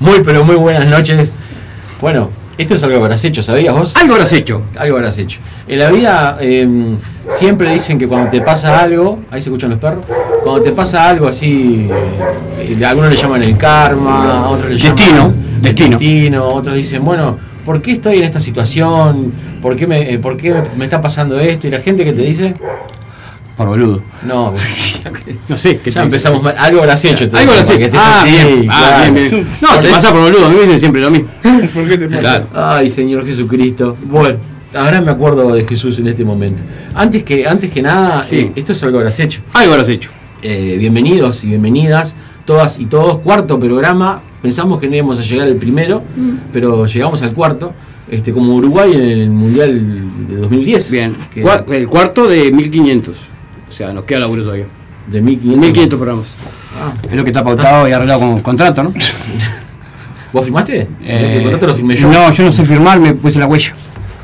Muy, pero muy buenas noches. Bueno, esto es algo que habrás hecho, ¿sabías vos? Algo habrás hecho. Algo habrás hecho. En la vida eh, siempre dicen que cuando te pasa algo, ahí se escuchan los perros, cuando te pasa algo así, eh, a algunos le llaman el karma, a otros le Destino, llaman destino. destino, otros dicen, bueno, ¿por qué estoy en esta situación? ¿Por qué, me, eh, ¿Por qué me está pasando esto? Y la gente que te dice, Por boludo. no, No sé, ¿qué te ya dice? empezamos mal. Algo habrás hecho, te Algo dicen, habrás para que hecho. estés Ah, así, bien, ah, claro. bien, bien. No, Por te eso- pasa por boludo, a mí me dicen siempre lo mismo. ¿Por qué te pasa? Claro. Ay, Señor Jesucristo. Bueno, ahora me acuerdo de Jesús en este momento. Antes que, antes que nada, Sí. eh, esto es algo que habrás hecho. Algo habrás hecho. Eh, bienvenidos y bienvenidas, todas y todos. Cuarto programa. Pensamos que no íbamos a llegar al primero, pero llegamos al cuarto. Este, como Uruguay en el Mundial de 2010. Bien. que- Cua- el cuarto de 1500. O sea, nos queda laburo todavía. de 1500. 1500 programas. Ah, Es lo que está pautado y arreglado con contrato, ¿no? ¿Vos firmaste? Eh, el contrato lo firmé yo. No, yo no sé firmar, me puse la huella.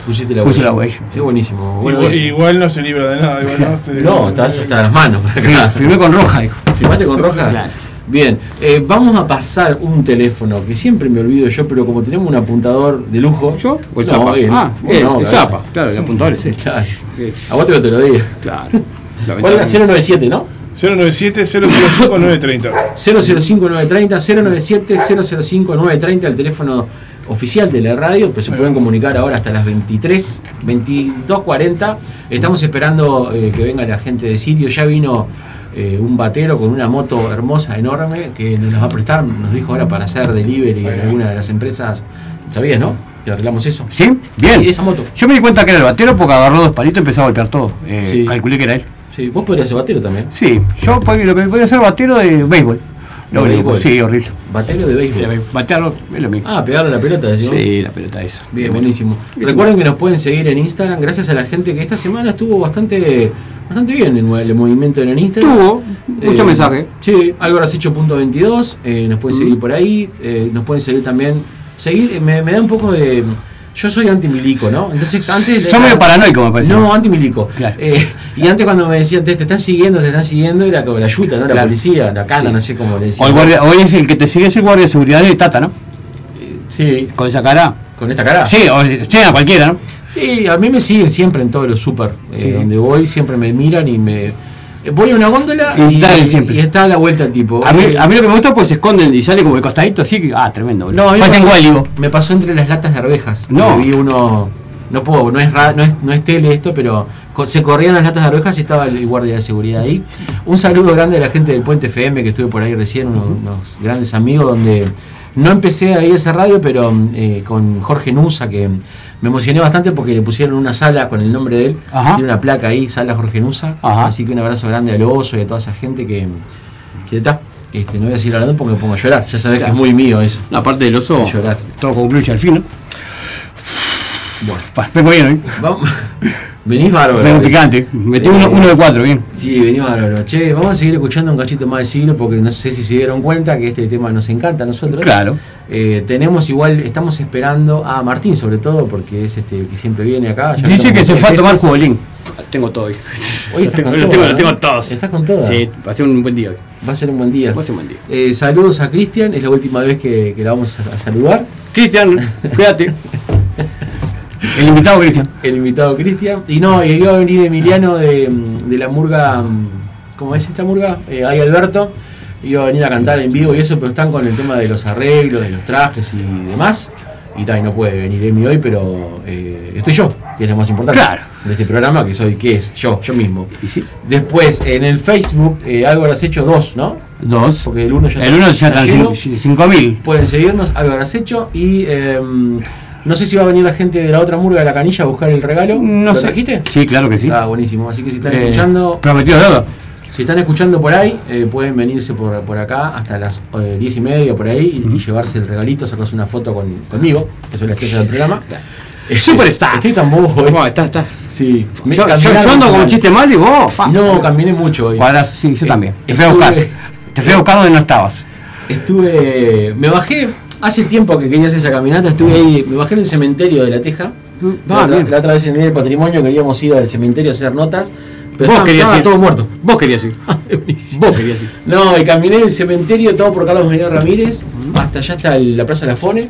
Pusiste la puse huella. la huella. Sí, buenísimo. Bueno, igual, bien. igual no se libra de nada. Igual no, te- no, estás hasta las manos. Fir- Firmé con roja, dijo. ¿Firmaste con roja? Claro. Bien, eh, vamos a pasar un teléfono que siempre me olvido yo, pero como tenemos un apuntador de lujo. ¿Yo? ¿O el No, Zapa? él. Ah, Vos él, no, el cabeza. Zapa. Claro, el apuntador es él. Claro. Sí, A vos te lo, te lo digo. Claro. ¿Cuál era? 097, ¿no? 097-005-930. 005-930, 097-005-930, el teléfono oficial de la radio, pues se pueden comunicar ahora hasta las 23, 22.40. Estamos esperando eh, que venga la gente de Sirio. Ya vino eh, un batero con una moto hermosa, enorme, que nos la va a prestar, nos dijo ahora para hacer delivery en alguna de las empresas. ¿Sabías, no? Que arreglamos eso. ¿Sí? Bien. Sí, esa moto. Yo me di cuenta que era el batero porque agarró dos palitos y empezó a golpear todo. Eh, Sí. Calculé que era él. Sí, vos podrías ser batero también. Sí, yo pod- lo que podía ser batero de béisbol. Lo ¿De único, béisbol? sí, horrible. Batero de béisbol. Batearlo es lo mismo. Ah, pegarle la pelota, decimos. sí, la pelota esa. Bien, buenísimo. Recuerden que nos pueden seguir en Instagram, gracias a la gente que esta semana estuvo bastante bastante bien el, mue- el movimiento en Instagram. Tuvo mucho Eh, mensaje. Sí, algo has hecho punto 22, eh, nos pueden seguir por ahí, eh, nos pueden seguir también. Seguir, eh, me, me da un poco de. Yo soy antimilico, ¿no? Entonces antes. Yo medio paranoico, me parece. No, antimilico. Claro. Eh, y antes cuando me decían, te, te están siguiendo, te están siguiendo, era como la ayuda, ¿no? La Claro. policía, la cana, Sí. no sé cómo le O el decían. guardia, hoy es el que te sigue es el guardia de seguridad de Tata, ¿no? Sí, Con esa cara. con esta cara. Sí, o sí, a cualquiera, ¿no? Sí, a mí me siguen siempre en todos los super. eh, Sí, sí. Donde voy, siempre me miran y me. Eh, Voy a una góndola Y y, está él siempre. y está a la vuelta el tipo. A mí, Eh, a mí lo que me gusta es porque se esconden y sale como el costadito así. que- Ah, tremendo, boludo. no, a mí me Pasen pasó- igual, digo. Me pasó entre las latas de arvejas. No. Me Vi uno. No puedo, no es, ra- no, es, no es tele esto, pero co- se corrían las latas de arvejas y estaba el guardia de seguridad ahí. Un saludo grande a la gente del Puente FM que estuve por ahí recién, unos, unos grandes amigos, donde no empecé ahí esa radio, pero eh, con Jorge Nusa, que me emocioné bastante porque le pusieron una sala con el nombre de él. Ajá. Tiene una placa ahí, sala Jorge Nusa. Ajá. Así que un abrazo grande al oso y a toda esa gente que, que está. Este, no voy a seguir hablando porque me pongo a llorar. Ya sabés que es muy mío eso. No, aparte del oso, Y llorar. todo concluye al fin, ¿no? Bueno. Pa- Vengo bien, ¿eh? Vamos. Venís bárbaro. Vengo eh. picante. Metí Eh, uno, uno de cuatro, bien. Sí, venís bárbaro. Che, vamos a seguir escuchando un cachito más de siglo porque no sé si se dieron cuenta que este tema nos encanta a nosotros. Claro. Eh, tenemos igual, estamos esperando a Martín sobre todo porque es este que siempre viene acá. ya Dice que estamos se fue a tres tomar veces. jugolín. Tengo todo hoy. Hoy estás Los tengo, con los toda, tengo, los ¿no? tengo todos. Estás con toda. Sí, va a ser un buen día hoy. Va a ser un buen día. Va a ser un buen día. Eh, saludos a Cristian, es la última vez que, que la vamos a, a saludar. Cristian, cuídate. El invitado Cristian. El invitado Cristian. Y no, y iba a venir Emiliano de, mm, de la murga. mm, ¿Cómo es esta murga? Eh, ahí Alberto. Iba a venir a cantar en vivo y eso, pero están con el tema de los arreglos, de los trajes y demás. Y tal, y no puede venir Emi hoy, pero eh, estoy yo, que es lo más importante Claro. de este programa, que soy, ¿qué es? Yo, yo mismo. Y sí. Después, en el Facebook, eh, algo habrás hecho dos, ¿no? Dos. Porque el uno ya el uno ya está están lleno. cin- cin- cinco mil. Pueden seguirnos, algo habrás hecho. Y eh, no sé si va a venir la gente de la otra murga de la canilla a buscar el regalo. No ¿Lo sé. trajiste? Sí, claro que sí. Está Ah, buenísimo. Así que si están Eh, escuchando, Prometido deuda. si están escuchando por ahí, eh, pueden venirse por, por acá hasta las eh, diez y media por ahí y, y llevarse el regalito, sacarse una foto con, conmigo, que soy la estrella del programa. Este, Eh, Superstar. Estoy tan bobo, eh. Bueno, está, está. Sí. Me- Yo, yo, caminar yo ando me como hace chiste mal y vos. pa. mal. No, caminé mucho hoy. Cuadras, sí, yo Eh, también. Te fui a buscar. estuve- Te fui a buscar donde no estabas. Estuve. Me bajé. Hace tiempo que quería hacer esa caminata. Estuve ahí. Me bajé en el cementerio de La Teja. Mm, la, ah, otra, bien. la otra vez en el Día del patrimonio queríamos ir al cementerio a hacer notas. Pero Vos estaba- querías estaba ir. todo muerto. Ah, Vos querías ir. Buenísimo. Vos querías ir. No, y caminé en el cementerio todo por Carlos María Ramírez, hasta allá hasta el- la Plaza de la Fone.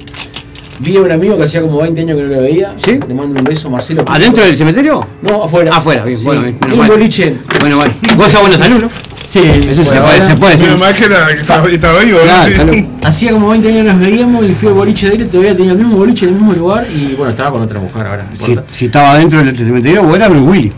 Vi a un amigo que hacía como 20 años que no lo veía. ¿Sí? Le mando un beso, Marcelo. ¿Adentro del cementerio? No, afuera. Afuera, bien, bueno, bien, menos un mal. boliche. Bueno, vale. Vos sos buena salud, ¿no? Sí, Eso por se, puede, ahora. se puede decir. Menos mal que, la, que estaba, estaba Ah, vivo, Claro, ¿no? Sí. claro. Hacía como 20 años nos veíamos y fui al boliche de él, todavía tenía el mismo boliche en el mismo lugar y bueno, estaba con otra mujer ahora. no Si, importa. si estaba dentro del cementerio, vos eras Bruce Willis.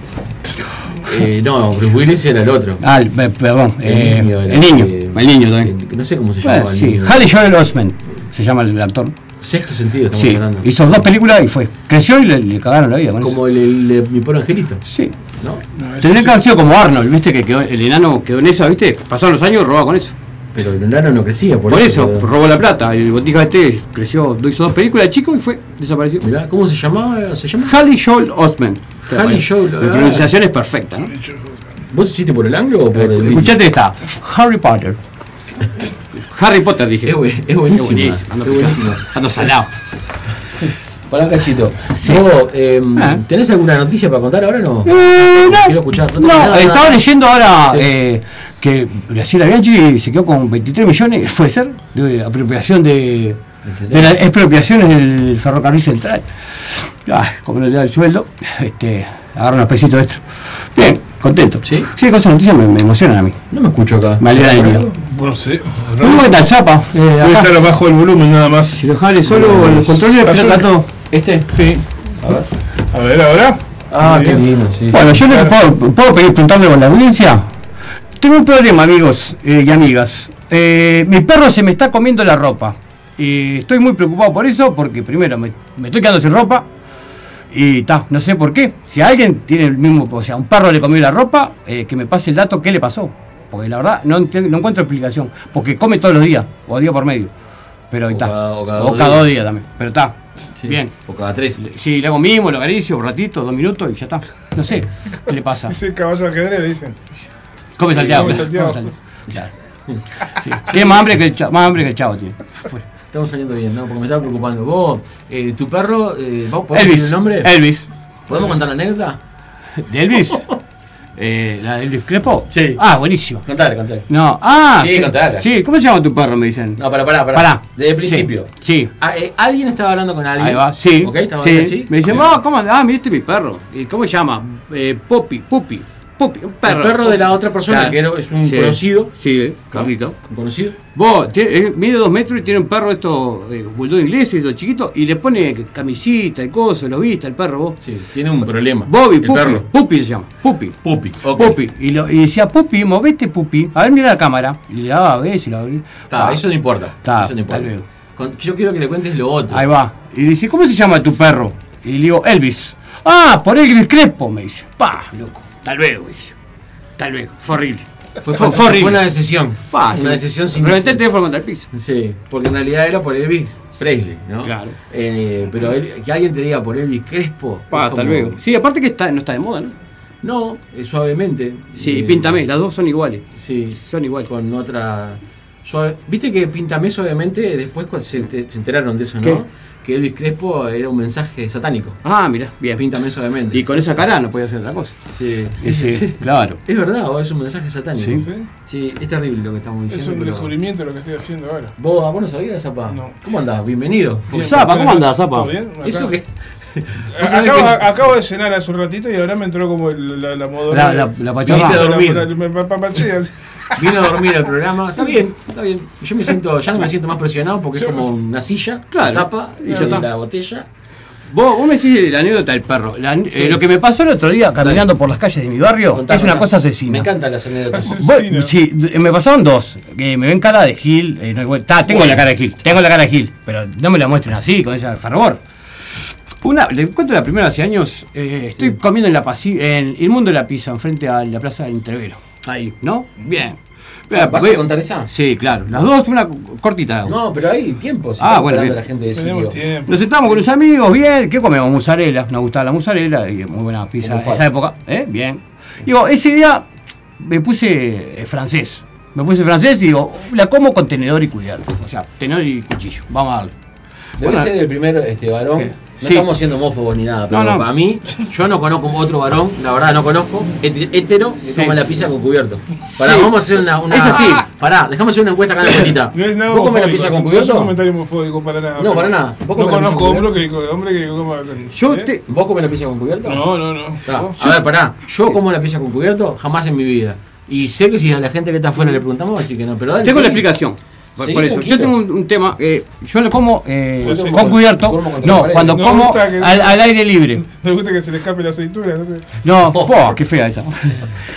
Eh, no, Bruce Willis era el otro. Ah, el- pe- perdón. eh, El niño. era, El niño, eh, también. el- no sé cómo se Bueno, llamaba el sí. niño. Halle Joel Osment se llama el actor. Sexto sentido, estamos Sí. hablando. Hizo dos películas y fue. Creció y le, le cagaron la vida con eso. Como el, el de mi pobre angelito, Sí. ¿no? Tendría que haber sido como Arnold, viste que quedó, el enano quedó en esa, viste. Pasaron los años, robaba con eso. Pero el enano no crecía, por, Por eso, quedó. robó la plata. El botija este creció, hizo dos películas de chico y fue, desapareció. Mirá, ¿cómo se llamaba? ¿Se llama? Halle Joel Osment. Halle Joel, Mi ah. pronunciación es perfecta, ¿no? ¿Vos hiciste por el anglo o por el.? Escuchate esta. Harry Potter. Harry Potter dije. Es, bu- es Es buenísimo. buenísimo. Ando, Es buenísimo. picado, ando salado. Pará, cachito. Sí. Vos, eh, Ah. ¿tenés alguna noticia para contar ahora o no? Eh, no, Quiero escuchar, no No, tengo nada. estaba leyendo ahora eh, que Graciela Bianchi se quedó con 23 millones, puede ser, de apropiación de. de las expropiaciones del ferrocarril central. Ah, como no le da el sueldo, este, agarra unos pesitos de esto. Bien, contento. ¿Sí? cosas noticias me, me emocionan a mí. No me escucho acá. Me alegra el día. No sé. Un Debe buen tan chapa. eh, acá. estar bajo el volumen nada más. Eh, Si lo jale solo en los controles, Azul. pilota todo. ¿Este? Sí. A ver. A ver, ahora. Ah, Muy qué bien. lindo, sí. Bueno, yo le puedo, puedo pedir preguntarle con la audiencia. Tengo un problema, amigos eh, y amigas. Eh, mi perro se me está comiendo la ropa. Y estoy muy preocupado por eso, porque primero me, me estoy quedando sin ropa. Y ta, no sé por qué. Si alguien tiene el mismo, o sea, un perro le comió la ropa, eh, que me pase el dato, ¿qué le pasó? Porque la verdad no, enti- no encuentro explicación. Porque come todos los días, o día por medio. Pero ahí O está. cada- o cada O dos cada dos días. días también. Pero está. Sí. Bien. O cada tres. Sí, le hago mismo, lo acaricio un ratito, dos minutos y ya está. No sé qué le pasa. Dice caballo de ajedrez, le dicen. Come salteado. Come claro, salteado. come salteado. Claro. Sí. Tiene más hambre que el chavo, más hambre que el chavo tiene. Estamos saliendo bien, ¿no? Porque me estaba preocupando. Vos, eh, tu perro, eh, ¿vos podés decir Elvis. el nombre? Elvis. ¿Podemos contar la anécdota? ¿De Elvis? Eh, ¿La de Elvis Crepo? Sí. Ah, buenísimo. Contale, contale. No, ah. Sí, contala. Sí, ¿cómo se llama tu perro? Me dicen. No, pará, pará, pará. Pará. Desde el Sí, principio. Sí. Ah, eh, alguien estaba hablando con alguien. Ahí va, sí. ¿Ok? Estaba sí. hablando así. Me dicen, Ok. oh, ¿cómo andás? Ah, mira, este es mi perro. ¿Y ¿Cómo se llama? Eh, Poppy, Pupi. Pupi, un perro. El perro de la otra persona, Claro. que era- es un Sí. conocido. Sí, eh, Carlito. ¿Un conocido? Vos, tiene- eh, mide dos metros y tiene un perro estos eh, bulldog ingleses, los chiquitos, y le pone camisita y cosas, lo viste el perro vos. Sí, tiene un problema. Bobby, el Pupi, perro. Pupi se llama, Pupi. Pupi. Ok. Pupi. Y, lo- y decía, Pupi, movete Pupi. A ver, mira la cámara. Y le daba a ver si lo abrí. Está, Ah, eso no importa. Está, eso no importa. hasta luego. Con- yo quiero que le cuentes lo otro. Ahí va. Y le dice, ¿cómo se llama tu perro? Y le digo, Elvis. Ah, por Elvis Crespo, me dice. Pa, loco. Tal luego, dice. Tal luego. Fue horrible. Fue, fue, fue horrible. fue una decisión. Pa, sí. una decisión sin Reventé el teléfono contra el piso. Sí, porque en realidad era por Elvis Presley, ¿no? Claro. Eh, pero él- que alguien te diga por Elvis Crespo. es Pa, tal como- Ah, luego. Sí, aparte que está, no está de moda, ¿no? No, eh, suavemente. Sí, Eh, píntame, las dos son iguales. Sí, Son iguales. con otra. suave- Viste que Píntame suavemente, después cuando se, ente- se enteraron de eso, ¿no? ¿Qué? Que Elvis Crespo era un mensaje satánico. Ah, mirá, bien. Píntame suavemente. Y con esa cara no podía hacer otra cosa. Sí. Ese, claro. Es verdad, o es un mensaje satánico. Sí. ¿Sí? Sí, es terrible lo que estamos Es diciendo. un pero- descubrimiento lo que estoy haciendo ahora. ¿Vos, ¿a vos no sabías, Zapa? No. ¿Cómo andás? Bienvenido. Bien. Zapa, ¿cómo andás, Zapa? ¿Todo bien? Acá. Eso que. A- sabés Acabo, que- acabo de cenar hace un ratito y ahora me entró como el- la, la moda. La, la, la pachorra. Me hice dormir. me pa- pa- pachea, así. Vino a dormir al programa. Está bien, está bien. Yo me siento, ya no me siento más presionado porque es como una silla, Claro. zapa Y y, ya está. la botella. Vos, vos me decís la anécdota del perro. La- eh, Sí. lo que me pasó el otro día caminando por las calles de mi barrio Contá, es una contá. cosa asesina. Me encantan las anécdotas. Vos- Asesina. sí, d- eh, me pasaron dos. Que me ven cara de Gil. eh, no hay vuelta. Ah, tengo la cara de Gil. Tengo la cara de Gil. Pero no me la muestren así, con ese fervor. Una, le cuento la primera hace años. eh, estoy comiendo en la Paci- en el mundo de la pizza, enfrente a la plaza del Entrevero. Ahí, ¿no? Bien. ¿Vas Voy- a contar esa? Sí, claro. Las dos, una cortita. No, pero hay tiempo. Si Ah, está bueno, esperando bien. la gente de Tenemos Sirio. tiempo. Nos sentamos con los amigos, bien, ¿qué comemos? Musarela, nos gustaba la musarela, y muy buena pizza Como de fue. esa época, ¿eh? Bien. Digo, ese día me puse eh, francés, me puse francés y digo, la como con tenedor y cuidado, o sea, tenedor y cuchillo, vamos a darle. Debe Bueno, ser el primer este, varón ¿Qué? No Sí. estamos siendo homófobos ni nada, Ah, pero No, no. para mí, yo no conozco otro varón, la verdad no conozco, het- hetero, que Sí. coma la pizza con cubierto. Pará, Sí. vamos a hacer una. una Es así. Pará, dejamos hacer una encuesta acá en la cuentita. No es nada ¿Vos comés la homofóbico, pizza con no es un cubierto? comentario homofóbico para nada. No, pero para nada. ¿Vos comés No la pizza conozco con hombre que, hombre que coma con- Yo ¿eh? te. ¿Vos comés la pizza con cubierto? No, no, no. Ah, Vos- a ver, pará, yo como la pizza con cubierto jamás en mi vida. Y sé que si a la gente que está afuera le preguntamos, así que no, pero dale. Tengo la seguí. explicación. Por, Sí, por eso, poquito. yo tengo un, un tema, eh, yo lo como eh, Yo sé, con con- cubierto, como contra la no, pared. cuando No, como está que- al, al aire libre. Me gusta que se le escape la cintura, no sé. No, Oh. po, qué fea esa.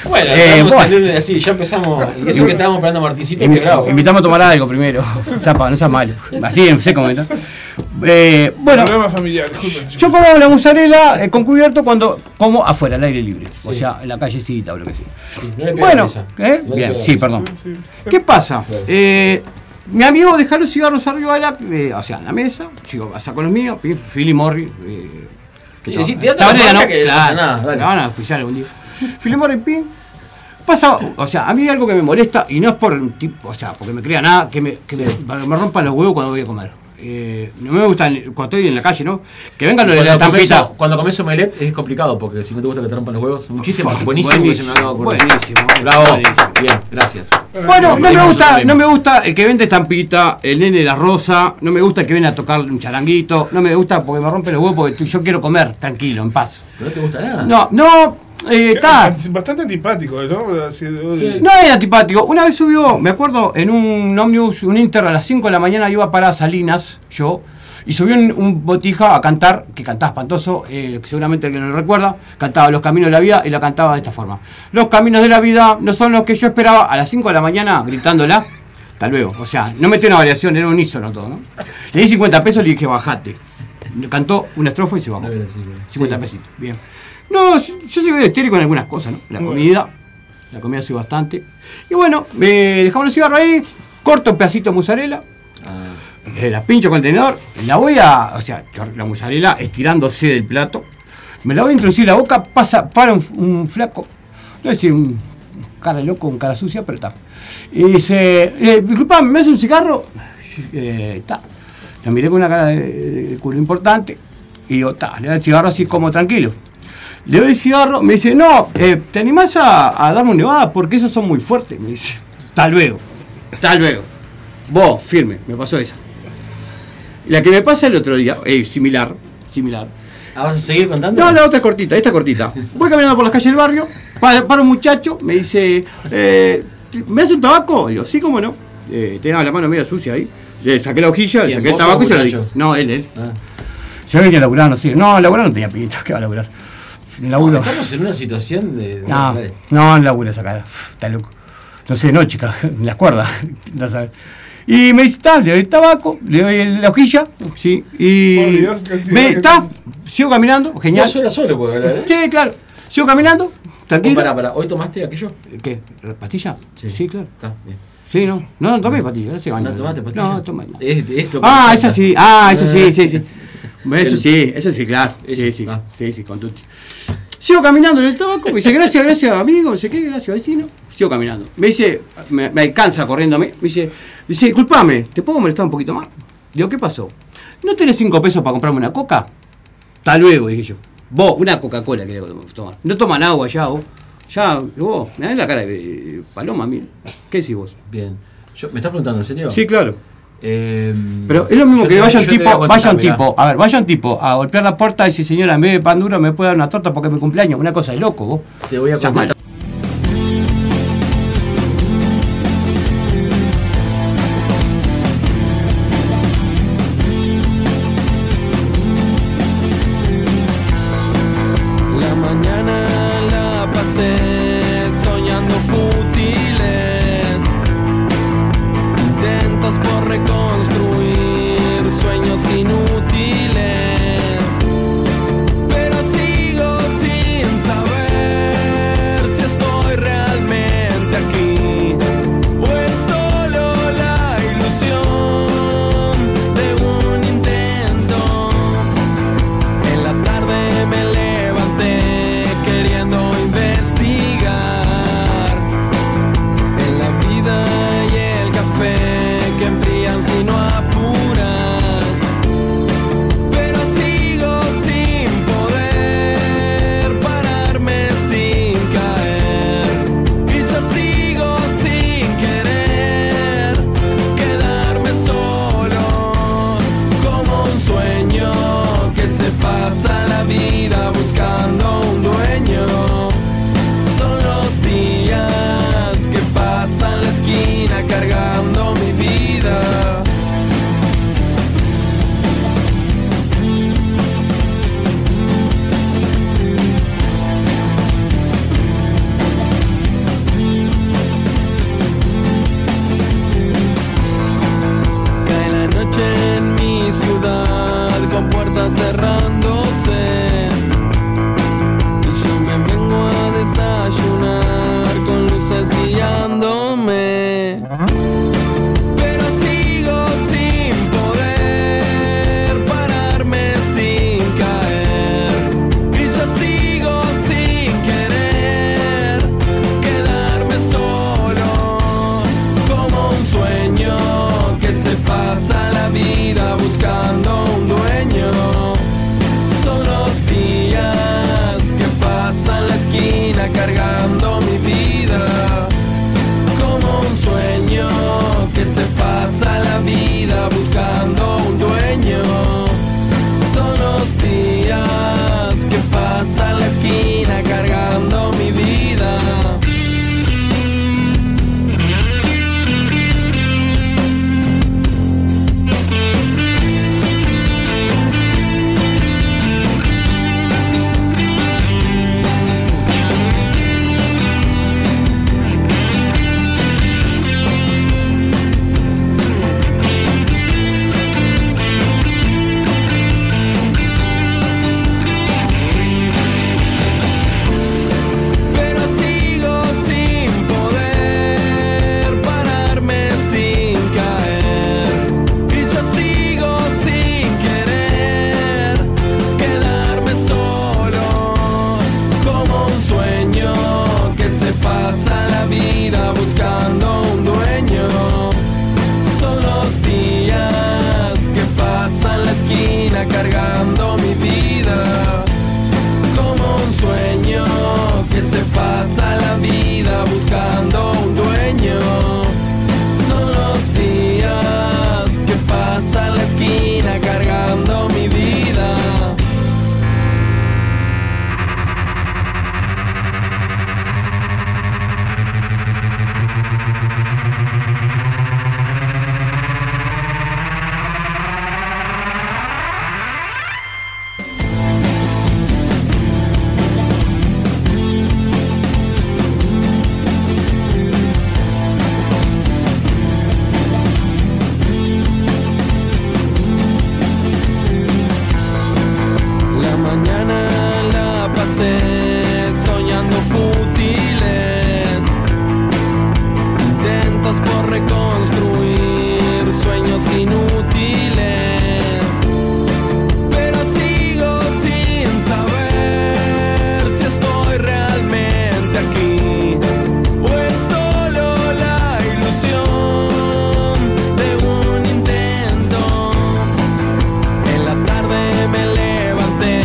Bueno, Eh, estamos bueno. en lunes, así, ya empezamos. Y eso que estábamos esperando a Marticito, que Invi- bravo. Invitamos a tomar algo primero. Tapa, no seas malo. Así en seco, ¿verdad? Eh, bueno, Problema familiar, disculpen. yo como la mozzarella eh, con cubierto cuando como afuera, al aire libre. O sea, en la callecita o lo que sea. No le pega la Bueno, pizza. ¿eh? No le bien, pega la sí, pizza. perdón. Sí, sí. ¿Qué pasa? Claro. Eh, mi amigo deja los cigarros arriba de la, eh, o sea, en la mesa. Yo saco los míos. pim, Philly Morris. Eh, que Sí, to- sí, tirate tabla la marca no, que no claro, pasa nada, dale. la van a escuchar algún día. Philly Morris, pim. Pasa, o sea, a mí algo que me molesta, y no es por un tipo, o sea, porque me crea nada, que me, que me- me rompan los huevos cuando voy a comer. Eh, no me gustan, cuando estoy en la calle, ¿no? Que vengan los de la Cuando comés, tampita. cuando comés omelette es complicado porque si no te gusta que te rompan los huevos, un chiste Fuck, buenísimo, que se me acaba de ocurrir. Buenísimo. Bravo, buenísimo. bien, gracias. Bueno, no me Tenemos un gusta, problema. no me gusta el que vende estampita, el nene de la rosa, no me gusta el que viene a tocar un charanguito, no me gusta porque me rompe los huevos porque tú- yo quiero comer tranquilo, en paz. Pero no te gusta nada. No, no, eh, está. Bastante antipático, ¿eh? ¿no? Así, Sí. No era antipático. Una vez subió, me acuerdo, en un Omnius, un Inter a las 5 de la mañana iba para Salinas, yo, y subió un, un botija a cantar, que cantaba espantoso, eh, que seguramente el que no lo recuerda, cantaba Los Caminos de la Vida y la cantaba de esta forma. Los caminos de la vida no son los que yo esperaba a las 5 de la mañana gritándola. Hasta luego. O sea, no metí una variación, era unísono todo, ¿no? Le di 50 pesos y le dije, bajate. Cantó una estrofa y se bajó. No era así, pero- 50 pesitos, bien. No, yo, yo soy medio estéril con algunas cosas, ¿no? La Bueno. comida, la comida soy bastante. Y bueno, me dejamos el cigarro ahí, corto un pedacito de mozzarella, Ah, eh, la pincho con el tenedor, la voy a, o sea, chor- la mozzarella estirándose del plato, me la voy a introducir en la boca, pasa, para un, un flaco, no sé si un cara loco, un cara sucia, pero está. Y dice, eh, disculpa, ¿me hace un cigarro? Eh, Está. la miré con una cara de, de culo importante y digo, está, le da el cigarro así como tranquilo. Le doy el cigarro, me dice, no, eh, ¿te animás a, a darme un nevada? Porque esos son muy fuertes, me dice. Hasta luego, hasta luego. Vos, firme, me pasó esa. La que me pasa el otro día, eh, similar, similar. ¿Ah, ¿Vas a seguir contando? No, la otra es cortita, esta es cortita. Voy caminando por las calles del barrio, para, para un muchacho, me dice, eh, ¿me hace un tabaco? Digo, sí, cómo no. Eh, tenía la mano medio sucia ahí. Le saqué la hojilla, le Bien, saqué el ¿vos o tabaco y se lo di. muchacho? No, él, él. Ah. Se venía a laburar, no sé. No, laburar no tenía pinta, ¿qué va a laburar? Ni laburo. Estamos en una situación de. de- No, dale. no, no labura esa cara. Uf, Está loco. No sé, no, chica, en las cuerdas. No sabe. Y me dice, "Tá, le doy el tabaco, le doy el- la hojilla, sí. Y. Por Oh, Dios, qué ansiedad me, que está, tenés. sigo caminando, Yo genial. solo solo puedo hablar, ¿eh? Sí, claro. Sigo caminando, Vos tranquilo. Oh, Eh, Pará, pará, ¿hoy tomaste aquello? ¿Qué? ¿Pastilla? Sí. claro. Está, bien. Sí, no. No, no tomé pastilla, ese baño. ¿No tomaste pastilla? No, tomé. no. Es- es lo que Ah, me esa falta. sí, ah, esa sí, Eh. sí, sí. Eso El- sí, eso sí, claro. Sí, Eso, sí, ah. sí, sí, con tutti. Sigo caminando en el tabaco, me dice, gracias, gracias amigo, no sé qué, gracias vecino. Sigo caminando. Me dice, me, me alcanza corriéndome, me dice, dice, disculpame, ¿te puedo molestar un poquito más? Digo, ¿qué pasó? ¿No tenés cinco pesos para comprarme una coca? Hasta luego, dije yo. Vos, una Coca-Cola quería tomar. No toman agua ya, vos. Ya, vos, me das la cara de eh, paloma, mira. ¿Qué decís vos? Bien. Yo, ¿Me estás preguntando en serio? claro. Eh, Pero es lo mismo yo que te- vaya un yo te voy a tipo, contestar, vaya un mirá. tipo, a ver, vaya un tipo a golpear la puerta y dice, señora, en vez de pan duro me puede dar una torta porque es mi cumpleaños, una cosa de loco vos. Te voy a Seas contestar. La mañana la pasé soñando fútiles, intentos por reconstruir sueños inútiles, pero sigo sin saber un sueño que se pasa la vida buscando un dueño. Son los días que pasan la esquina cargando mi vida. Como un sueño que se pasa la vida buscando un dueño. Son los días que pasan la esquina cargando mi vida. La mañana la pasé soñando fútiles. Intentos por reconstruir sueños inútiles. Pero sigo sin saber si estoy realmente aquí. O es solo la ilusión de un intento. En la tarde me levanté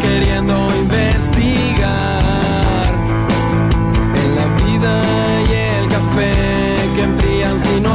queriendo investigar. En la vida y el café que enfrían si no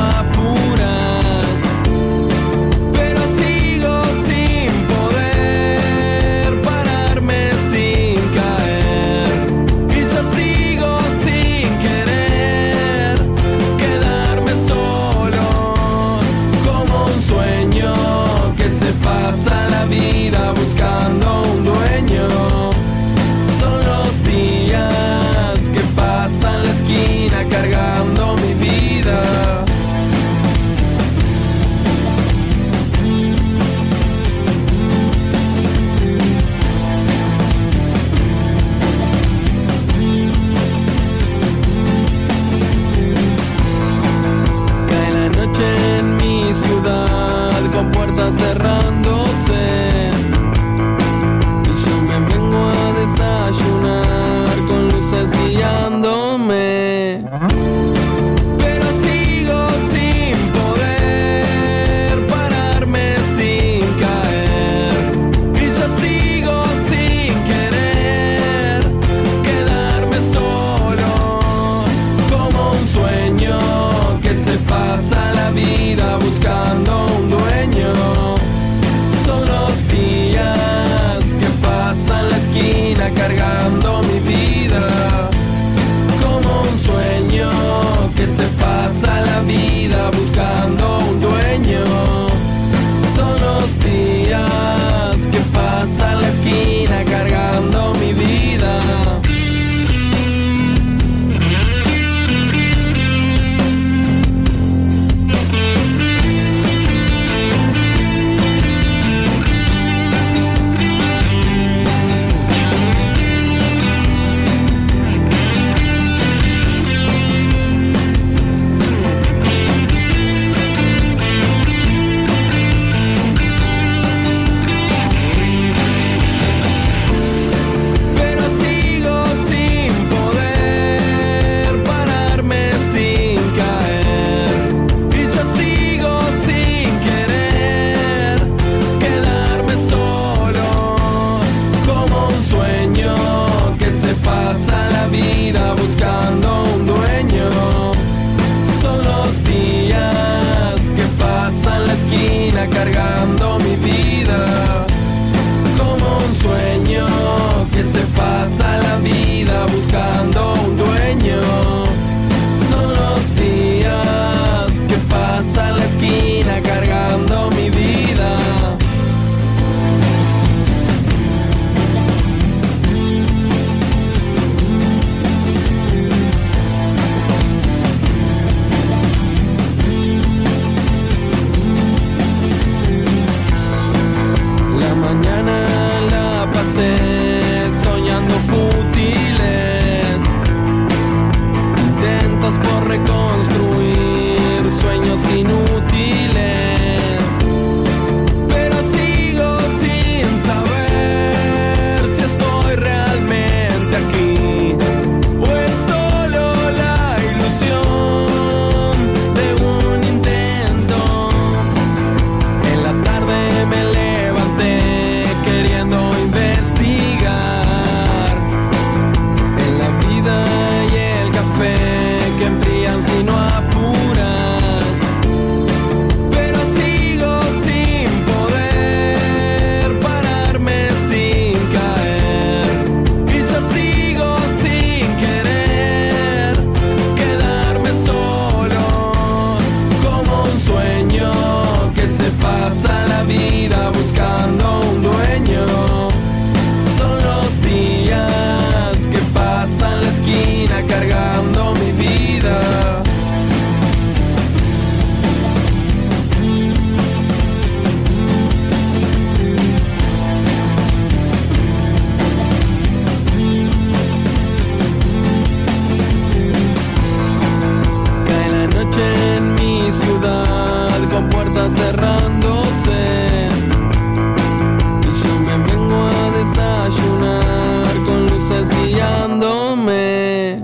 sé.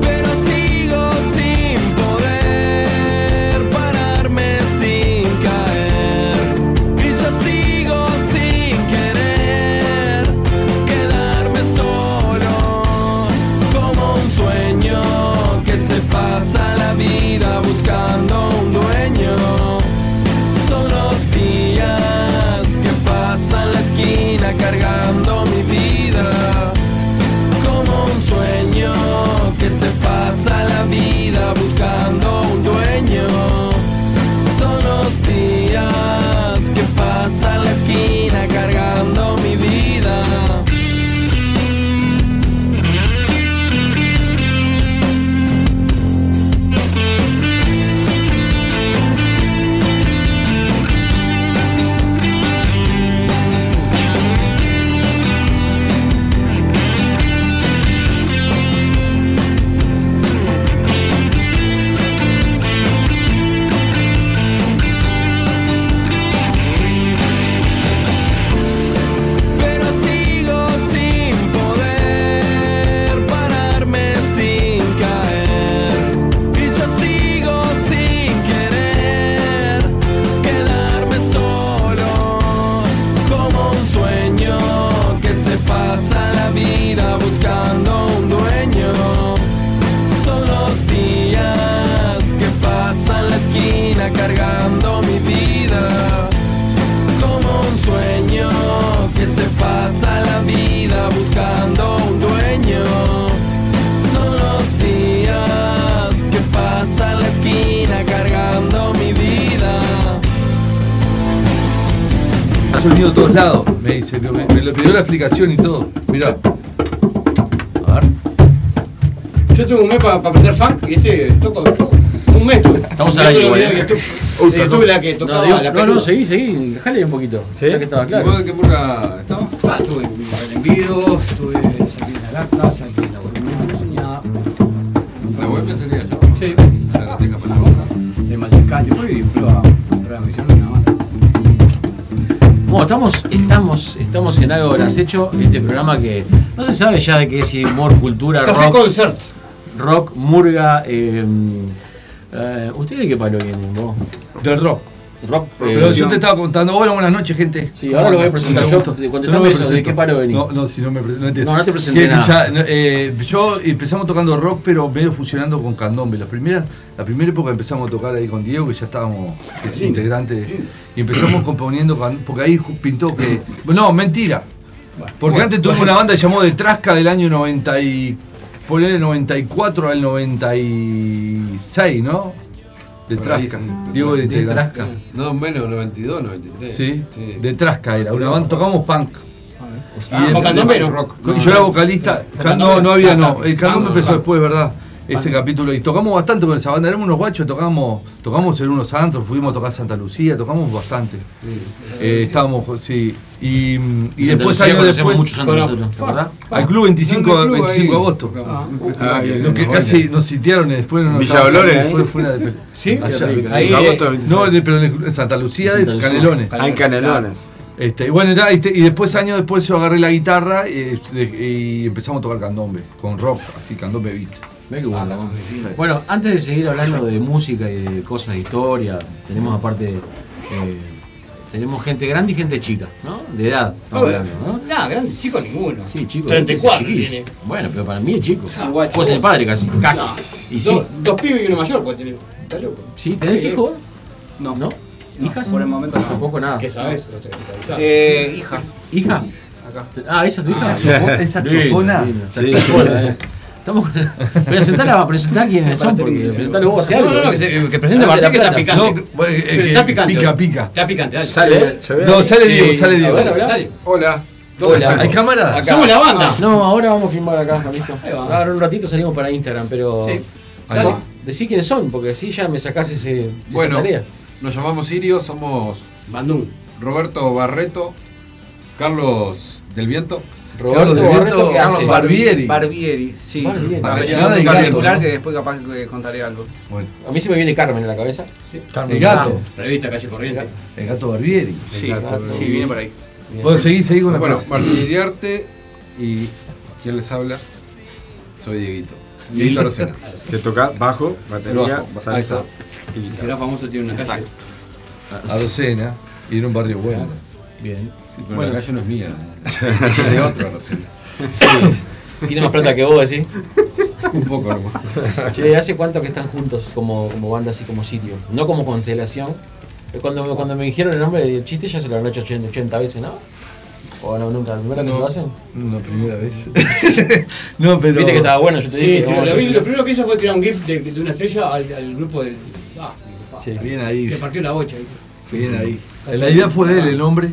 Pero sigo sin poder pararme sin caer. Y yo sigo sin querer quedarme solo. Como un sueño que se pasa la vida buscando un dueño. Son los días que pasan la esquina cargando mi vida como un sueño que se pasa la vida buscando un dueño. Son los días que pasa la esquina cargando mi vida. Pero sigo sin poder pararme sin caer. Y yo sigo sin querer quedarme solo. Como un sueño que se pasa la vida buscando un dueño. Son los días que pasan la esquina cargando mi vida como un sueño que se pasa la vida buscando un dueño. Son los días que pasa la esquina cargando mi vida. Ha sonido a todos lados, me dice. Me, me lo pidió la explicación y todo. Mirá. A ver. Yo tengo un mes Ah, para aprender funk y este toco, toco. Un mes tuve. Estamos al Mirá aire todos los igual, videos eh. que tu- eh, tuve la que tocaba No, digo- la no, no, peluda. seguí, seguí, dejale un poquito. ¿Sí? Ya que estaba ¿Y claro. vos de qué murga estabas? Ah, tuve un envío, tuve saqué la lata, saqué la volumonia, La vuelta sería yo. Sí. La biblioteca para la boca. el Malcán, después viví prueba, prueba me hicieron una banda. Bueno, estamos, estamos, estamos en algo habrás hecho, este programa que no se sabe ya de qué es si humor, cultura, Café rock, Concert. rock, murga. Eh, eh, ¿Usted de qué palo vienen vos? Del rock. Rock, eh, Pero yo te estaba contando, hola, buenas noches, gente. Sí, ahora lo voy a presentar yo. Te Contestame eso, ¿de qué paro venís? No, no, si no me presento, no entiendo. No, no te presenté Que, nada. ya, no, eh, yo empezamos tocando rock, pero medio fusionando con candombe. La primera, la primera época empezamos a tocar ahí con Diego, que ya estábamos que es integrante. Y empezamos componiendo, can- porque ahí ju- pintó que... No, mentira. Porque antes tuvimos una banda que llamó De Trasca del año 90 y... Ponele 94 al 96, ¿no? De Por ahí, Trasca. sí. Diego de, de Trasca. Trasca. No, menos 92, 93. Sí, Sí. de Trasca era. Una banda, tocamos punk. Ah, el- con candombe, no rock. Yo era vocalista. can- No, no había, no. El candombe empezó después, ¿verdad? Ese capítulo. Y tocamos bastante con esa banda. Éramos unos guachos, tocamos, tocamos en unos antros, fuimos a tocar Santa Lucía, tocamos bastante. Eh, estábamos, sí. Y, y después Lucía salió conocemos después. muchos años nosotros, ¿te acordás? Al club 25, No, en el club 25 de ahí. agosto. Ah, Ah, bien, lo que bien, casi bien. nos sitiaron después no nos Villa estaban Dolores, sacando, ¿eh? fue- fue una de- Sí, allá. ahí, Agosto eh, 26. No, de- pero de Santa Lucía de Santa Lucía. Canelones. Hay canelones. Este, y bueno, nada, este, y después años después yo agarré la guitarra eh, de- y empezamos a tocar candombe, con rock, así candombe beat. Ah, Mirá qué bueno. Bueno, antes de seguir hablando de música y de cosas de historia, tenemos aparte. eh, tenemos gente grande y gente chica, ¿no? De edad, estamos hablando, ¿no? No, grande chico ninguno. Sí, chico. 34 chiquis. tiene. Bueno, pero para mí es chico. Ah, guacho, Vos el vos. padre casi. Casi. Y sí. Dos, dos pibes y uno mayor puede tener. Está loco. ¿Sí? ¿Tenés Sí. hijos? No. ¿No? ¿Hijas? Por el momento no. Tampoco nada. ¿Qué sabes? Los tenés que avisar. Eh, hija. ¿Hija? Ah, esa es tu hija. Saxofón- ¿Es saxofona? Linda, saxofona, eh. Estamos con- Presentala, presentá quiénes son, porque presentale vos hace No, algo. no, no, que, eh. se- que presente Dale la Martín que está plata. No, picante. que- bueno, eh, Pero que está picante. Pica, hoy. pica. Está picante, dale. ¿Sale? ¿Eh? ¿Se ve? No, sale Sí. Diego, sale Diego. Bueno, dale. Hola. Ah. Hola. ¿Hay cámara? Somos la banda. No, ahora vamos a filmar acá, listo. Ahí va. Ahora un ratito salimos para Instagram, pero. Sí. Ahí Dale. va. Decí quiénes son, porque así ya me sacás ese, esa Bueno, tarea. nos llamamos Sirio, somos Bandung. Roberto Barreto, Carlos del Viento. Roberto, Roberto, Barreto, ¿qué Carlos hace? Barreto. Barbieri. Barbieri, sí. Barbieri. Apellido Apellido de de Gato, particular ¿no? que después capaz que contaré algo. Bueno, A mí se me viene Carmen en la cabeza. el gato, Revista Calle Corriente. el gato Barbieri. Sí, Gato, sí, Barbieri. viene por ahí. Bueno, seguí, seguí con la Bueno, cosa. Martín Iriarte y quien les habla. soy Dieguito. Dieguito Arocena. Que toca bajo, batería, Bajo, ba- ahí salsa. y Si guitarra. será famoso tiene una casa. Arocena, y en un barrio bueno. Bien. Sí, pero Bueno. la calle no es mía. Es de otro Arocena. Tiene más plata que vos, ¿sí? Un poco nomás. Che, ¿hace cuánto que están juntos como, como banda, así como sitio? No como constelación. Eh, Cuando, me- cuando me dijeron el nombre del chiste ya se lo han hecho 80, 80 veces, ¿no? ¿O no, nunca? ¿La primera que se lo hacen? Una primera vez. no, pero. Viste que estaba bueno, yo te Sí, dije. pero vamos a lo, vi- hacer- lo primero que hizo fue tirar un GIF de, de una estrella al, al grupo del. Ah, Sí. Bien ahí. que partió la bocha. ahí. Bien ahí. La idea fue de él, el nombre,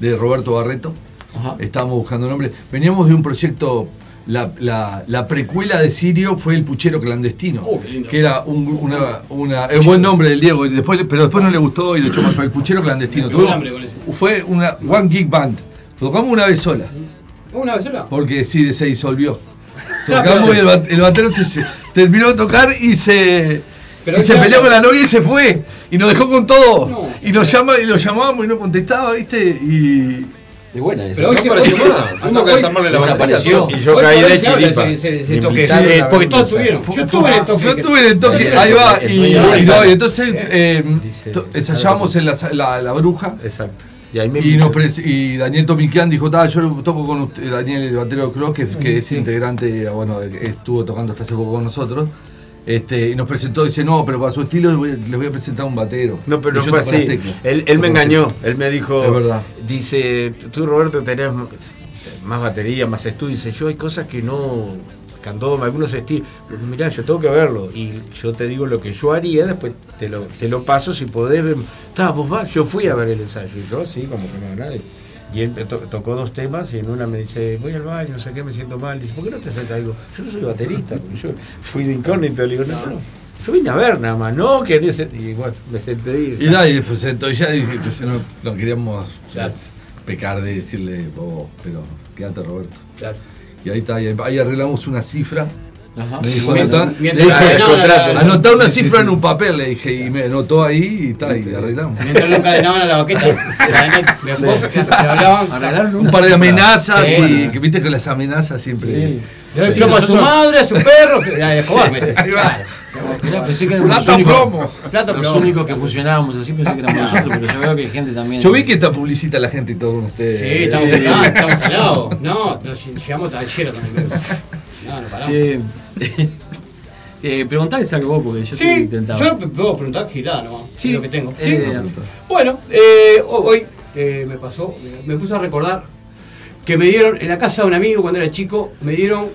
de Roberto Barreto. Ajá. Estábamos buscando nombre. Veníamos de un proyecto. La, la- la precuela de Sirio fue El Puchero Clandestino. Oh, qué lindo. Que era un, gru- una, una- es buen nombre del Diego, y después, pero después no le gustó y lo echó más. pero El Puchero Clandestino. Me pegó el Tuvimos- hambre con eso. fue una One Gig Band. Tocamos una vez Mm. sola. ¿Una vez sola? Porque sí, se disolvió. Tocamos y el, bat- el batero se, se- terminó de tocar y se, Pero y se ya- peleó con la novia y se fue. Y nos dejó con todo. No. y, nos llama, y lo llamábamos y no contestaba, ¿viste? Y. Es buena esa. Pero hoy se, hoy, se- hoy- Tengo que hoy- desarmarle la batería. Desapareció. Y yo hoy caí por hoy de se habla chiripa. de ese- de ese Ni toque. pisarle Sí, la porque vergüenza. todos tuvieron. Yo tuve el toque. Yo tuve en el toque, ahí va. El Y, dueño y de no, la y entonces eh, Dice- to- ensayábamos en la, sa- la- la bruja. Exacto. Y ahí me Y, nos invitó. pres- y Daniel Tomiquian dijo, "Ta, yo lo toco con usted, Daniel, el batero de Cross, que, que es integrante, bueno, estuvo tocando hasta hace poco con nosotros. Este, y nos presentó, dice, no, pero para su estilo les voy- les voy a presentar un batero. No, pero Y no yo fue toco las así. teclas. Él, él me Toco las engañó. Él me dijo. Es verdad. Dice, tú Roberto tenés m- más batería, más estudio. Dice, yo hay cosas que no. Candoma, algunos estilos. Pero Mirá, yo tengo que verlo. Y yo te digo lo que yo haría, después te lo, te lo paso si podés. ver". Ta, vos vas. Yo fui a ver el ensayo. Y yo, sí, como que no, nadie. Y él me to- tocó dos temas y en una me dice, voy al baño, no sé qué, me siento mal. Dice, ¿por qué no te haces algo? Yo no soy baterista, porque yo fui de incógnito. Le digo, no, yo no. Yo vine a ver nada más, no que en ese. Y bueno, me senté y. Y nada, y pues entonces ya dije, pues, no, no queríamos ya, pecar de decirle, "Bobo, pero quédate Roberto. Claro. Y ahí está, y ahí- ahí arreglamos una cifra. Ajá. Me dijo, Mientras- "Anotá". mientras- Le dije, Ah, no, no, no, no. anotá una cifra en un papel, le dije, y me anotó ahí y está, y arreglamos. Mientras lo encadenaban a la baqueta, le hablaban. Arreglaron Un una par de cifra. amenazas, Sí. y que viste que las amenazas siempre. Sí. Decirlo a su madre, a su perro. que- Ya, de Escobar, mire. Ahí va. Mirá, pensé que éramos los Plata únicos- promo. Plato, Los pero. únicos que funcionábamos así pensé que éramos nosotros, pero yo veo que hay gente también. Yo vi que está publicita la gente y todo con Sí, ustedes. estamos ah, estamos al lado. No, nos llegamos al cielo con el grupo. No, no paramos. Che. eh, preguntales algo vos, porque yo Sí, estoy yo me puedo preguntar girada nomás, Sí, es lo que tengo. eh, Sí. Bueno, eh, ho- hoy eh, me pasó, me- me puse a recordar que me dieron, en la casa de un amigo cuando era chico, me dieron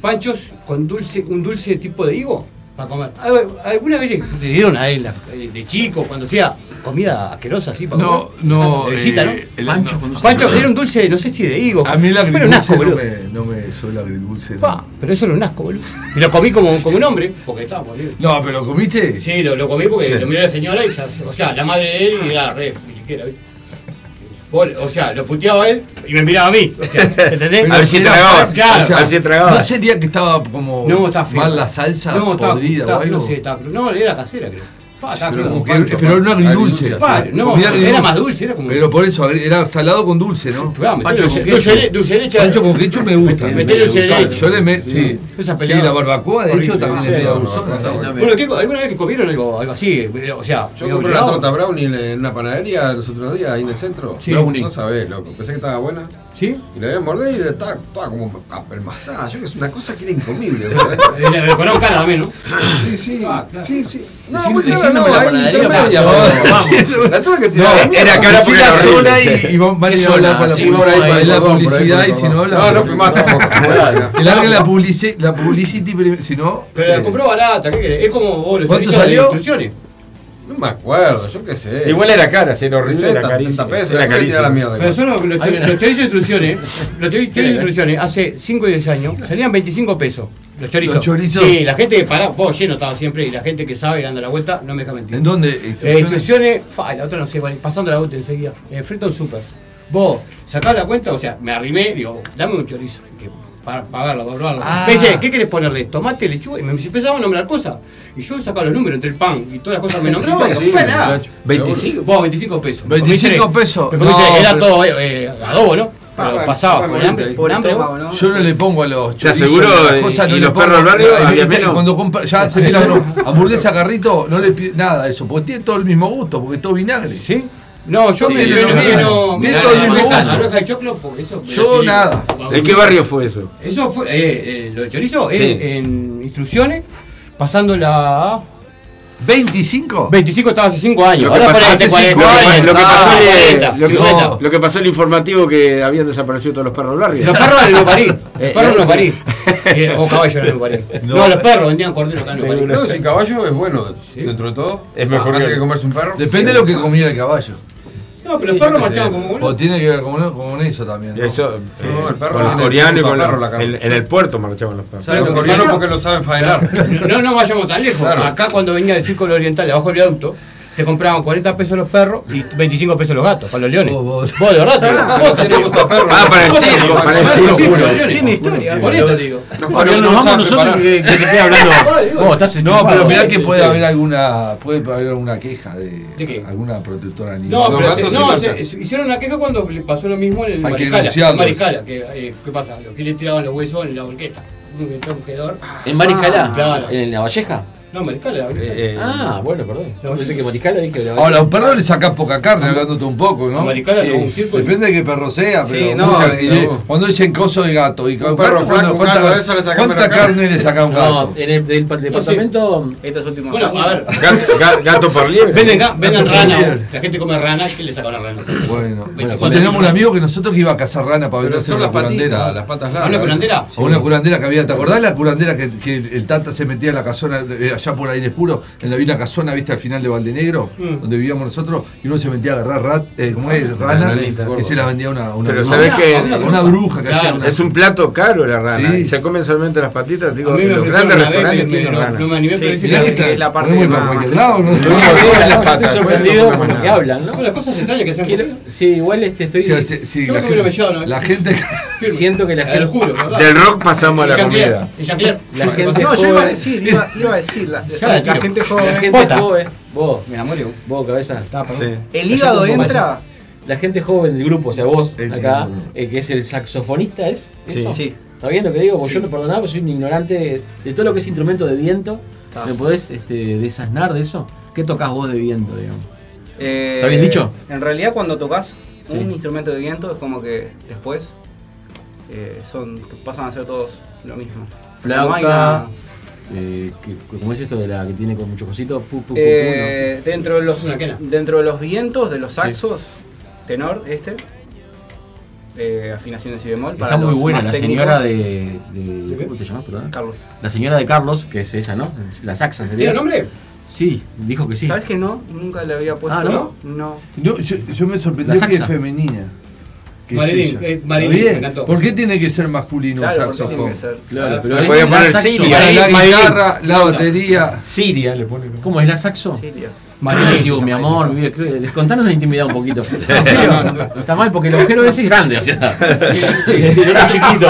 panchos con dulce, un dulce tipo de higo para comer. Al- ¿Alguna vez le- le dieron a él la- eh, de chico, cuando hacía comida asquerosa así para No, comer? no. Levecita, ¿no? eh, el- Pancho no. con un Pancho, era un dulce, no sé si de higo. A mí la Pero un asco, agridulce no boludo. me, no me suele agridulce. no. Pa, pero eso era un asco, boludo. Y lo comí como, como un hombre, porque estaba boludo. No, pero comiste. Sí, lo, lo comí porque Sí. lo miró la señora y ya, o sea, la madre de él y la re, ni siquiera, ¿viste? Vos, o sea, lo puteaba a él y me miraba a mí. O sea, ¿entendés? Pero A ver si era tragabas. fácil, claro. o sea, a ver si No tragabas. sería que estaba como No, está feo. mal la salsa no, estaba- podrida estaba- o algo. No sé, estaba cru- No, era casera, creo. Pa, estaba Pero, cruda. como que- Pancho, pero era Pancho. agridulce. Pa, no, Comida era más dulce, era como. Pero por eso, era salado con dulce, ¿no? Pero, vamos, Pancho dulce- con dulce queso. le- dulce de leche. Pancho con ketchup me gusta. Metele dulce de leche. Yo le me, sí. Esa Sí, pelea- la barbacoa, de hecho, Horrible. también Sí, es medio no, dulzona. no, no, ¿sabes? no. Bueno, ¿qué- ¿alguna vez que comieron algo, algo así? eh, O sea, Yo compré una obligado. torta brownie en una panadería los otros días ahí en el centro. Sí. No, no sabés, loco. Pensé que estaba buena. ¿Sí? Y la había mordido y estaba toda como apelmazada. Yo que es una cosa que era incomible. Eh, Le- le- Le colocaron cara también, ¿no? sí, sí, sí, sí. No, Decí- muy clara, decíndome la ahí panadería intermedia, para pero- saber. vamos. La tuve que tirar. a la mierda. era cara Sí, porque la era horrible. zona y, y vamos- van a ir a Eso hablar no, para la sí, por ahí, por publicidad, ahí, la por ahí, publicidad por y ahí. si no habla. No, no fui más tampoco. Que largue la publici- la publicity, prim- si no. Pero la compró barata, ¿qué querés? Es como vos, los ¿Cuánto chorizos de salió? instrucciones. No me acuerdo, yo qué sé. Igual era cara, si era horrible. 60, Era carísima. 70 pesos. Era La tuve que tirar a la carísima. mierda. Pero igual. son los, los, Ahí viene. los chorizos de instrucciones, los chori- chorizos de instrucciones, hace 5 o 10 años, salían 25 pesos. Los chorizos. Los chorizos. Sí, la gente que paraba, vos lleno estaba siempre, y la gente que sabe dando la vuelta, no me deja mentir. ¿En dónde? Eh, instrucciones, fa, la otra no sé, vale, pasando la vuelta enseguida, enfrente a un super. Vos, sacás la cuenta, o sea, me arrimé, digo, dame un chorizo, que, para pagarlo, para probarlo. Ah. Me dice, ¿qué querés ponerle? Tomate, lechuga, y me empezaba a nombrar cosas. Y yo sacaba los números entre el pan y todas las cosas me nombraba, y digo, Sí, "Pará". muchacho, seguro. 25. Vos, 25 pesos. 25 Porque, pesos. porque, No, era pero- Ah, todo eh, eh, adobo, ¿no? Pero Papá, pasaba, papá por Morita, hambre. por hambre, hambre. pavo, ¿no? Yo no le pongo a los Te chorizos, aseguro, eh, las cosas y- no y le los pongo- perros del barrio Ay, había viste, menos. Cuando compra, ya se la hamburguesa garrito, no le pide nada de eso, porque tiene todo el mismo gusto, porque es todo vinagre. ¿Sí? No, yo Sí, me no, pero no, mire, no, no. de mirá, todo la el mundo. manzana, naranja y choclo, porque eso. Yo nada. ¿En qué barrio fue eso? Eso fue. Eh, eh, lo de chorizo Sí. en, en instrucciones, pasando la. ¿25? 25 estaba hace 5 años. Lo que Ahora pasó ponete hace 40, cinco años, lo que ah, pasó en el- 40, lo que- 50. lo que pasó en el informativo que habían desaparecido todos los perros del barrio. Los perros los parí. Los Eh, perros eh, los sí. parí. Eh, O caballos los parí. No, No, los perros vendían corderos acá en los parí. No, si caballo es bueno, dentro de todo. Es mejor Antes que- que, comerse un perro. Depende de lo que comía el caballo. No, pero los perros marchaban como O tiene que ver con, con eso también. ¿no? Eso, No, eh, el perro con los tiene coreanos y puta con los- perro la cara. en, en el puerto marchaban los perros. ¿Sabes Los lo que coreanos pasa? porque lo saben faenar. No nos vayamos tan lejos. Claro. Acá cuando venía el círculo oriental abajo del viaducto, te compraban 40 pesos los perros y 25 pesos los gatos, para los leones. Vos, vos. de verdad, vos te Tiene gusto a perro. Ah, para el circo, para el circo. Tiene historia. Por esto digo. Los Bueno, coreanos nos no vamos saben nosotros preparar. que, que se queda hablando. Vos, estás No, enchufado. pero mirá que puede haber alguna puede haber alguna queja de, ¿De qué? alguna protectora animal. No, pero gatos se, sí no, marchan. se- se hicieron una queja cuando le pasó lo mismo en el Hay que Maricala. denunciarlos. En Maricala, que, eh, ¿qué pasa? Los que le tiraban los huesos en la volqueta. Uno que entró un jedor. Ah. ¿En Maricalá? Ah, Claro. ¿En la Valleja? No, Maricala, la volqueta. Eh, eh, Ah, bueno, perdón. La Valleja. Pensé que Maricalá dije que la Ahora, a un perro le saca poca carne, hablándote un poco, En ¿no? Maricala no, un círculo. Depende de qué perro sea, Sí, pero no, mucha- y- no. cuando dicen coso de gato, y Un perro flaco, un gato de eso le saca ¿cuánta menos carne, carne? le saca a un gato? No, en el del, del departamento. Estos últimos Bueno, años. a ver. gato, ga- gato por liebre. Vengan acá, vengan Gatos rana. son La gente come rana, ¿qué le saca una rana? Bueno, Bueno, nosotros tenemos un amigo que nosotros que iba a cazar rana Pero para venderse son una las curandera. patitas, las patas ¿A largas. una curandera? O una curandera que había, ¿te acordás la curandera que, que el Tata se metía en la casona, eh, allá por Aires Puro, en la villa casona, viste, al final de Valdenegro, Mm. donde vivíamos nosotros, y uno se metía a agarrar rat, eh, ¿cómo es? ranas, ranita, y gordo. se las vendía a una, a una Pero bruja. sabés que A una bruja que Claro, hacía una- es un plato caro la rana. Sí. Y se comen solamente las patitas. Digo, A mí me los ofrecieron grandes una restaurantes vez, me- me- tienen no, rana. no me animé, Sí, pero dicen Mirá que que- está, es la parte ponemos más- por cualquier lado, ¿no? No, No, no, las estoy patas, sorprendido no, no, por lo no. que hablan, ¿no? No, las cosas extrañas que se han Quiero- comido. sí, igual este, estoy. O sea, si- si Yo la, no me hubiera llevado, gente, ¿no? la gente- Firme. Siento que la Te lo gente- juro, ¿verdad? Del rock pasamos a la Jean-Pierre, comida. y Jean-Pierre. La gente No, yo iba a joven. decir, iba, iba a decir, la, Ya, la tiro. gente La joven. gente Bota. joven. Vos, Me enamoré. vos. vos, cabeza. Sí. El hígado Yo tengo entra. La gente joven del grupo, o sea, vos El acá, grupo. eh, que es el saxofonista, ¿es? Sí. ¿Eso? Sí. ¿Está bien lo que digo? Porque yo no perdonaba, porque soy un ignorante de todo lo que es instrumento de viento. Está. ¿Me podés este, desasnar de eso? ¿Qué tocas vos de viento, digamos? eh, ¿Está bien dicho? En realidad, cuando tocas Sí. un instrumento de viento, es como que después eh, son, pasan a ser todos lo mismo. O sea, no hay Flauta. nada. Eh, que- ¿Cómo es esto de la que tiene con muchos cositos? Pu, pu, pu, pu, Eh, dentro, de los, Es una quena. dentro de los vientos, de los saxos, tenor, este, eh, afinación de si bemol. no. para Está muy los buena más la técnicos. señora de, de- ¿Cómo te llamás, perdón? Carlos, La señora de Carlos, que es esa, ¿no? La saxa ¿Tiene sería. nombre? Sí, dijo que pues sí. ¿sabes que no? Nunca le había puesto. Ah, ¿no? No. No, yo, yo me La sorprendió que saxa. es femenina. Que es Marilyn, ella. eh, Marilyn, Está bien. me encantó. ¿Por qué tiene que ser masculino un Claro, porque saxofón? tiene que ser. Claro, pero Ah, Le es podía la poner saxo. Siria. Para la Marilyn, guitarra, la batería. Siria le ponen. ¿Cómo es la saxo? Siria. Buenísimo, mi amor, mi vida. creo- les Contanos la intimidad un poquito. En serio, está mal porque el agujero ese es grande, o sea. Era chiquito.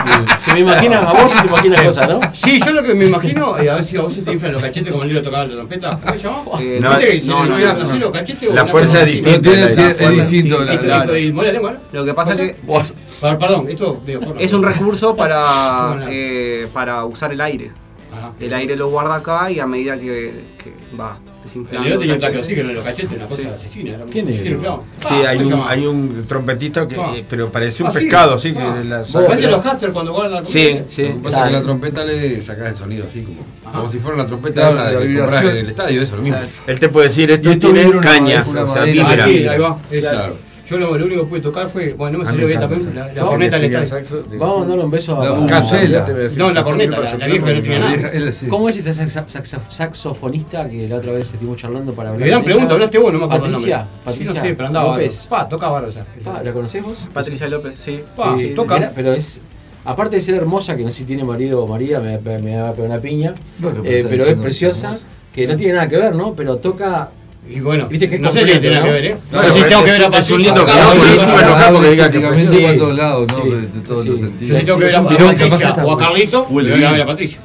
Se me imagina, a vos se te imagina cosas, ¿no? Sí, yo lo que me imagino, eh, a ver si a vos se te inflan los cachetes como el libro tocaba la trompeta. ¿Cómo se llamaba? Eh, No, ¿Viste que se no, le no, inflan no, así no. los cachetes o La una fuerza cosa es así? No, distinta. tiene- la- tiene- la es fuerza. distinto. la- Listo, la- listo, y mola la lengua, ¿no? Lo que pasa que Vos- Per- Perdón, esto medio porno. es un recurso para, Bueno. eh, para usar el aire. Ajá. El aire lo guarda acá y a medida que, que va El desinflando. negro tenía un taca- ataque de oxígeno en los cachetes, una cosa asesina. era un- ¿Qué negro? Sí, inflado. Sí, Ah, hay ¿cómo se un, llama? hay un trompetista que. Ah. eh, Pero parece un Ah, sí. pescado, sí. Que Ah. la- Parece los hamsters cuando guardan la Sí, comida. Lo sí. que pasa es que Ah. la trompeta le sacás el sonido así como. Como si fuera una trompeta Claro, esa la que vibración. comprás en el estadio, eso es lo mismo. Él te puede decir, esto Y esto tiene vibra una- cañas, una o sea, madera. Ah, vibra. sí, ahí va. esa. Claro. Yo lo, lo único que pude tocar fue, bueno, no me A mí Ah, me salió bien encanta también, esa. la, la corneta le está. Vamos a mandarle un beso La a. Este, bubucela. Ya te voy a decir. No, la corneta, la, la vieja que no tenía la nada. vieja- él así. ¿Cómo es este saxa- saxa- saxofonista que la otra vez estuvimos charlando para hablar? Gran con pregunta, ella? hablaste vos, no me acuerdo. el nombre. Patricia, Sí, Patricia. no sé, pero andaba López. bárbaro. Pa, toca bárbaro ya. Pa, ¿La conocés vos? Patricia López, sí. Pa, Sí, toca. Era- pero es. Aparte de ser hermosa, que no sé si tiene marido o María, me, me, me da una piña. Bueno, eh, está pero es diciendo preciosa, que no tiene nada que ver, ¿no? Pero toca. Y bueno, Viste que es no sé si completo, tiene ¿no? que ver, ¿eh? Claro, no sé si pero tengo que es- ver es a un Patricio. lindo acá, clavado, ¿no? es súper Yo enojado porque diga que Prácticamente fue- va a sí. todos lados, ¿no? Sí. De de todos Sí. los Yo sentidos. sí tengo que ver a a Patricia o a Carlito, le voy a ver a Patricia.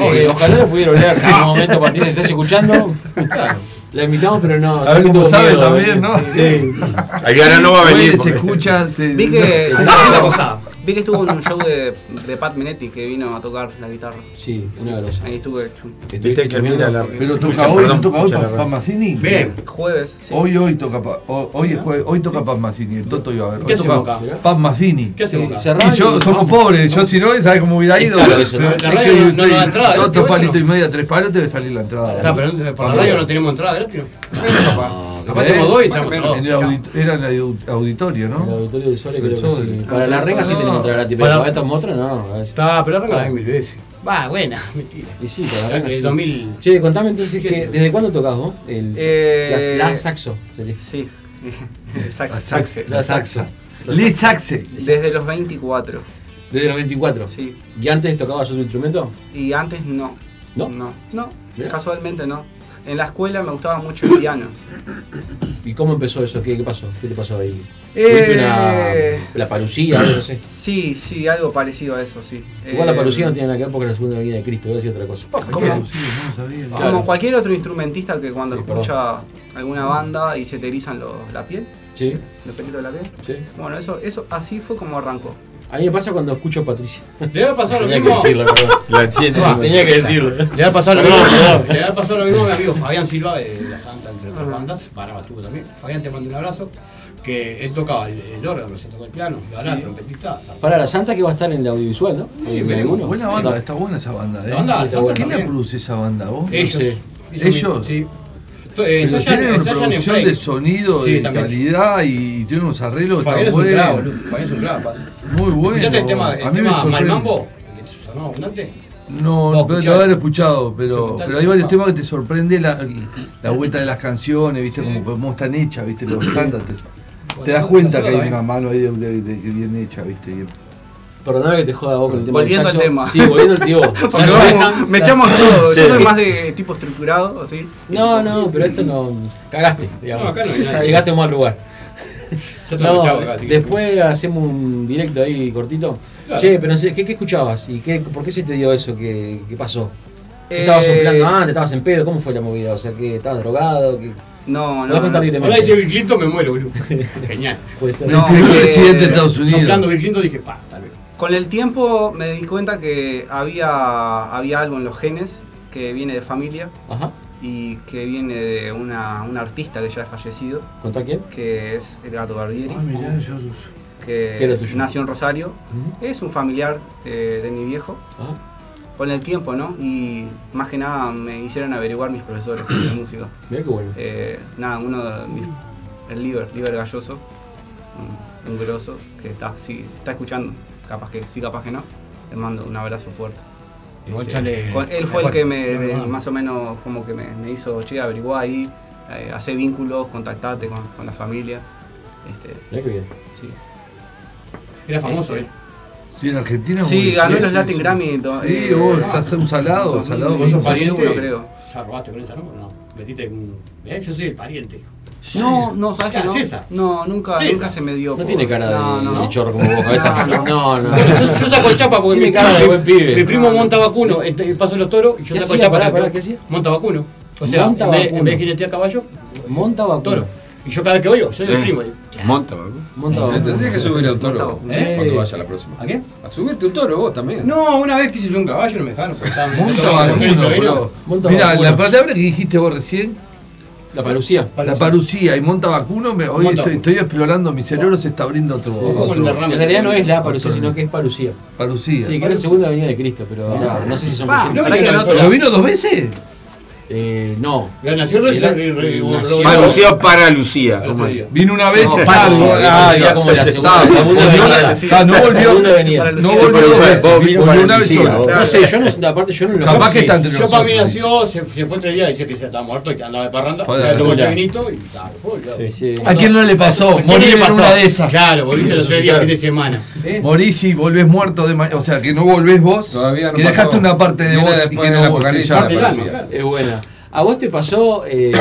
Oye, ojalá lo pudiera oler en algún momento, Patricia, si estás escuchando. La invitamos, pero no. A ver yo cómo tengo sabe miedo, también, ¿eh? ¿no? Sí. Ariana no va a venir. Oye, Se porque- escucha, se. Vi que, cosa. vi que estuvo en un show de, de Pat Minetti que vino a tocar la guitarra. Sí, una grosa. Ahí estuve chum. Viste que mira la. Pero toca Escucha, hoy, perdón, no toca hoy escucha la pa- radio. Pamazzini. Bien. jueves. sí. Hoy, hoy toca, pa- hoy, hoy es jueves, hoy toca Paz Mazzini, el Toto iba a ver. ¿Qué Hoy hacemos toca acá? Paz Mazzini. ¿Qué hacemos Y acá? cerramos, Y yo, somos vamos. pobres, yo si no, ¿sabes cómo hubiera ido? Es claro eso, Pero ¿no? La es radio que no nos da estoy- entrada, Dos ¿viste? dos Bueno. palitos y medio, tres palos, te debe salir la entrada. Está, pero eh, por la radio no tenemos entrada gratis. Ah, Capaz ¿eh? tenemos dos y tenemos En el dos. audit- Era en el audit- auditorio, El ¿no? auditorio del Sole creo Del que Sole. sí. Para la renga sí tenemos otra gratis, Para- pero para esta otra no. es- Está, pero arranca la mil veces. Va, buena, mentira. Y sí, para la Desde renga sí. 2000. Che, contame entonces, que, ¿desde cuándo tocás vos? El, Eh, la, la saxo. sería. Sí. Exacto. La saxa. Lee Saxe. Desde los 24. Desde los 24. Sí. ¿Y antes tocabas otro instrumento? Y antes no. ¿No? No. No, Mirá. Casualmente no. En la escuela me gustaba mucho el piano. ¿Y cómo empezó eso? ¿Qué, qué pasó? ¿Qué te pasó ahí? Eh, ¿Tuviste Eh, una, la parucía? algo, no sé. Sí, sí, algo parecido a eso, sí. Igual la Eh, parucía no tiene nada que ver porque la segunda venida de Cristo, voy a decir otra cosa. ¿Cómo? Sí, no sabía. Como Claro. cualquier otro instrumentista que cuando Sí, escucha alguna banda y se te erizan lo- la piel, Sí, los pelitos de la piel. sí. Bueno, eso, eso así fue como arrancó. A mí me pasa cuando escucho a Patricia. Le ha pasado lo Tenía que mismo. decirlo, perdón. Ah, La tiene. Ah, Tenía que decirlo. Le ha pasado lo Perdón, mismo. Le ha pasado lo mismo a mi amigo Fabián Silva de La Santa, entre Ah. otras bandas. Paraba tú también. Fabián te mando un abrazo. Que él tocaba el, el órgano, se tocó el piano, y ahora trompetista. zarpado. Para la Santa que va a estar en el audiovisual, ¿no? Sí, ¿En veremos. alguno? Buena banda, No. está buena esa banda, ¿eh? La banda, la ¿Quién Santa la también. produce esa banda, vos? Ellos. Sí. ¿Ellos? Sí. To- Pero eh, Ensayan tiene una ensayan en producción Frey. de sonido, Sí, de también. calidad y, y tiene unos arreglos Fabián tan es un crack, buenos. boludo. Fabián es un crack, pasa. Muy bueno. ¿Escuchaste el tema, A el mí me tema sorprende. Malmambo? ¿Que sonó abundante? No, No, no, escuchá. lo haber escuchado, pero, Escuchá, pero hay varios escuchá. temas que te sorprende la, la vuelta de las canciones, viste, como pues, cómo están hechas, viste, los cantantes. Te das cuenta que hay una ¿eh? mano ahí de- de- de- bien hecha, viste. y- Perdóname que te joda vos con el tema Volviendo del al saxo. tema. Sí, volviendo al tío. Porque vamos, me echamos todo. Yo soy más de tipo estructurado, así. No, no, pero esto no. Cagaste, digamos. No, acá no hay nada. Llegaste a un mal lugar. Yo te lo No, escuchaba acá, así que- después hacemos un directo ahí cortito. Claro. Che, pero no sé, ¿qué, qué escuchabas? ¿Y qué, por qué se te dio eso? ¿Qué, qué pasó? ¿Qué Eh, estabas soplando antes? ¿Estabas en pedo? ¿Cómo fue la movida? O sea, que estabas drogado. ¿Qué? No, ¿Podés no. contar no. libremente? Ahora dice Bill Clinton, me muero, boludo. Genial. Puede ser. No, el primer eh, presidente de Estados Soplando Unidos. Bill Clinton dije, pa, tal vez. Con el tiempo me di cuenta que había, había algo en los genes que viene de familia Ajá. y que viene de una, un artista que ya es fallecido, ¿Contá quién? que es el gato Barbieri, Ah, mirá, yo- ¿Qué era que tuyo? nació en Rosario. Ujú. Es un familiar eh, de mi viejo. Ajá. Con el tiempo, ¿no? Y más que nada me hicieron averiguar mis profesores de música. Mirá qué bueno. Eh, nada, uno de mis. El Liber, Liber Galloso. un- Un, grosso que está, sí, está escuchando. Capaz que sí, capaz que no. Le mando un abrazo fuerte. Igual Este, chale. con- él fue el que me, No, no, no. más o menos, como que me, me hizo, che, averiguá ahí, eh, hacé vínculos, contactate con, con la familia. Este, Mirá qué bien. sí. Era famoso, eh. Sí, en Argentina. Sí, muy- ganó sí, los sí, Latin sí. Grammy. to- Sí, eh, vos ah, estás un salado, salado. ¿Vos sos Sí, pariente? seguro, creo. ¿Ya robaste con esa, no? No. Metiste un. ¿Eh? Yo soy el pariente. No, no, ¿sabes Claro, que no? César. No, nunca, César. nunca se me dio. No por- tiene cara de, No, no, de no. chorro como vos, cabeza. No, No, no. no. Bueno, yo, yo saco el chapa porque Tiene mi, cara de mi- buen pibe. mi primo monta vacuno, este, paso los toros y yo ¿Qué saco el hacía? chapa. Pará, porque- pará, ¿qué hacía? Monta vacuno. O sea, Monta en, vez, vacuno. en vez de jinetear caballo, Monta vacuno. toro. Y yo cada vez que oigo, yo soy el primo. digo, "Ya". Monta, ¿verdad? Monta Te vacuno. tendrías que subir a un toro ¿Eh? cuando vaya la próxima. ¿A qué? A subirte un toro vos también. No, una vez quise subir un caballo no me dejaron. porque estaban- Monta estaban los tres vacuno, toreros. bro. Monta Mirá, vacuno. la palabra que dijiste vos recién, La parucía. la parucía y monta vacuno, me- hoy Monta estoy, vacuno. estoy explorando, mi cerebro se está abriendo otro. Ojo con el otro derrame. En realidad no es la parucía, sino que es parucía. parucía. Ah. Sí, que era la segunda venida de Cristo, pero no, no sé si son Pa, creyentes. ¿No Pará que viste no, la ¿Pero sola? vino dos veces? Eh, no. La nació Era- recién. re- re- nació- re- Para re- Lucía o para Lucía. al ¿Cómo otro es? día. Vino una vez. No, ya para está, Lucía, ah, era ya como la está, segunda- está, segunda no, venida. está, No La segunda volvió. venida. No Sí, volvió pero dos fue- veces. vos vino para Volvió una vez Lucía, sola. vos. No sé, yo no, aparte yo no lo Capaz que sí. está entre Yo para mí nosotros. nació, se, se fue tres días, decía que se estaba muerto y que andaba de parranda. Joder, se tomó ya. este vinito y claro, boludo. Sí. ¿A quién no le pasó? ¿A quién Morir le en pasó? una de esas. Claro, volviste los tres días fin de semana. ¿Eh? Morís y volvés muerto de mañana. O sea, que no volvés vos. Todavía no que dejaste pasó. una parte de Viene vos y después que del no vos. que apocalipsis. ya- Parte del alma, parecía. claro. Es buena. ¿A vos te pasó? eh,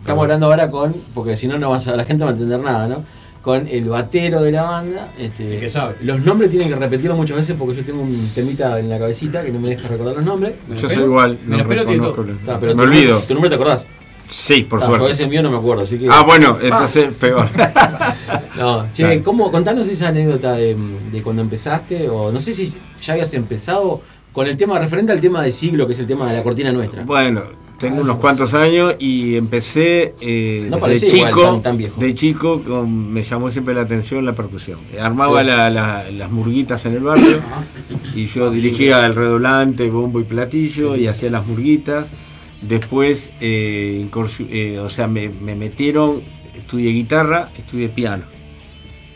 estamos hablando ahora con. Porque si no, no vas a, la gente no va a entender nada, ¿no? Con el batero de la banda. Este, El que sabe. Los nombres tienen que repetirlo muchas veces porque yo tengo un temita en la cabecita que no me deja recordar los nombres. Me lo Yo soy pelo, igual, Me no lo pelo que reconozco. todo. Está, Me tu- olvido. Tu nombre te acordás. Sí, por Ah, suerte. porque ese mío no me acuerdo, así que. Ah, bueno, Ah. entonces peor. No, che, Claro. ¿cómo? Contanos esa anécdota de, de cuando empezaste, o no sé si ya habías empezado con el tema referente al tema de siglo, que es el tema de la cortina nuestra. Bueno, tengo unos cuantos años y empecé eh, Ah, No desde parecía chico. igual, tan- tan viejo. De chico con- me llamó siempre la atención la percusión. Armaba Sí. la- la- las murguitas en el barrio y Ah, yo dirigía el redolante, bombo y platillo y hacía las murguitas. Después, eh, incursi- eh, o sea, me, me metieron, estudié guitarra, estudié piano,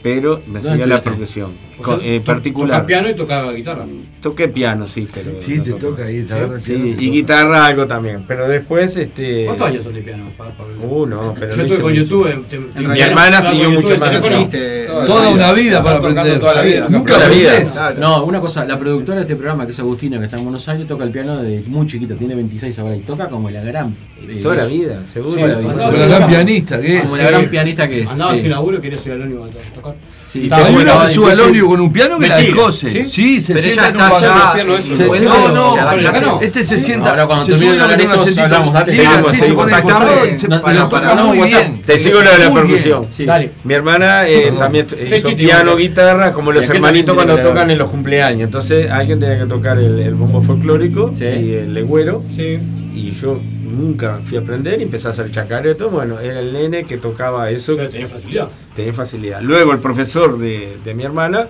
pero me ¿Dónde hacía la estudiaste? percusión. O Co- sea, eh, to- particular. Eh, Tocaba piano y tocaba guitarra. Toqué piano, sí, pero. Sí, no te toco. toca ahí, te Sí, agarra el sí, piano y te y toca. guitarra algo también. Pero después, este. ¿Cuántos años son de piano, pa- Pablo? Uh, no, pero Yo no estuve hice con mucho. YouTube. en- te- te- Mi hermana estaba con siguió YouTube mucho en más. teléfono. Toda una vida para aprender. toda la vida. Nunca la vida. aprendés. No, una cosa, la productora de este programa, que es Agustina, que está en Buenos Aires, toca el piano desde muy chiquito, tiene 26 ahora, y toca como la gran. eh, Toda la vida, seguro. Sí, la vida. Pero la gran pianista, ¿qué es? Como la gran pianista que es. Andaba sí. sin laburo y quería subir al ónibus a tocar. Sí, Y estaba hay bueno, uno que estaba sube al difícil. ómnibus con un piano que la Mentira, descose. ¿sí? Sí, se Pero sienta ya en está, un ya- banco. y Se- bueno, no, no, ya da pero clases. no, Este se sienta. Ahora, cuando se termine sube de hablar con un esto, asientito hablamos, dale. libre, Seguimos, así, se seguimos. pone en Contactame. contacto y se- No, pero no, toca para, no, muy WhatsApp. bien. Te sigo lo de la Muy bien. percusión. Sí. Dale. Mi hermana eh, también t- hizo Festival. piano, guitarra, como Y los aquel hermanitos también cuando tiene la- tocan en los cumpleaños. Entonces alguien tenía que tocar el, el bombo folclórico Sí. y el legüero. Sí. Y yo nunca fui a aprender y empecé a hacer chacareto. Bueno, era el nene que tocaba eso. Pero tenía facilidad. tenía facilidad. Luego el profesor de, de mi hermana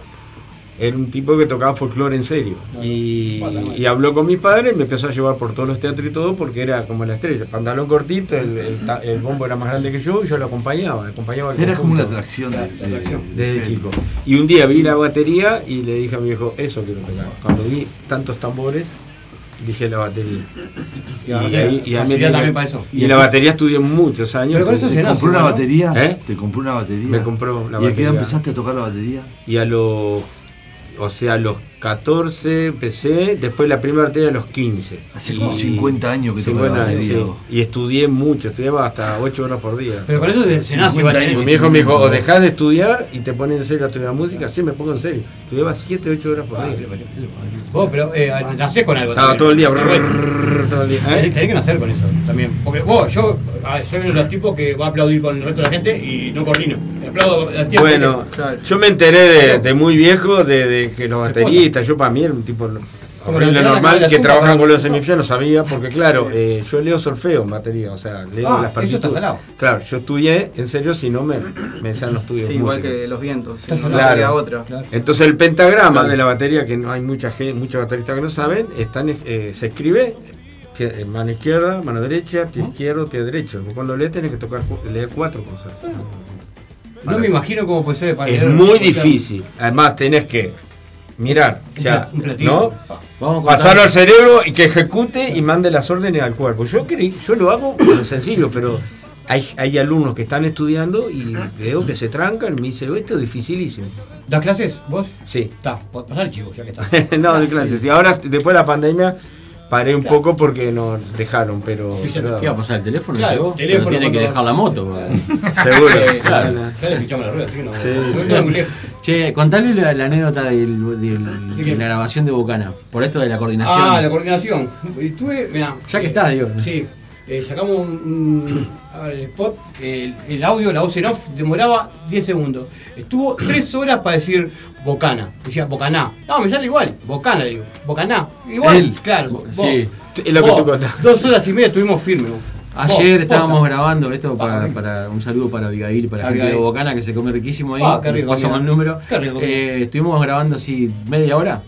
era un tipo que tocaba folclore en serio. Y, y habló con mis padres y me empezó a llevar por todos los teatros y todo porque era como la estrella. Pantalón cortito, el, el ta- el bombo era más grande que yo y yo lo acompañaba. acompañaba al Era como una conjunto atracción. de- de- desde chico. Y un día vi la batería y le dije a mi viejo, eso quiero tocar. Cuando vi tantos tambores, dije la batería. Y, ahí- y ahí me Facilidad tiré. también para eso. Y la batería estudié muchos años. Pero con eso entonces se nace. compró una ¿no? batería? ¿Eh? ¿Te compró una batería? Me compró ¿Y a la qué batería. edad empezaste a tocar la batería? Y a los. O sea, a los 14 empecé, después la primera batería a los 15. Hace Y- como 50 años que toco la 50 años, batería. sí. Y estudié mucho, estudiaba hasta 8 horas por día. Pero con eso se, se nace igual. 50 Y años. mi viejo me dijo, o dejás de estudiar y te pones en serio a estudiar música. Sí, me pongo en serio. Estudiaba 7, 8 horas Ah, por día. Vos, pero eh, nacés con algo. Estaba también. todo el día. brrrr, todo el día. Tenés, ¿Eh? tenés que nacer con eso también. Porque vos, yo a ver, soy uno de los tipos que va a aplaudir con el resto de la gente y no coordino. Aplaudo a las tías. Bueno, yo me enteré de, de muy viejo de, de que los bateristas, yo para mí era un tipo horrible, la normal, cara de que la trabajan zumba, con los semifrios, no sabía, porque claro, eh, yo leo solfeo en batería, o sea, leo Ah, las eso está partituras. salado. Claro, yo estudié en serio, si no me, me decían los estudios. Sí, igual que los vientos. Estás una hablando- queda otra. Entonces el pentagrama de la batería, que no hay mucha gente, muchos bateristas que no saben, están, eh, se escribe que, eh, mano izquierda, mano derecha, ¿Ah? pie izquierdo, pie derecho. Vos Cuando lees tenés que tocar cu- leer cuatro cosas. Ah. no me imagino cómo puede ser para Es leer- muy difícil. Además tenés que mirar, o sea, Un platillo. ¿no? Vamos a Pasarlo contar- al cerebro y que ejecute y mande las órdenes al cuerpo. Yo creí, yo lo hago con lo sencillo, pero hay, hay alumnos que están estudiando y veo que se trancan y me dice, "Oh, esto es dificilísimo. ¿Das clases? ¿Vos? Ah, Sí. Está, pasá el chivo, ya que está. no, de clases. Y ahora, después de la pandemia, paré un poco porque nos dejaron, pero. Sí, sí, pero- ¿Qué va a pasar? ¿El teléfono? Claro, llegó? teléfono Pero tiene que cuando- dejar la moto. Seguro. claro. Ya le escuchamos la rueda, así que no. Sí, no, sí. no, muy lejos. Che, contale la, la anécdota del- del- ¿De de qué? la grabación de Bocana, por esto de la coordinación. Ah, la coordinación. Y tuve, mirá, Ya que estás, digo. Sí, eh, sacamos un, un- a ver, el spot, el, el audio, la voz en off, demoraba 10 segundos. Estuvo 3 horas para decir bocana. Decía bocaná. No, me sale igual. Bocana, digo. Bocaná. Igual, Él. claro. Bo- vos. sí, es lo que Vos, tú contás. Dos horas y media estuvimos firmes. vos. Ayer Vos, estábamos posta. Ah, grabando esto para, para- un saludo para Abigail, para la gente de Abigail. Bocana que se come riquísimo ahí. Ah, qué rico, Pasa mira. mal número. Qué rico. Eh, estuvimos grabando así media hora.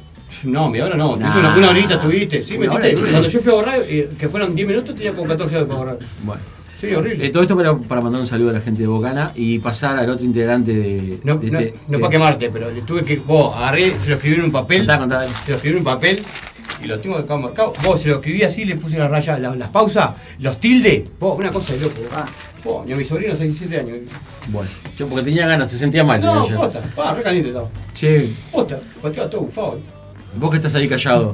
No, mi ahora no. Nah. Tuviste Una, una horita estuviste. Sí, Una metiste. hora y- Cuando yo fui a borrar, eh, que fueron 10 minutos, tenía como 14 horas para borrar. Bueno. Sí, horrible. Eh, todo esto para, para mandar un saludo a la gente de Bocana y pasar al otro integrante de. No, de no, este- no de- para quemarte, pero le tuve que. Vos agarré, se lo escribí en un papel. Contá, contá. Se lo escribí en un papel y lo tengo acá marcado. Vos se lo escribí así, le puse las rayas, las, las pausas, los tildes. Vos, una cosa de loco. Ah, vos, y a mi sobrino, 6, 7 años. Bueno, yo porque tenía ganas, se sentía mal. eh, No, tenía yo. posta, pa, re caliente estaba. Che, Posta, pateaba todo bufado. eh. vos que estás ahí callado.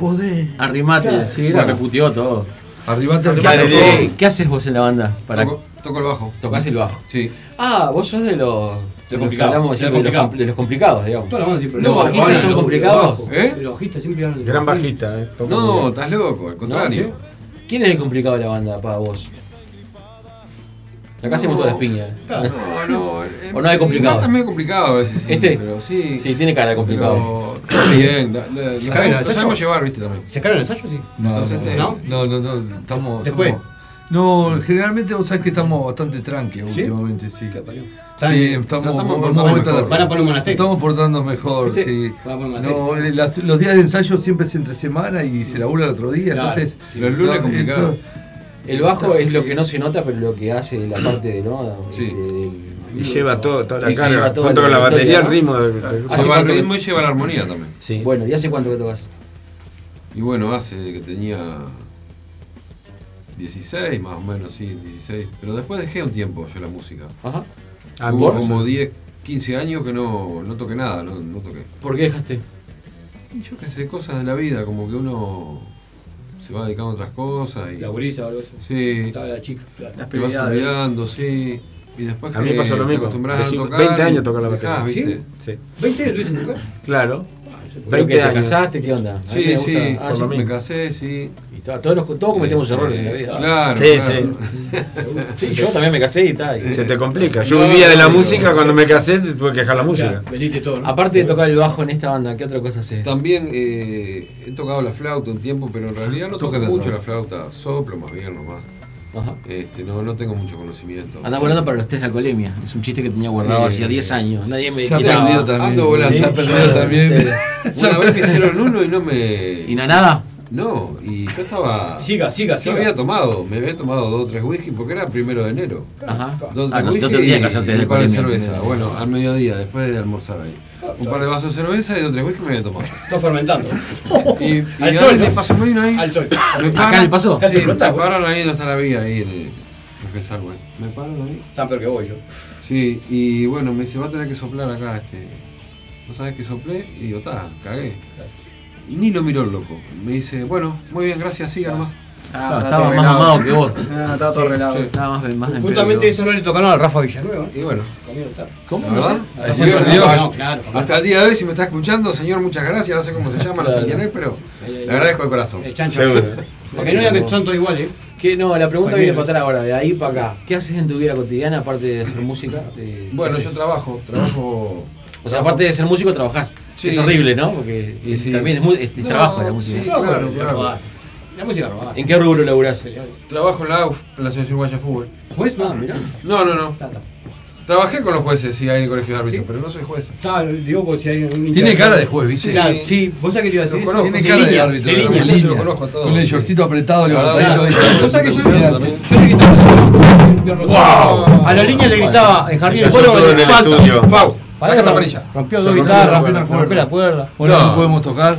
Arrimate, Claro. sí, era reputeó todo. Arribate al ¿Qué, piano. qué- qué haces vos en la banda? Para, Toco, toco el bajo. tocás el bajo. Sí. Ah, vos sos de los. de los que complicado, hablamos de siempre, de los, complicado. compl- de los complicados, digamos. Toda la mano siempre. ¿Los No, bajistas ahora son los- complicados? los bajos, ¿Eh? Los bajistas siempre hablan. Gran bajista, ¿eh? Toca muy No, bien. estás loco, al contrario. ¿Quién es el complicado de la banda para vos? Acá hacemos No. todas las piñas. No, no, eh, o no es complicado. Está medio complicado a veces. sí, Este, Pero sí. sí, tiene cara de complicado. Pero, está bien, la- la- ¿Se lo cagan sabemos- el lo ensayo? sabemos llevar, viste también. ¿Se cagan el ensayo? Sí. No, Entonces, no, este, no, no, no, estamos. Después. somos- no, generalmente vos sabés que estamos bastante tranqui últimamente, sí. Sí, estamos, Estamos por- hemos van- vuelto a las- van a poner un monasterio. Estamos portando mejor, ¿Viste? sí. Van a poner un No, monasterio. eh, las- los días de ensayo siempre es entre semana y se labura el otro día, Claro. entonces. Los lunes no, complicado. esto- El bajo es lo que no se nota, pero lo que hace la parte de no. Este, del- Y lleva todo- toda la Y se carga, lleva toda junto con la batería, el ritmo del- Claro. del- ¿Hace Lleva el cuánto que- ritmo y lleva la armonía también. Bueno, ¿y hace cuánto que tocas? Y bueno, hace que tenía 16 más o menos, sí, 16. Pero después dejé un tiempo yo la música. Ajá. Ah, Hubo ¿por? como 10, 15 años que no, no toqué nada, no, no toqué. ¿Por qué dejaste? Y yo qué sé, cosas de la vida, como que uno se va dedicando a otras cosas. Y, La gurisa o algo así. Sí. Estaba la chica, claro. Te vas prioridades. olvidando, sí. Y después A mí que pasó lo te mismo. acostumbras a no Dejé tocar 20 y años tocar la dejás, batería. ¿viste? Sí. ¿20 años tuviste nunca? Claro. Ah, Pero 20 que te años. casaste, ¿qué onda? A mí Sí, me gusta- sí, ah, por sí, lo me menos. me casé, sí. Y to- todos, los- todos cometemos Eh, errores en la vida. Claro, Sí, claro. Sí, yo también me casé y tal. Se te complica. Yo vivía de la música, cuando me casé tuve que dejar la música. Vendiste todo, Aparte de tocar el bajo en esta banda, ¿qué otra cosa haces? También eh, he tocado la flauta un tiempo, pero en realidad no toco Toca la mucho flauta. la flauta, soplo más bien nomás. Ajá. Este, no, no tengo mucho conocimiento. Andás volando para los test de alcoholemia. Es un chiste que tenía guardado Eh, hacía 10 años. Nadie me ya quitaba. perdido también. Ando volando. Ya perdido también. Una vez me hicieron uno y no me. ¿Y na- nada? No, y yo estaba. Siga, siga, yo siga. había tomado, me había tomado dos o tres whisky porque era primero de enero. Ajá. Dos, Ah, no, whisky no tendría que y hacerte de un par de alcoholemia. cerveza. Bueno, al mediodía, después de almorzar ahí. Un par de vasos de cerveza y dos o tres whisky me había tomado. Ah, Está fermentando. Y, y Al ahora sol, me ¿no? pasó Marino ahí. Al sol. Me Acá paran- le pasó. Casi Sí, me explotaba. paran ahí donde está la vía, ahí en el lo que es algo ahí. Me paran ahí. Están peor que voy yo. Sí, y bueno, me dice, va a tener que soplar acá este. No sabes que soplé y digo, ta, cagué. Y ni lo miró el loco. Me dice, bueno, muy bien, gracias, siga nomás. Ah, Ah, Estaba- estaba más mamado que vos. Sí, arreglado. sí. Estaba más, más Justamente eso no le tocaron a Rafa Villanueva. Y bueno. ¿Cómo? La verdad, sé. así Ahí que se Dios. perdió. No, claro, claro. Hasta el día de hoy, si me está escuchando, señor, muchas gracias. No sé cómo se llama, no sé Claro. quién es, pero Ahí, ahí, le agradezco de corazón. El chancho. Porque no era que son todos iguales. ¿Qué? No, la pregunta Cualquiera. viene para atrás ahora, de ahí para acá. ¿Qué haces en tu vida cotidiana aparte de hacer música? Eh, Bueno, ¿qué yo haces? trabajo, trabajo. O sea, aparte de ser músico, trabajás. Sí. Es horrible, ¿no? Porque Y es- sí. también es, mu- es- es No, trabajo la música. sí, claro, claro. La música robada. ¿En qué rubro laburás? Trabajo en la AUF, en la Asociación Uruguaya de Fútbol. ¿Juez? Ah, mirá. No, no, no. Trabajé con los jueces, sí, ahí en el colegio de árbitros, pero no soy juez. Está, digo, por si hay un hincha- Tiene cara de juez, ¿viste? Claro, sí. ¿Vos sabés que te iba a decir? Lo eso? conozco, Tiene sí, cara de línea, árbitro. de de línea. línea. Yo lo conozco a todos. Con el shortcito apretado, levantadito. Claro. ¿viste? Cosa que yo no- Mirá, yo le gritaba. ¡Wow! A la línea le gritaba en jardín de Eso juego. solo en el falta. estudio. Pau, Pará, acá está amarilla. Rompió Se dos rompió guitarras, la rompió, cuerda. la cuerda. Bueno, no No. podemos tocar.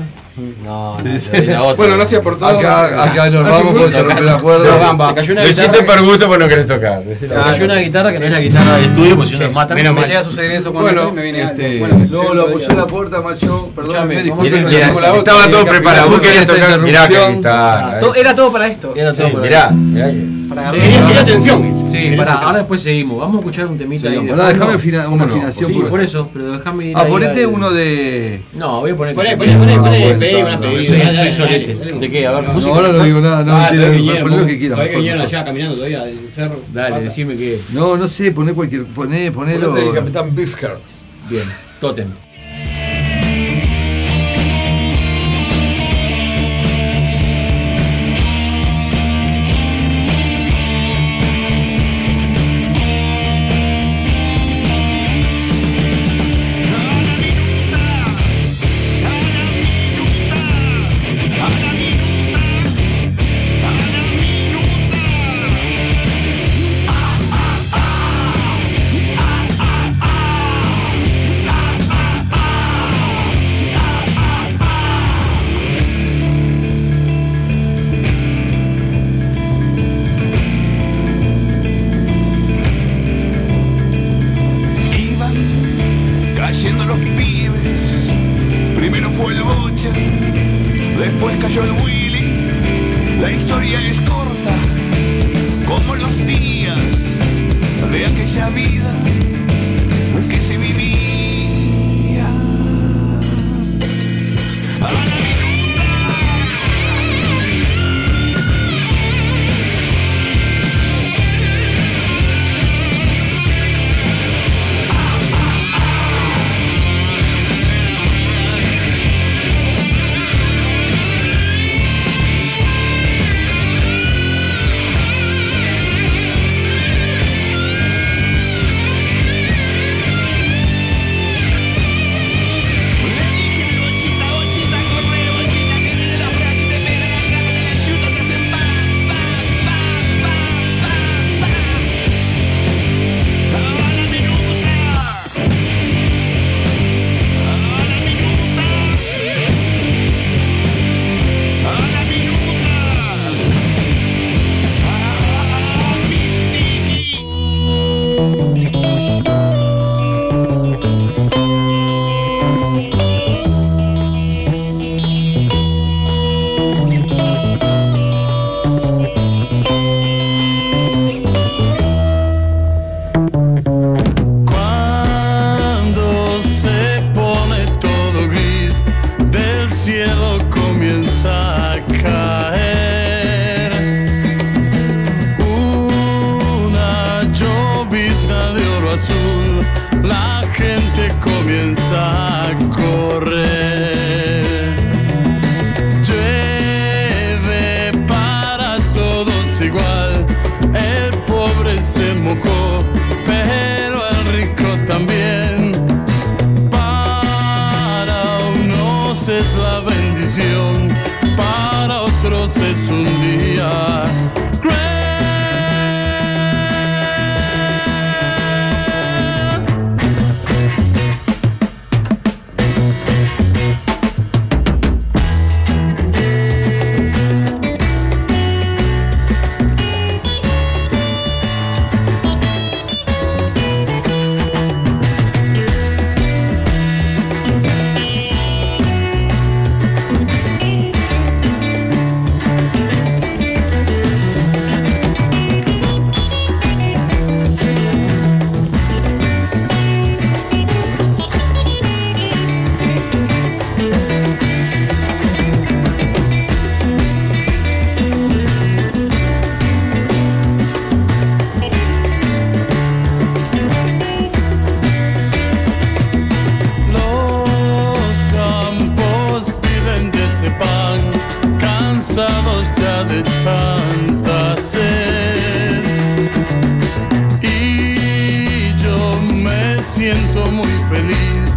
No, no, de la otra. Bueno, gracias por todo. Acá, acá nos Ah, vamos sí, porque sí. se rompe la cuerda. Se gamba. Se cayó una Lo hiciste guitarra. por gusto, pues pero no querés tocar. Se cayó una guitarra que no es la guitarra del estudio, porque si no nos matan. me llega a suceder eso cuando Bueno, estoy, me viene este, algo. Bueno, me sucede No, lo otro apoyó día. la puerta, macho. Perdón, Escuchame, me vamos a disculpo. hacer- Con la otra. Estaba todo preparado. Vos querés tocar. Mirá que Ah, guitarra. To- Era todo para esto. Era todo Sí, por ahí. mirá, mirá que- Para Sí, agarrar- quería atención. Sí, Quería pará, atención. ahora después seguimos. Vamos a escuchar un temita ahí. de Pará, fondo. déjame afina- una ¿Cómo no? afinación. Sí, Por por eso, pero déjame ir. Ah, ahí ponete al- uno de. No, voy a poner. este. Poné, poné, poné, poné, pedí una Yo pedida. soy, Dale, soy dale, solete. dale, dale. ¿De qué? A ver, No, música. ahora lo digo nada, no, Ah, mentira, todavía pon vinieron, lo que quieras. todavía pon- vinieron allá caminando todavía del cerro. Dale, Pata. decime qué. No, no sé, poné cualquier. Poné, ponelo. Ponete de Capitán Bifker. Bien, Totem. Iban cayendo los pibes. Primero fue el Bocha, después cayó el Willy. La historia es corta, como los días de aquella vida que se vivía. A la minuta. cansados ya de tanta sed. Y yo me siento muy feliz,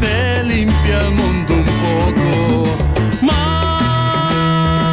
se limpia el mundo un poco más.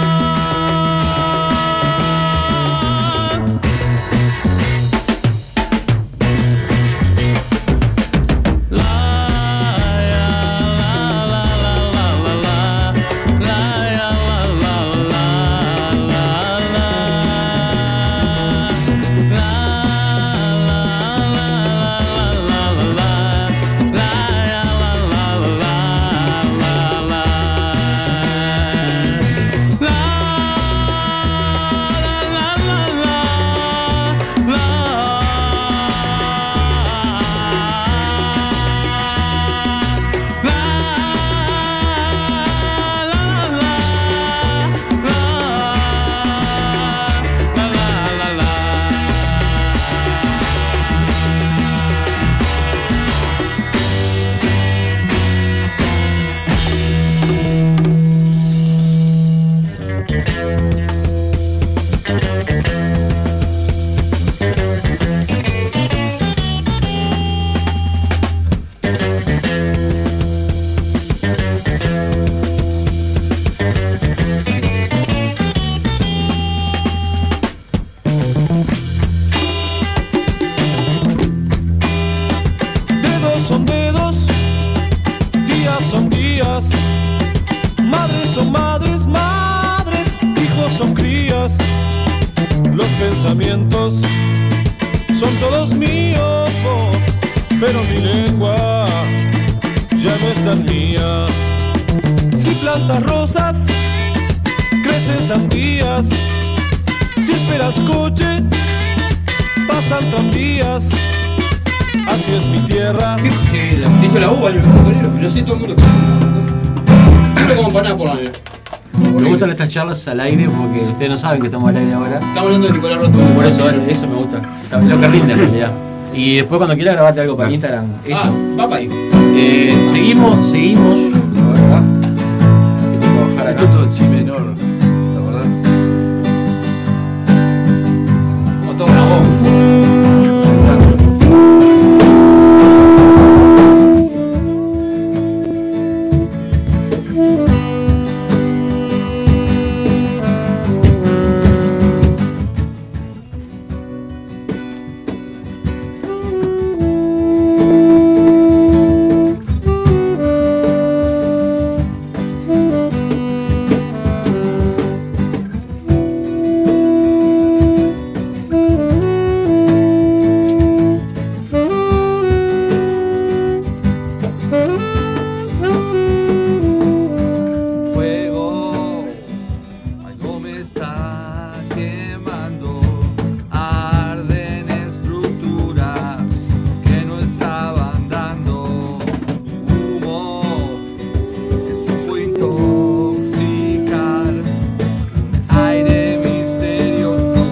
Dedos son dedos, días son días, madres son madres, madres, hijos son crías. Los pensamientos son todos míos, oh, pero mi lengua ya no es tan mía. Si plantas rosas, crecen sandías. Si esperas coche, pasan tranvías. Así es mi tierra. Hizo la uva, el bolero, pero sí todo el mundo. Yo como empanada por año. Me gustan estas charlas al aire porque ustedes no saben que estamos al aire ahora. Estamos hablando de Nicolás Rotundo. Por eso, eso me gusta. Está- Lo que rinde en realidad. Y después cuando quiera grabate algo para Instagram. Esto. Ah, va para ahí. Eh, seguimos, seguimos. La verdad. Que tengo que bajar acá. Todo en si menor, la verdad. Fuego, algo me está quemando, arden estructuras que no estaban dando, humo que supo intoxicar, aire misterioso,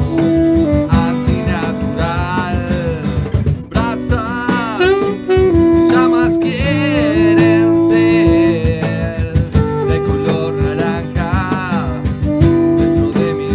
antinatural, brasas, llamas quieren ser de color naranja dentro de mi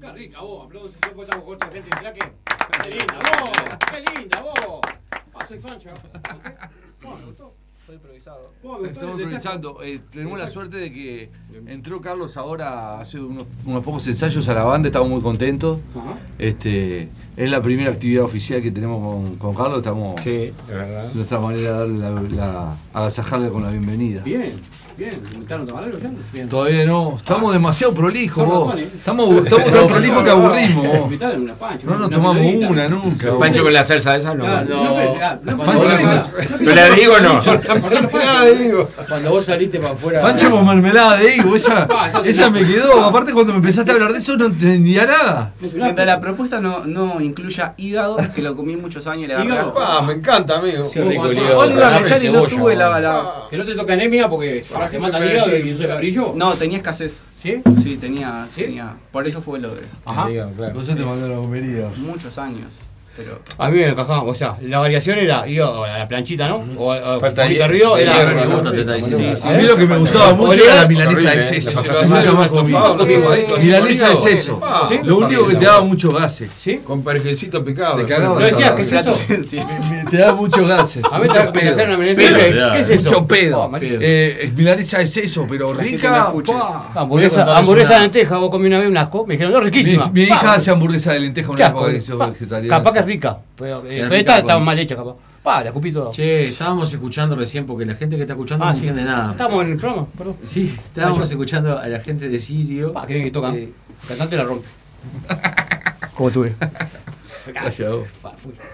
Qué rica vos, aplausos, yo cosa con otra gente en claque. Qué linda vos, qué linda vos. Ah, soy fan, chaval. Bueno, me gustó. Estoy improvisado. Estamos improvisando. Eh, tenemos la suerte de que entró Carlos ahora hace unos, unos pocos ensayos a la banda, estamos muy contentos. Este, es la primera actividad oficial que tenemos con, con Carlos, estamos. Sí, Es nuestra manera de darle la, la- agasajarle con la bienvenida. Bien, bien. ¿Me invitaron a tabalero ya? Bien. Todavía no, estamos demasiado prolijos Son vos. ratones. Estamos, estamos tan prolijos que aburrimos vos. Invitaron una pancha, No nos una tomamos milanesa. una nunca. El vos. pancho con la salsa esa no. Claro, no, ah, no, Cuando Pancho vos con la salís- salsa. ¿Me la digo o no? Cuando vos saliste para afuera. Pancho con mermelada de higo, esa, Ah, eso te- esa me quedó. Aparte cuando me empezaste a hablar de eso no entendía nada. Mientras la propuesta no, no incluya hígado, que lo comí muchos años y le agarré Hígado. asco. Ah, me encanta, amigo. Sí, rico el hígado. Vos le ibas a Agarré echar y no cebolla, tuve la. bueno. la- Ah. Que no te toca anemia porque para que mata el hígado y no se cabrillo. No, tenía escasez. ¿Sí? Sí, tenía. tenía por eso fue lo de. Ajá. Entonces te mandó la bombería. Muchos años. Pero. A mí me encajaba, o sea, la variación era, digo, la planchita, ¿no? O, o Falta poquito de- arriba de era. hierro, me gusta, te está diciendo. A mí lo que me gustaba mucho era eh, la milanesa de es seso. Nunca más comí. Milanesa de seso. Ah, Lo único que te daba mucho gases. Con perjecito picado. Te cagaba. Lo decías, ¿qué es Plato. eso? Te daba muchos gases. A mí mucho te- me trajeron una milanesa Pedo. de- Pedo, ¿qué es eso? Mucho pedo. Oh, malísimo. Eh, es milanesa de seso, pero rica. pa. Ah, Hamburguesa, hamburguesa de lenteja, vos comí una vez un asco, me dijeron, no, riquísima. Mi, mi hija Pa, hace hamburguesa de lenteja Qué una asco, vez pa. Capaz que es rica, pero, eh, Es pero rica esta con- estaba mal hecha, capaz. Pa, la escupí toda. Che, estábamos escuchando recién porque la gente que está escuchando Ah, no sí. entiende nada. Estamos en el programa, perdón. Sí, estábamos Ah, yo- escuchando a la gente de Sirio. Pa, creen que tocan. Eh, El cantante la rompe. Como tuve. Gracias a vos.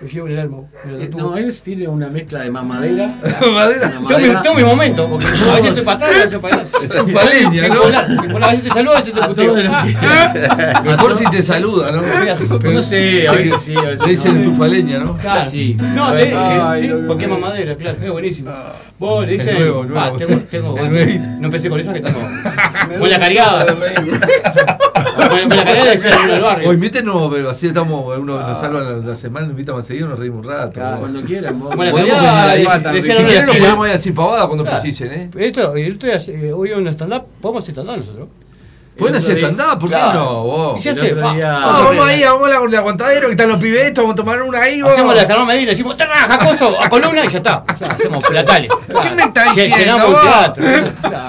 Me llevo en el alma. me lo Eh, tatuo. No, él tiene una mezcla de mamadera. mamadera. Tengo mi- tengo mi momento, porque a veces estoy para atrás, a veces para adelante. Es un paleña, ¿no? Bipolar, bipolar, a veces te saludo, a veces te puteo. Ah, Mejor si te saluda, ¿no? Pues Pero no sé, a veces sí, a veces Le dicen no. Ah, tufaleña, ¿no? Claro. Sí. No, A le, ver, eh, ay, Ah. sí, lo- porque es mamadera, claro, es buenísimo. Vos le El dicen, nuevo, el ah, nuevo. tengo, tengo, El bueno, nuevito. no empecé con esa que tengo. Con la cargada. Con la cargada de ser del barrio. Ah. O invítenos, pero así estamos, uno nos salva la, la semana, nos invitan más seguido, nos reímos un rato. Cuando quieran, vos. Podemos Bueno, ya, invitar- le- le si echaron quieren la nos silla. ponemos ahí así pavada cuando Claro. precisen, ¿eh? Esto, el otro día, eh, hoy en un stand-up, podemos hacer stand-up nosotros. Pueden El otro hacer día- stand-up, ¿por qué Claro. no? Vos? Y se El hace, otro pa. día- Ah, Ah, vamos sí. ahí, vamos a la, la aguantadero, que están los pibes estos, vamos a tomar una ahí, vos. Hacemos la Carmen Medina, decimos, te raja, coso, a columna y ya está. Ya, Hacemos platales. ¿Qué me está Llen- diciendo? llenamos el teatro.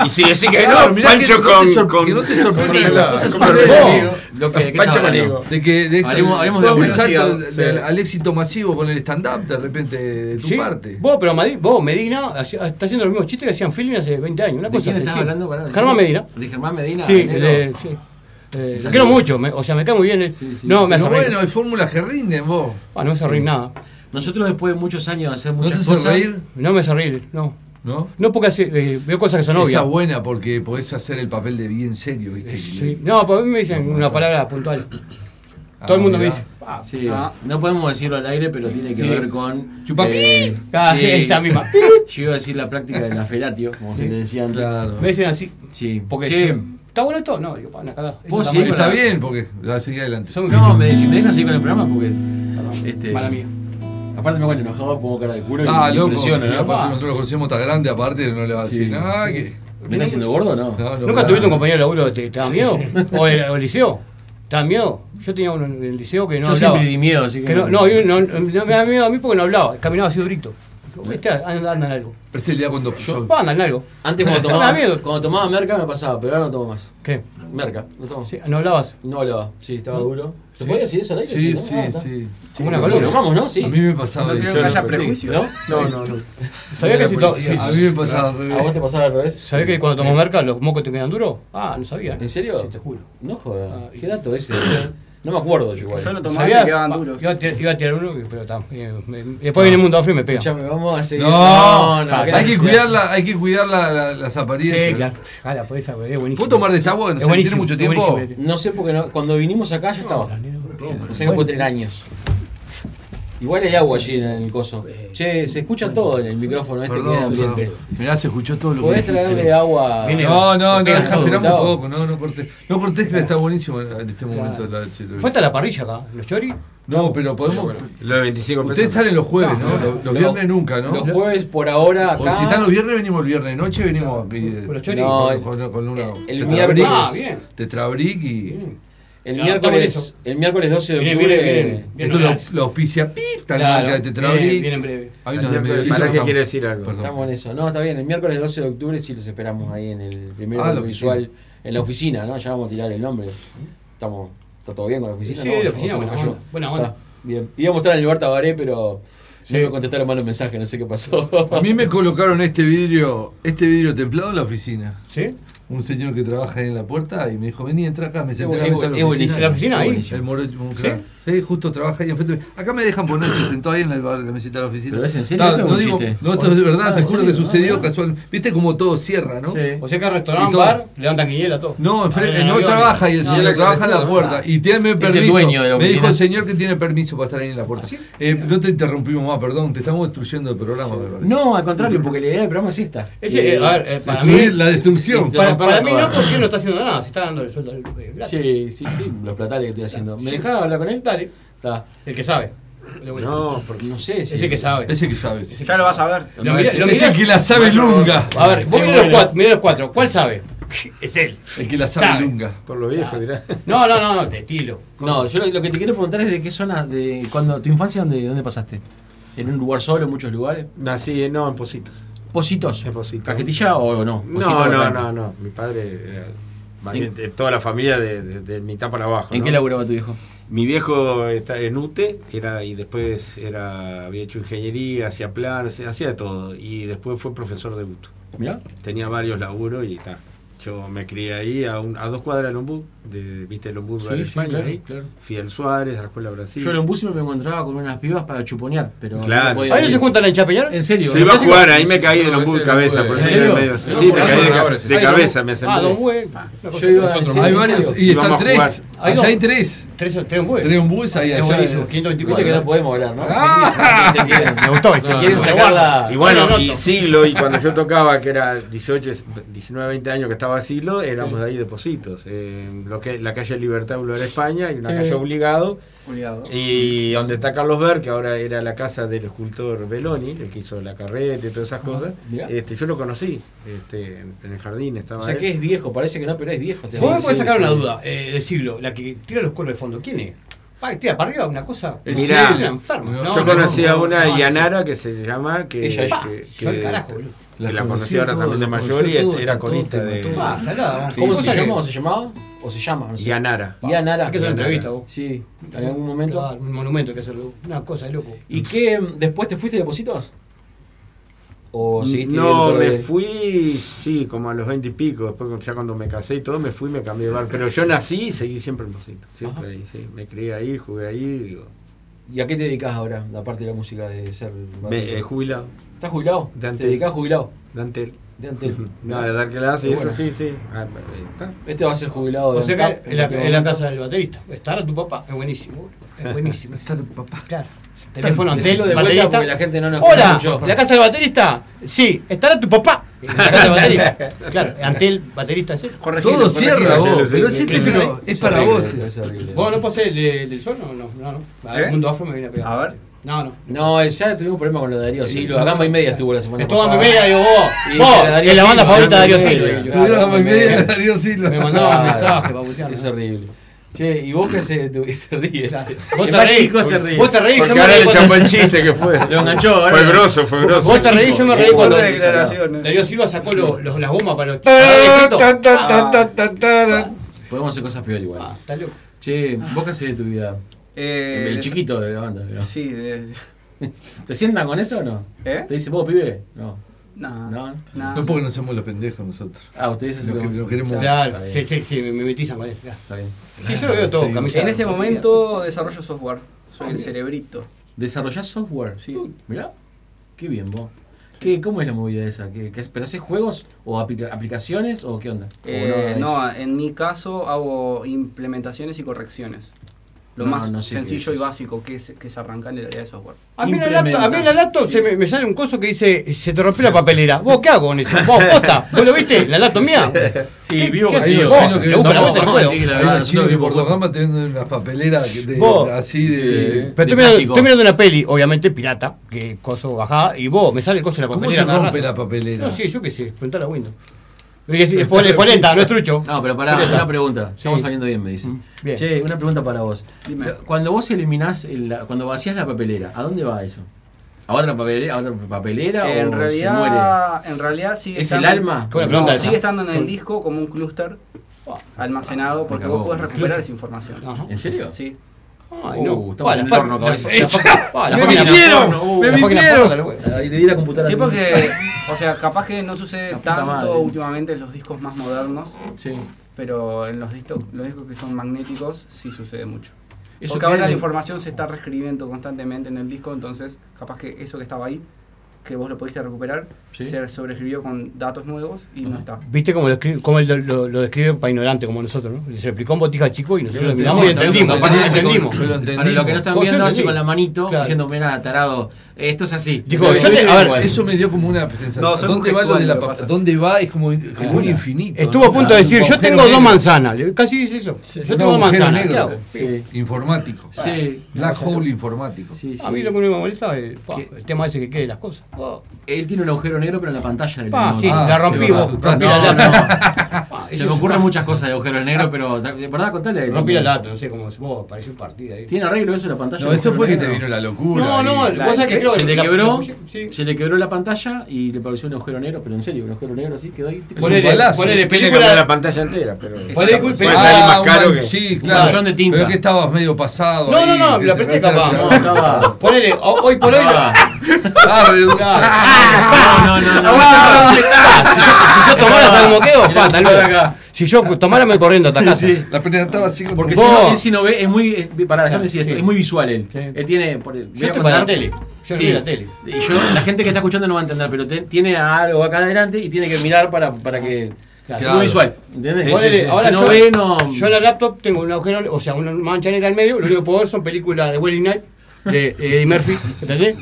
Y si decís que Claro, no, mirá Pancho que no te con. sor- con que no te sorprende, con- las cosas con- suceden, con- amigo. Lo que- ¿qué Pancho estaba hablando? con- de que de esto- Hablemos- hablemos de todo el publicidad, salto sí. del- al éxito masivo con el stand-up de repente de tu Sí. parte. Vos, pero Madi- vos, Medina, hacía- está haciendo los mismos chistes que hacían filming hace 20 años. Una ¿De cosa quién así, estás sí. hablando? Pará, decime. Germán Medina. ¿De Germán Medina? Sí, Nero. eh, sí. Eh, Saludos. lo quiero mucho, me- o sea, me cae muy bien él. No, me hace Pero reír. bueno, hay fórmulas que rinden vos. Ah, no me hace reír nada. Nosotros después de muchos años de hacer te muchas hace cosas. reír? No me hace reír, no. ¿No? No porque hace- eh, veo cosas que son Esa obvias. buena porque podés hacer el papel de bien serio, ¿viste? Sí. No, pues a mí me dicen una palabra puntual. Ah, Todo el mundo me mirá. dice. "Ah, Sí, ah". no podemos decirlo al aire, pero tiene que Sí. ver con. Chupapí. eh, Ah, sí. esa misma. Yo iba a decir la práctica de la felatio, como se le decía antes. Me dicen así. Sí. Porque Che, dicen, ¿está bueno esto? No, digo, pa, una cagada. ¿Vos Eso sí, está Está mal. bien, porque la seguí adelante. No, me, si me dejan seguir con el programa porque. Este, Mala mía. Aparte me encuentro enojado, pongo cara de culo Ah, y me loco. impresiona, sí, ¿no? aparte nosotros lo conocemos tan grande, aparte no le va a Sí. decir nada. Sí. que- ¿Me está haciendo gordo o no? ¿Nunca pará. tuviste un compañero de laburo que te, te daba Sí. miedo? ¿O el, o el liceo? ¿Te daba miedo? Yo tenía uno en el liceo que no Yo hablaba. siempre di miedo, así que no, no. no, yo no- no me daba miedo a mí porque no hablaba. Caminaba así durito. Dijo, Este anda, anda en algo. Este es el día cuando yo. Va, anda en algo. Antes cuando Me tomaba, daba miedo. cuando tomaba merca me pasaba, pero ahora no tomo más. ¿Qué? Merca, no tomo. ¿No hablabas? No hablaba, sí, estaba ¿No? duro. ¿Se Sí. puede decir eso al aire? Sí, ¿no? sí, Ah, está. sí. Como una lo colonia. tomamos, ¿no? Sí. A mí me pasaba. No de creo hecho, que haya no, prejuicios. No, no, no. ¿Sabías que si to- si- A mí me pasaba al Ah, ¿A vos revés. te pasaba al revés? ¿Sabés que cuando tomas merca los mocos te quedan duros? Ah, no sabía. ¿En serio? Sí, te juro. Ah, No jodas. ¿Qué dato ese? No me acuerdo yo igual. ¿Sabías? Pa- Iba a tirar, iba a tirar uno, pero está. eh, me- me- Después viene el mundo afro y me pega. Escuchame, vamos a seguir. No, ¿qué hay que necesidad? cuidar, la- hay que cuidar la- la- las apariencias. Sí, claro. Jala, por esa, es buenísimo. ¿Puedo tomar de esta agua? Es ¿No tiene buenísimo, mucho es tiempo? buenísimo. No sé porque no- cuando vinimos acá yo estaba. No sé que puede tener años. Igual hay agua allí en el coso. Che, se escucha todo en el micrófono este que es Perdón, perdón. ambiente. Mirá, se escuchó todo lo que ¿Podés dijiste. traerle agua? Viene- No, no, no, Espera, deja, ¿no? esperamos Gustavo. un poco, no, no cortes. No cortes que está buenísimo en este momento. la- ¿Fue hasta la parrilla acá? ¿Los choris? No, pero podemos. Los 25 pesos. Ah, Ustedes salen los jueves, ¿no? Los, los viernes nunca, ¿no? Los jueves por ahora O acá. si están los viernes, venimos el viernes noche, venimos aquí, eh, los con, choris. con- con una. el miércoles. Ah, bien. Tetrabric y. El Claro, miércoles- tomen eso. el miércoles 12 de Viene, octubre, viene, viene. eh, Esto viene lo, atrás. lo auspicia PIP, tal Claro, marca de Tetrabric. viene, viene en breve. Hay El unas miércoles- mesitas ¿para qué estamos- quiere decir algo? Perdón. Estamos en eso. No, está bien. El miércoles 12 de octubre sí los esperamos ahí en el primero Ah, la visual, en la oficina, ¿no? Ya vamos a tirar el nombre. Estamos, está todo bien con la oficina. Sí, ¿no? la ¿O oficina, se buena nos cayó? onda, buena onda. Está bien. Íbamos a estar en el lugar Tabaré, pero no me contestaron mal los mensajes, no sé qué pasó. A mí me colocaron este vidrio, este vidrio templado en la oficina. ¿Sí? Un señor que trabaja ahí en la puerta y me dijo, vení, entra acá, me senté Es a la mesa de bu- es buenísimo. ¿En la oficina ahí? El moro, un ¿Sí? crack. ¿Sí? justo trabaja ahí enfrente. Acá me dejan poner, se sentó ahí en la, en la mesita de la oficina. ¿Pero es en serio No, esto o no, un digo- chiste? no, esto es de verdad, Ah, te ¿en juro que serio? sucedió Ah. casual. Viste como todo cierra, ¿no? Sí. O sea que al Y restaurante, todo. bar, levantan guillela todo. No, enfre- Ah, en no avión. trabaja y el No, señor no, que trabaja en la no, puerta. no. Y tiene Es el permiso. dueño de la Me dijo oficina. el señor que tiene permiso para estar ahí en la ¿Ah, puerta. Eh, no te interrumpimos más, perdón, te estamos destruyendo el programa. me parece. No, al contrario, porque la idea del programa es esta. Ese, eh, a ver, eh, para mí. Destruir la destrucción. Para, para mí no, porque él no está haciendo nada, se está dando el sueldo. eh, gratis. Sí, sí, sí, los platales que estoy haciendo. ¿Me Sí. dejás hablar con él? Dale. Está. El que sabe. No, porque no sé. Ese que sabe. Ese que sabe. Ya lo vas a ver. Lo mirá- lo mirás- A ver, vos Eh, mirá los bueno. cuatro, mirá los cuatro. ¿Cuál sabe? Es él. El que la sabe lunga. Por lo viejo, dirá. No, no, no, no, de estilo. No, yo lo, lo que te quiero preguntar es de qué zona, de cuando tu infancia, dónde, dónde pasaste. ¿En un lugar solo, en muchos lugares? Nací, eh, no, en Positos. ¿Positos? En Positos. ¿Cajetilla o no? No, no, no, no. Mi padre era valiente, toda la familia de, de- de mitad para abajo. ¿En ¿no? qué laburaba tu viejo? Mi viejo está en UTE era, y después era, había hecho ingeniería, hacía planos, hacía de todo. Y después fue profesor de gusto. Mirá. Tenía varios laburos y está. Yo me crié ahí a, un- a dos cuadras de Lombú, de, viste Lombú, Sí, Rural sí, España, claro, ahí. claro. Fui al Suárez, a la Escuela Brasil. Yo en Lombú siempre me encontraba con unas pibas para chuponear, pero Claro. no podía ¿Ahí no decir. se juntan en Chapeñar? En serio. Se iba a ¿Casi jugar, con- ahí me caí de No, Lombú ese de cabeza, Lombú por es- eso era ¿En medio. serio? Sí, me Ah, caí de, ca- Don de Hue. cabeza, me Ah, Don Hue. Yo iba a decir- Hay varios, y Íbamos están a tres. jugar. Allá hay tres. Tres, tres bueyes. Tres bueyes ahí, allá. Viste que no podemos hablar, ¿no? Ah. Te quieren- Me gustó Se quieren sacar la. Y bueno, y Silo, y cuando yo tocaba, que era 18, 19, 20 años que estaba Silo, éramos de ahí depositos. Eh, lo que, la calle Libertad, Boulevard España, y una Sí. calle Obligado. Obligado. Y donde está Carlos Ver, que ahora era la casa del escultor Beloni, el que hizo la carreta y todas esas cosas. mirá. Este, yo lo conocí este, en, en el jardín. Estaba O sea él. que es viejo, parece que no, pero es viejo. Sí, Vos me podés sí, sacar sí. una duda eh, del siglo, la que tira los cuernos de fondo. ¿Quién es? Pa, tira para arriba una cosa. Mirá, es una enferma. No, yo no, conocí a no, una no, no, Yanara que se llama, que, Ella es- que, Yo Eh, al carajo, boludo. que la La conocí conocí ahora todo, también de la conocí mayor y todo, era todo, colista todo, de... todo. Ah, salada, Eh, Sí, ¿Cómo sí, se sí. llamaba? ¿O se llamaba? ¿O se llama? No sé. Yanara. Yanara. Hay que hacer una entrevista, vos. Sí, en algún momento. Claro, un monumento hay que hacerlo. Una cosa de loco. ¿Y qué? mm, ¿Después te fuiste de depósitos? ¿O seguiste No, viviendo me de- fui, sí, como a los 20 y pico, después ya cuando me casé y todo, me fui, me cambié de bar, pero yo nací y seguí siempre en Pocito, siempre ahí, sí, me crié ahí, jugué ahí, digo, ¿Y a qué te dedicas ahora, la parte de la música de ser me, eh, jubilado. ¿Estás jubilado? De ¿Te antel. dedicas a jubilado? De antel. De antel. No, de dar clases, Qué eso bueno. sí, sí. Ah, ahí está. Este va a ser jubilado de O sea ANCAP que en la, cualquier en la momento. casa del baterista. Estará tu papá. Es buenísimo. Es buenísimo. Está tu papá. Claro. Teléfono Decilo antel, de vuelta baterista. porque la gente no nos Hola, escucha mucho. la casa del baterista. Sí, estará tu papá. En la casa del baterista. Claro, antel, baterista, sí. Corregilo, Todo corregilo, cierra, corregilo, vos, sí, pero sí, ese sí. título es para vos. ¿Vos no pasé el, de- del sol? No, no, no. no. A ver, ¿Eh? El mundo afro me viene a pegar. A ver. No, no. No, eh, ya tuvimos un problema con lo de Darío Silva. A gamba y media estuvo la semana Estuvo pasada. gamba y media, digo, vos, Y vos, dice Darío es la banda Silva, favorita de gamba y Darío media. Silva. Claro, Gamba y media, gamba y Darío Silva. Me mandaba Claro. mensajes para putear, Es ¿no? horrible. Che, ¿y vos qué se, tu- se ríe? Vos El te más reís, chico se vos- ríe. vos te reís, Porque yo me ahora reí le cuando- chapó el chiste que fue. Lo enganchó, ahora. Fue grosso, fue grosso. Vos te reís, yo me reí cuando Fuertes declaraciones. Darío Silva sacó lo- los- las gomas para los Ah. Podemos hacer cosas peor igual. está Ah, loco. Che, ¿vos qué haces de tu vida? Eh, el des- chiquito de la banda, ¿no? Sí, de- ¿Te sientan con eso o no? ¿Eh? ¿Te dicen vos, pibe? No. No. No. No porque no somos los pendejos nosotros. Ah, ustedes se Lo que- lo queremos. eh. Claro, sí, sí, sí, me metizan con él. claro. Está bien. Sí, yo lo veo todo, camisa. En este momento desarrollo software. Soy Ah, el cerebrito. ¿Desarrollás software? Sí. Mirá, qué bien vos. ¿Qué, ¿Cómo es la movida esa? ¿Qué, qué, ¿Pero haces juegos o aplica- aplicaciones o qué onda? ¿O Eh, es- no, en mi caso hago implementaciones y correcciones. lo No, más no sé qué sencillo y básico que es, que es arrancar en el área de software. A mí, en la laptop, a mí en la laptop se me, me sale un coso que dice, se te rompió la papelera. ¿Vos qué hago con eso? ¿Vos posta? ¿Vos lo viste? ¿La laptop mía? Sí, ¿Qué- vivo qué con haces? ellos. Vos, Sí, le no, busco la no, vuelta al no, juego. sí, la Hay verdad, un chino no que vivo por por Gama teniendo unas papeleras que te- Vos. así de. Pero estoy mirando, estoy mirando una peli, obviamente pirata, que coso bajada, y vos, me sale el coso de la ¿Cómo papelera. se cada rompe rato. la papelera? No, sí, yo qué sé, preguntale a Windows. Es polenta, no es trucho. Este, No, pero pará, Polenta. una pregunta. Estamos Sí. Mm, saliendo bien, me dicen. bien. Che, una pregunta para vos. Cuando vos eliminás, el- la- cuando vacías la papelera, ¿a dónde va eso? ¿A otra papelera, a otra papelera en o ah, realidad, en realidad sigue ¿Es el alma? Qué buena No, pregunta esa. sigue estando en el Con- disco como un clúster almacenado porque cagó, vos podés me recuperar cagaste. esa información. ¿En serio? Sí. Ay, no. Uh, estamos en el horno, cabeza. la Me página mintieron, porno, uh, me la página mintieron. porno, la web. Ahí le di la computadora Sí, a mi porque, hija. o sea, capaz que no sucede puta tanto madre. últimamente en los discos más modernos. Sí. Pero en los discos, los discos que son magnéticos sí sucede mucho. Eso porque queda ahora en la el- información se está reescribiendo constantemente en el disco, entonces capaz que eso que estaba ahí, que vos lo pudiste recuperar, Sí. se sobreescribió con datos nuevos y no está. ¿Viste cómo lo, escri- cómo lo, lo- lo describe para ignorante como nosotros? ¿no? Se lo explicó en botija chico y nosotros lo miramos y entendimos. Aparte de ese entendimos. con- Para lo que no están Vos, yo viendo, hace entendí. con la manito, Claro. diciendo, mira, tarado, esto es así. Dijo, Pero yo te- yo a ver, igual. Eso me dio como una sensación. No, soy muy ¿Dónde va lo gestual, de la lo que papa? pasa. ¿Dónde va? Es como, como un infinito. Estuvo a ¿no? punto de Un decir, yo agujero tengo dos negro. manzanas. Le- Casi dice eso. Yo Un tengo agujero dos manzanas. ¿qué negro. hago? Sí. Informático. Sí. Black hole informático. A mí lo que me molesta es pa, el tema ese que quede las cosas. Él tiene un agujero negro, pero en la pantalla del Ah, Pa, no, Ah, sí, no, la rompí te va a vos, asustar. rompí No, la no. eso Se me es- ocurren muchas cosas de agujeros negros, pero de verdad, contale. Rompí la lata, no sé cómo vos, pareció un partido ahí. ¿Tiene arreglo eso la pantalla? No, del eso agujero fue que te negro? vino la locura. No, no, ahí. vos sabés que creo se le la- la quebró, puse- sí. se le quebró la pantalla y le pareció un agujero negro, pero en serio, un agujero negro así quedó ahí. tipo, Ponele- es un balazo. ponele Tiene que película- cambiar pantalla entera, pero. Ponele Puede película- salir más Ah, un caro man- que- Sí, un claro. manchón de tinta. Pero es que estabas medio pasado. No, ahí, no, no, te- la te- apreté te- capaz. te- No, estaba- Ponele, ho- hoy por hoy. Ah, pero- No, no, no. Si yo tomara San Moqueo, pa, tal vez. Si yo tomara me corriendo hasta casa. La pelea estaba así con Porque si Vos. no, él si no ve, es muy. es- Pará, déjame decir esto, es muy visual él. Él tiene. por- voy a estoy contar- para la tele, yo Sí, miro la tele. Y yo, la gente que está escuchando no va a entender, pero te- tiene algo acá adelante y tiene que mirar para, para que. Claro. Es muy visual, ¿entendés? Ponele, Ahora ahora si no yo, ve, no. yo en la laptop tengo un agujero, o sea, una mancha negra al medio, lo único que puedo ver son películas de Welling Knight, de eh, Eddie Murphy, ¿entendés?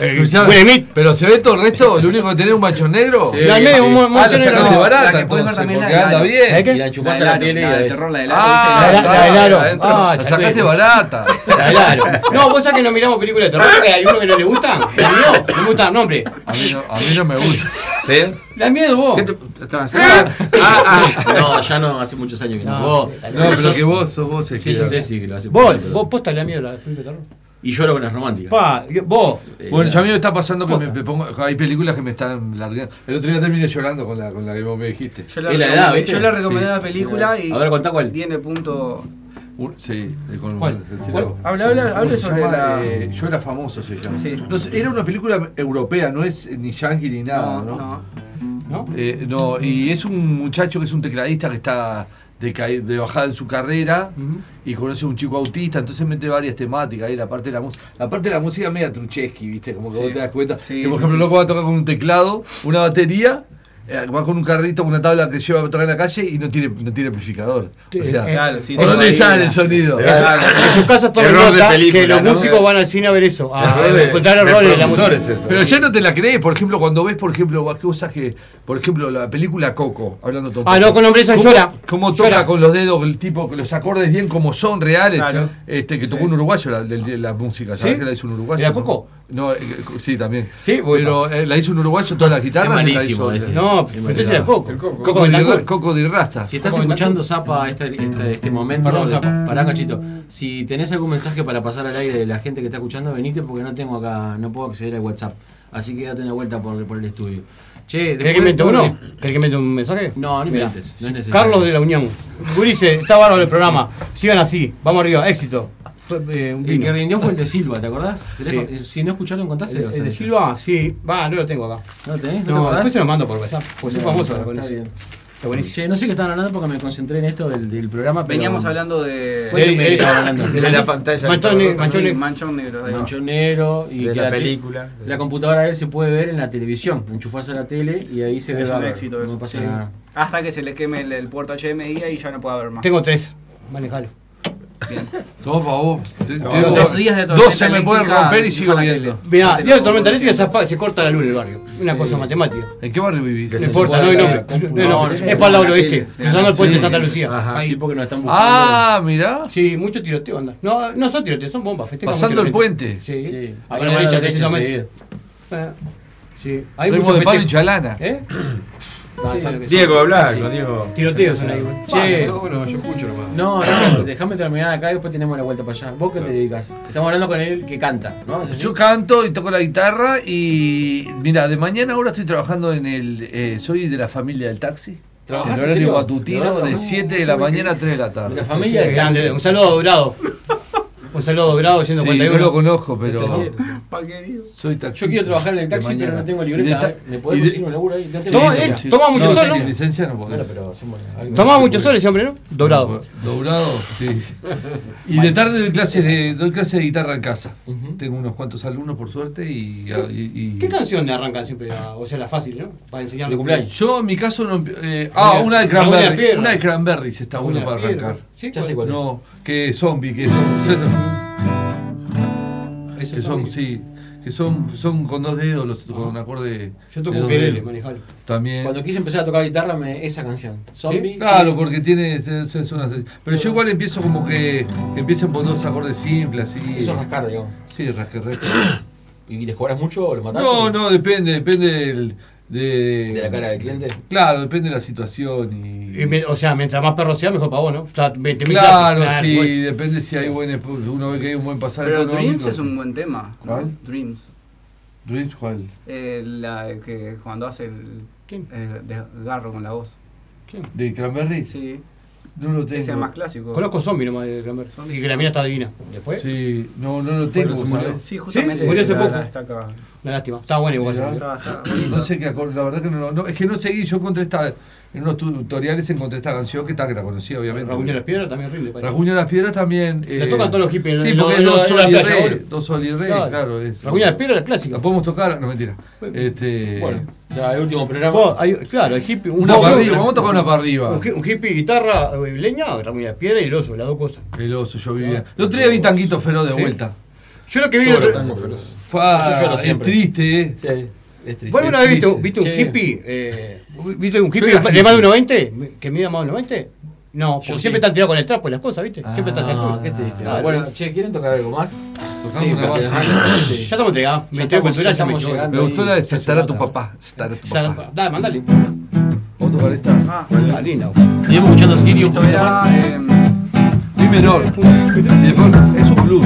Eh, Escuchame, Will Smith. Pero se ve todo el resto, lo único que tenés es un manchón negro. Sí, La media, sí. un manchón Ah, la negro. sacaste No, barata, la que podés ver entonces, también la porque de anda Lalo. ¿Sabés qué? bien. Y la enchufás La de a la Lalo, tele y la de ves. terror, la de Lalo, Ah, ¿viste? La de- la de Lalo. adentro. Ah, La ya sacaste veo. barata. La Lalo. No, vos sabés que no miramos películas de terror, porque hay uno que no le gustan. La miedo, no me gustan, no, hombre. A mí no, a mí no me gusta. ¿Sí? La miedo vos. Ah, No, ya no, hace muchos años que no. No, Vos- sí, No, pero que vos sos vos. Sí, yo sé, sí, que lo hace. Vos, mucho, pero- vos posta la miedo la película de terror. Y lloro con las románticas. Pa, yo- vos. Eh, Bueno, ya a mí me está pasando que me, me pongo. Hay películas que me están largando. El otro día terminé llorando con la, con la que vos me dijiste. Yo le recomendé, yo le recomendé la película y tiene punto... Sí, de- con ¿Cuál? el ¿Cuál? algo. Habla- habla- ¿Cómo hable se sobre llama? la- Eh, yo era famoso, se llama. Sí. No sé, era una película europea, no es ni yankee ni nada, ¿no? No, no Eh, no, y es un muchacho que es un tecladista que está de, ca- de bajada en su carrera y conoce a un chico autista, entonces mete varias temáticas ahí, la parte de la música. La parte de la música es media truchesqui, ¿viste? Como que Sí. vos te das cuenta. Sí, que, por sí, ejemplo, sí. el loco va a tocar con un teclado, una batería. eh, Va con un carrito, con una tabla que lleva a tocar en la calle y no tiene, no tiene amplificador. O sea, eh, Claro, sí, ¿por todo dónde ahí sale era. el sonido? En su- en sus casas toman nota que los músicos van al cine a ver eso, a encontrar el rol de la música. Pero ya no te la crees, por ejemplo, cuando ves, por ejemplo, cosas que, por ejemplo, la película Coco, hablando todo. un Ah, poco. no, con hombre esa ¿Cómo- llora. Cómo toca Llora. con los dedos, el tipo, con los acordes bien como son reales. Claro. Este, que tocó un uruguayo la, la- la música, ¿sabes ¿Sí? que la hizo un uruguayo? ¿Era no? Coco? No, eh, eh, sí, también. Sí, bueno. Pero eh, la hizo un uruguayo toda la guitarra. Es malísimo ese. No, Es pero malísimo. ese era Coco. El Coco del de Tancur. Ra- Coco de Rasta. Si estás Coco de escuchando, Zapa, este, este, Mm, este momento. Perdón, Zapa. Pará, cachito. Si tenés algún mensaje para pasar al aire de la gente que está escuchando, venite porque no tengo acá, no puedo acceder al WhatsApp. Así que date una vuelta por, por el estudio. Che, ¿Querés que Eh, después invente de todo uno? ¿Querés que invente un mensaje? No, no Mirá. inventes, no es necesario. Carlos de la Unión. Gurice, está bárbaro el programa. Sigan así. Vamos arriba, éxito. Eh, un El que vino. rindió fue el de Silva, ¿te acordás? Sí. Eh, Si no escucharon, contáselo. ¿El, el de Silva? Sí. Va, no lo tengo acá. ¿No tenés? ¿No, te No, acordás? después se lo mando por WhatsApp. Porque soy Bueno, famoso está con eso. bien. Está buenísimo. Che, no sé qué estaban hablando porque me conconcentré en esto del, del programa. pero- Veníamos hablando de... Cuéntenme qué estaban hablando. Manchón negro. Sí, Manchón negro. ahí va. Manchón negro y De que la te- película. La computadora de él se puede ver en la televisión. Lo Enchufás a la tele y ahí se ve. Es un bárbaro. éxito eso. No pasa sí. nada. Hasta que se le queme el, el puerto HDMI y ya no pueda haber más. Tengo tres. Manejalo. Toma vos. Te- No, tengo- los días de tormenta dos se me pueden eléctrica romper y no sigo son la viendo. tele. Mirá, día de tormenta eléctrica se apaga- se corta la luz en el barrio. Una cosa matemática. ¿En qué barrio vivís? No importa, no hay nombre. No hay nombre. Es para el lado oeste, cruzando el puente de Santa Lucía. Ahí. Ah, mirá. Sí, mucho tiroteo anda. No, no son tiroteos, son bombas. festejan Pasando mucho el puente. Sí. Sí. A Ahora la van a derecha, la derecha precisamente. Eh, Sí. Hay Remo mucho de Palo y festejo. Chalana. ¿Eh? No, Sí. eso es lo que Diego, sí. hablá, Sí. Diego. Tiroteos son ahí. bueno. Che. no, bueno, yo escucho nomás. No, no, déjame terminar acá y después tenemos la vuelta para allá. ¿Vos qué te dedicas? Estamos hablando con él que canta, ¿no? ¿Es así? Yo canto y toco la guitarra y mira, de mañana ahora estoy trabajando en el... eh, soy de la familia del taxi. El ¿Trabajás, en serio? horario matutino ¿Trabajás? de 7 de la mañana a 3 de la tarde. De la familia del Grande, taxi. Un saludo a Dorado. Un saludo a Dorado, Sí, 141. no lo conozco, pero Este, soy taxista. Yo quiero trabajar en el taxi, de mañana. pero no tengo Y de libreta. ta- ¿Me podés y de- conseguir un laburo ahí? Sí, tengo sí, licencia. sí. toma mucho No, sol, sin ¿no? licencia no podés. Bueno, pero hacemos algo. Tomaba mucho sol ese hombre, ¿no? Dorado. Doblado, sí. Y de tarde doy clases de, doy clases de guitarra en casa. Tengo unos cuantos alumnos, por suerte, y... ah, y- y- ¿Qué canción le arrancan siempre? a- O sea, la fácil, ¿no? Para enseñar Yo en mi caso no. eh, ah, una de Cranberry. Cranberry. Una de Cranberries está bueno para Laguna de Fierro. arrancar. Sí, Ya sé cuál es. No, que zombie, que son. Eso que es son, zombie. sí. Que son, son con dos dedos, los, con un acorde. Yo toco de dos ukelele, dedos. manejalo. También. Ah. Cuando quise empezar a tocar guitarra, me, esa canción. Zombie. Claro, sí. porque tiene. se- se- son así. Pero yo igual empiezo como que. que empiecen por dos acordes simples, así. Eso es rascar, digamos. Sí, rasque, rasque. ¿Y les cobras mucho o los matás? No, o- no, depende, depende del. De, ¿De la cara del cliente? Claro, depende de la situación y. Y me- o sea, mientras más perro sea, mejor para vos, ¿no? Está 20 mil pues. Claro, clases. sí, bueno. depende si hay buen, uno ve que hay un buen pasar Pero económico. Dreams es un buen tema. ¿no? ¿Cuál? Dreams. Dreams, ¿cuál? Eh, la que cuando hace el eh, desgarro con la voz. ¿Quién? ¿De Cranberry? Sí. No lo Ese tengo. es el más clásico. Conozco zombie nomás de Grammer. Y que la mina está divina. ¿Después? Sí, no, no lo tengo. Bueno, se ¿sabes? murió. Sí, justamente Sí, murió hace la- poco. la estaca. Una lástima. Estaba buena igual. Mirá. Estaba- estaba No sé qué acorde, la verdad que no, no, es que no seguí, yo encontré esta, en unos tutoriales encontré esta canción que tal que la conocía, obviamente. Rasguño de las Piedras también rinde, parece. Rasguño de las Piedras también. eh, La tocan todos los hippies, Sí, los- porque dos los- los de sol la y playa, re, boludo. dos sol y re, Claro. claro. es, Rasguño de las Piedras, la clásica. ¿La podemos tocar? No, mentira. Este, Bueno, ya el último programa. claro, el hippie. Una para arriba, vamos a tocar una para arriba. Un, hi- un hippie, guitarra, eh, leña, Rasguño de las Piedras y el oso, las dos cosas. El oso, yo vivía. El otro día vi Tanguito Feroz de Sí. vuelta. Yo lo que vi Yo el otro- lo tengo feroz. Fa, Yo lloro es siempre. triste, eh. es triste. ¿Vos alguna Es vez viste, triste. viste un Sí. hippie? eh, ¿Viste un Yo hippie era de hippie. más de 1,20? ¿Que mida más de 1,20? No, porque Yo siempre sí. están tirados con el trapo y las cosas, ¿viste? siempre están Ah, saltando. qué triste. Claro. Bueno, che, ¿quieren tocar algo más? Sí, una porque- más. sí. ya estamos entregados. Ya Me estoy estamos- ya cultural, ya me estamos estoy- llegando Me gustó ahí. la de Estará tu papá. Estará tu papá. Sa- Dale, mandale. ¿Vos tocar esta? Ah, linda. eh, Seguimos escuchando Sirio un poquito más. Mi menor. Y después, Es un blues.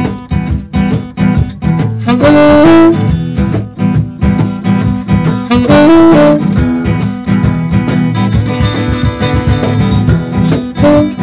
Mm-hmm. Thank you.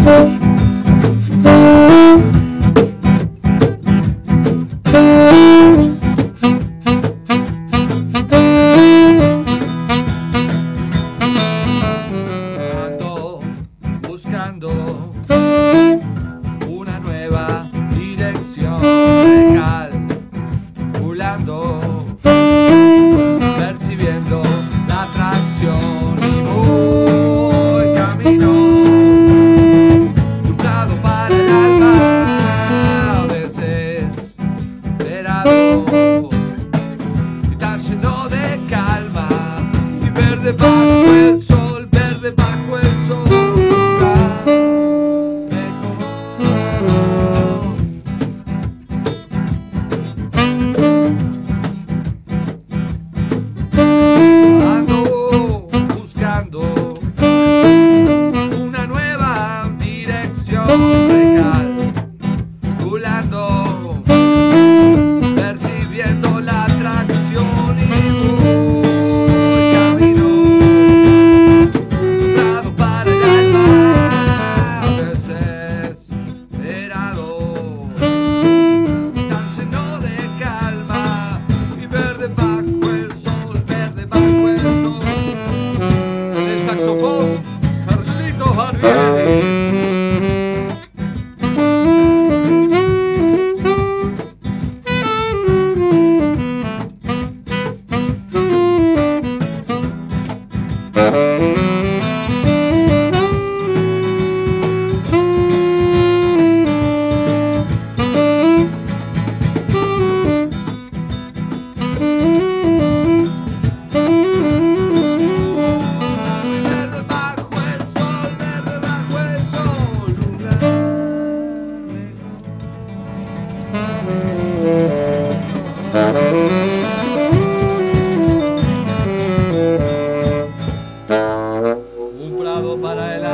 para el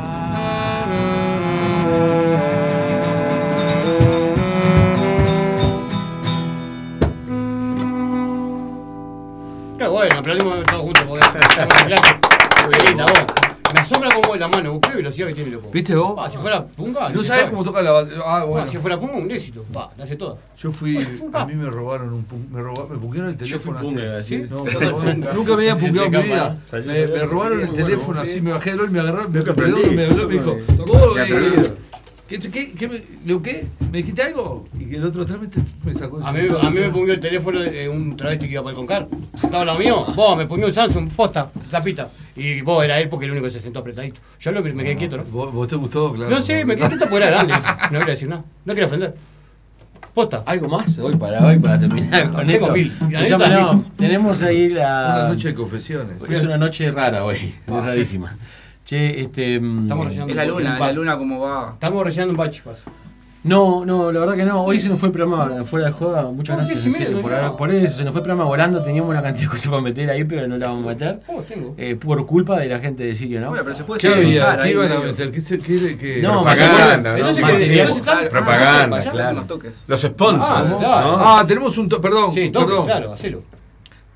alma. Qué bueno, aplaudimos todos juntos porque estamos en clase. Qué linda voz. Me asombra cómo mueve la mano, qué velocidad que tiene loco. ¿Viste vos? Pa, si fuera punga. No sabés cómo toca la batería. Ah, bueno. si fuera punga, un éxito. Pa, la hace toda. Yo fui. A mí me robaron un pun- me robaron, me punguearon el Yo fui teléfono. punga, iba a así. decir. No, Yo soy no, punga. nunca me había Siete pungueado en mi cámaras. vida. Salió Me, de me la robaron el pungueada, teléfono bueno, así, sí. me bajé del LOL, me agarraron, me Nunca apretó, aprendí, me habló, me dijo, nunca aprendí. "Gordo", Nunca digo, aprendí. ¿Qué, qué, qué me, ¿Lo qué? ¿Me dijiste algo? Y el otro atrás me, me sacó el A mí, celular. a mí me pongió el teléfono de un travesti que iba para el Concar. Estaba lo mío. Vos, me pongió un Samsung, posta, tapita. Y vos era él porque el único que se sentó apretadito. Yo lo, me quedé quieto, ¿no? ¿Vos, vos te gustó, claro? No sé, me quedé quieto porque era grande. No quería decir nada. No quería ofender. Posta. ¿Algo más? Hoy para hoy para terminar con Tengo esto. mil. La Escuchame, neta, no, mil. tenemos ahí la. Una noche de confesiones. Es una noche rara hoy. Es rarísima. Che, este. mm, Es la luna, es la luna como va. Estamos rellenando un bache, pasa. No, no, la verdad que no. Hoy se nos fue el programa fuera de joda. Muchas No, gracias, diez y en media, serio, no por, llegaba. haber- por eso. Se nos fue el programa volando. Teníamos una cantidad de cosas para meter ahí, pero no la vamos a meter. ¿Cómo tengo? Eh, por culpa de la gente de Sirio, ¿no? Bueno, pero se puede Che, ¿Qué, había- había? ¿qué ¿Qué iban a meter? meter? ¿Qué, se- qué, qué? propaganda, No, material. ¿no? Entonces, ¿qué- Material. qué- qué- Propaganda, qué- claro. unos toques. Los sponsors. Ah, ¿no? claro. Ah, tenemos un. to- Perdón, Sí, toque, perdón. claro, hacelo.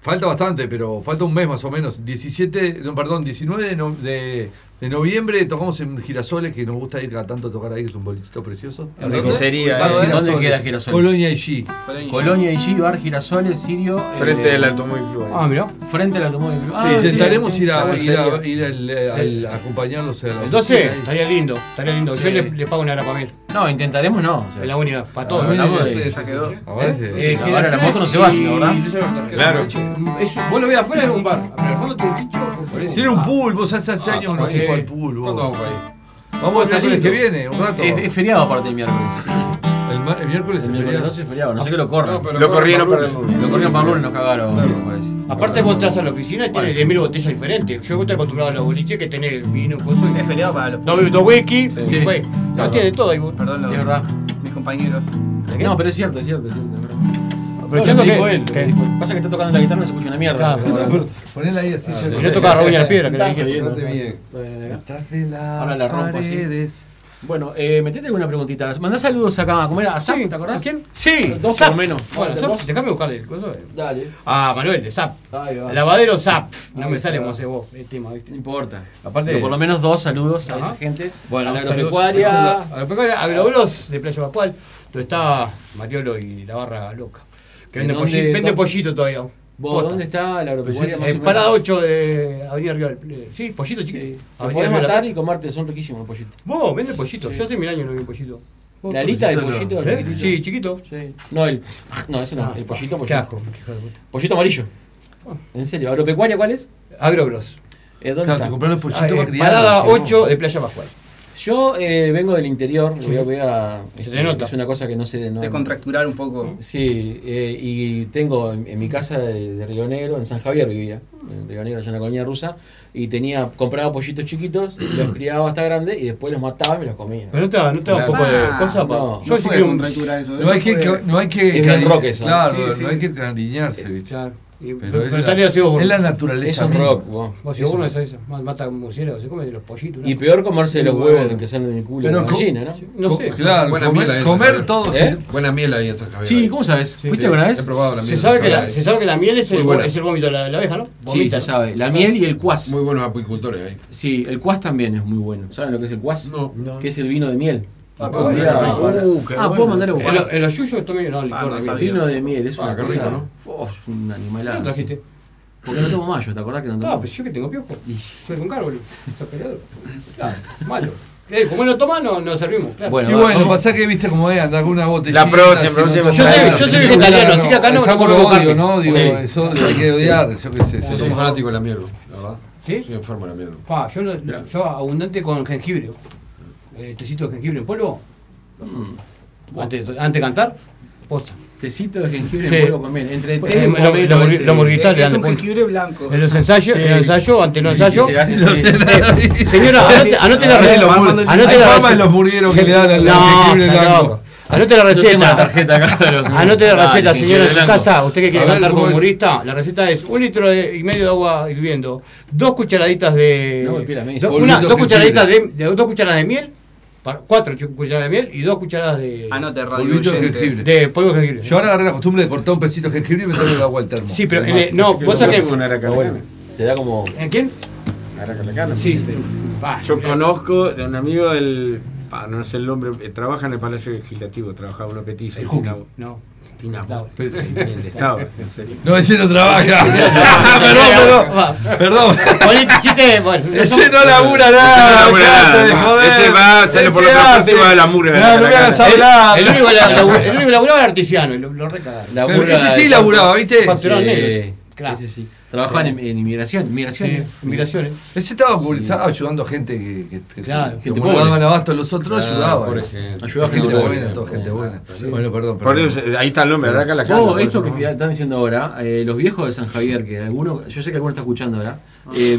Falta bastante, pero falta un mes más o menos. 17, no, perdón, 19 de, no- de, de noviembre tocamos en Girasoles, que nos gusta ir cada tanto a tocar ahí, que es un bolsito precioso. ¿En dónde? Pizzería, Bar eh. ¿Dónde queda Girasoles? Colonia Ishi. Colonia IG, Bar Girasoles, Sirio. Frente eh, del Automóvil Club. Ah, mirá. Frente al Automóvil Club. Ah, Sí, intentaremos sí, ir a, claro, ir a, sería. ir al, eh, al- a acompañarlos. A la Entonces, oficina. estaría lindo, estaría lindo. Sí. Yo le, le pago una grapa a mí. No, intentaremos no. o sea. Es la única, para todos. Ah, hablamos de- Ahora sí. Eh, Ahora la moto no se va, ¿no? ¿verdad? Claro. Es- vos lo ves afuera es un bar, pero al fondo tiene un techo. Tiene Ah. un pool, vos hace, hace años no sí. fuimos al pool. vos. ¿Cuándo vamos Vamos el Está miércoles que lindo. viene, un rato. Es, es feriado aparte el miércoles. El, ma- el miércoles El miércoles 12 es feriado, no sé qué lo corran. No, pero Lo corrieron corren para el lunes. Lo corrieron para el lunes, nos cagaron. me parece. Aparte vos estás a la oficina y tiene 10.000 botellas diferentes. Yo estoy acostumbrado a los boliches que tenés vino, cosas. Es feriado para los Dos, dos whisky, Sí. y fue. No, Claro. tiene de todo ahí, vos. Perdón, los, Es verdad. mis compañeros. No, pero es cierto, es cierto, es cierto. es verdad. Pero No, ¿qué lo dijo que- él? que dijo él. Pasa que está tocando la guitarra y no se escucha una mierda. Claro, pero- Ponela ahí así. Ah, se- sí. Yo tocaba Raúl y la Piedra, que le dije. Está bien, está bien. Ahora la rompo así. Bueno, eh, metete alguna preguntita. Mandá saludos acá, ¿cómo era? ¿A Sam, te acordás? ¿A quién? Sí, dos Zap. por menos. Bueno, Zap, ¿Vos? déjame buscarle el coso. Dale. Ah, Manuel, de Zap. Ahí va. Lavadero Zap. No Ahí me sale está. como se vos. el tema, ¿viste? No importa. Aparte Pero por lo menos dos saludos a Ajá. esa gente. Bueno, a la saludos. agropecuaria. Saludos. Agropecuaria, Agrobros de Playa Pascual, donde está Mariolo y la barra loca. Que ¿En vende, dónde- polli- vende dónde- pollito todavía. ¿Vos Posta. dónde está la agropecuaria? más o Eh, menos? parada 8 de Avenida Rival. Eh, Sí, pollito chico. Lo Avenida podés Rival. matar y comerte, son riquísimos los pollitos. Vos, vende pollito. Yo hace mil años no vi pollito. Vos, ¿La alita de no. pollito? ¿Eh? chiquitito? Sí, chiquito. Ah, No, el. No, ese no, el pollito, Qué pollito. asco, hijo de puta. Ah. Pollito amarillo. En serio, ¿agropecuaria cuál es? Agrobros. Eh, ¿Dónde Claro, está? te comprás los pollitos Ah, para eh, criarlos, parada si no. 8 de Playa Pascual. Yo eh, vengo del interior, lo voy a. voy a- te nota. Es una cosa que no sé. No, De contracturar un poco. Sí, eh, y tengo en, en mi casa de, de Río Negro, en San Javier vivía, en Río Negro, allá en la colonia rusa, y tenía, compraba pollitos chiquitos, los criaba hasta grande y después los mataba y me los comía. Pero no te da, no te da un poco de cosa pa- No, Yo no sí fue quiero un contractura eso, No hay que, que- no hay que Es bien rock eso. Claro, Sí, sí. no hay que cariñarse. Claro. Pero, Pero es, tal la, vez vos, es la naturaleza. Eso es misma. rock, vos. Vos, si Eso. vos no sabés, ma- mata murciélagos, se come de los pollitos. Y ¿no? peor comerse los Y huevos bueno. que salen del culo Pero de la co- gallina, ¿no? No Co- sé. Claro, Buena comer, miel ahí en San comer Javier. todo. ¿Eh? Buena miel ahí en San Javier. Sí, ¿cómo sabes? ¿Fuiste alguna vez? He probado la miel. Se de sabe, San que la, Javier. se sabe que la miel es Muy el, buena. es el vómito de la, de la abeja, ¿no? Sí, Vomita, se ¿no? sabe. La miel y el cuas. Muy buenos apicultores ahí. Sí, el cuas también es muy bueno. ¿Saben lo que es el cuas? No. Que es el vino de miel. Ah, qué Un bueno. día- Ah, Uh, qué ah, puedo bueno. mandar a En buscar. lo- en los yuyos también, no, licor de miel. Vino de miel, es Ah, una qué cosa. rico, ¿no? Fu, es un animalada. ¿Qué trajiste? Porque no tomo mayo, ¿te acordás que no tomo? Ah, pues yo que tengo piojo. Y- Soy un cargo, boludo. Sos peleador. Claro, malo. Eh, como no tomás, no, no servimos. Claro. y bueno, pasa que viste como es andar con una botella. La próxima, próxima. Yo soy- yo soy vegetariano, así que acá no- no Saco como lo carne. odio, ¿no? Digo, Sí. eso hay que odiar, yo qué sé. Yo soy fanático de la miel, la verdad. ¿Sí? Soy enfermo de la miel. Pa, yo, lo- yo abundante con jengibre. Eh, tecito de jengibre en polvo. Antes, de- antes de cantar, posta. Tecito de jengibre Sí. en polvo también. Entre Pues, té eh, y lo- lo- pomelo lo- ese. lo morguita le dan de punta. En los ensayos, Sí. en los ensayos, ante los ensayos. Y se hace así. Eh, Señora, anote, anote la Hay receta. fama- Anote hay la fama de receta. los murgueros que le dan al- al No, jengibre está blanco. loco. Anote la Yo receta. tengo la tarjeta acá, pero- Anote la Dale, receta, que señora, en quede su blanco. casa. Usted que A quiere ver, cantar ¿cómo como es? humorista, la receta es un litro de- y medio de agua hirviendo, dos cucharaditas de. No, golpeé la mesa. do- Volví una- lo dos que cucharaditas de, de- dos cucharadas de miel, para- cuatro chu- cucharadas de miel y dos cucharadas de. Anote, Ah, radio Polvito de oyente. jengibre. De polvo de jengibre. Yo ahora agarré la costumbre de cortar un pesito de jengibre y meterle el agua al termo. Sí, pero Al en el- Ah, mate. no, vos sabés que- Te da como. ¿En quién? Sí. Ah, Yo mirá. conozco de un amigo del. pa, no sé el nombre, eh, trabaja en el Palacio Legislativo, trabajaba uno petiza. El Tina- Juki. No. Tina- Estaba. Sí, bien, estaba, en serio. No, ese no trabaja. perdón, perdón. Perdón. Ponete chiste, bueno. Ese no labura Ese nada. no labura acá, nada. te joder. Ese va, sale por la Ese puerta y hace. va a la murga. No, no me hagas hablar. El único, que la- labu- el único que laburaba era artesiano y lo, lo recagaron. Labura Ese sí de- laburaba, ¿viste? Facturaba Sí. negros. Claro. Ese sí. Trabajaban en, en inmigración. Sí, Inmigración. migraciones. Ese estaba, estaba ayudando a gente que, que, que, Claro. que Gente como no pobre. daban abasto a los otros, Claro, ayudaba. pobre eh. gente. Ayudaba a gente, Gente buena, pobre, toda gente pobre. buena. Bueno, perdón. Por perdón. eso, eh, ahí está el nombre, ¿verdad? Acá la Vos, cara, por esto eso, que ¿no? te- están diciendo ahora, eh, los viejos de San Javier, que alguno, yo sé que alguno está escuchando ahora, Ah. eh,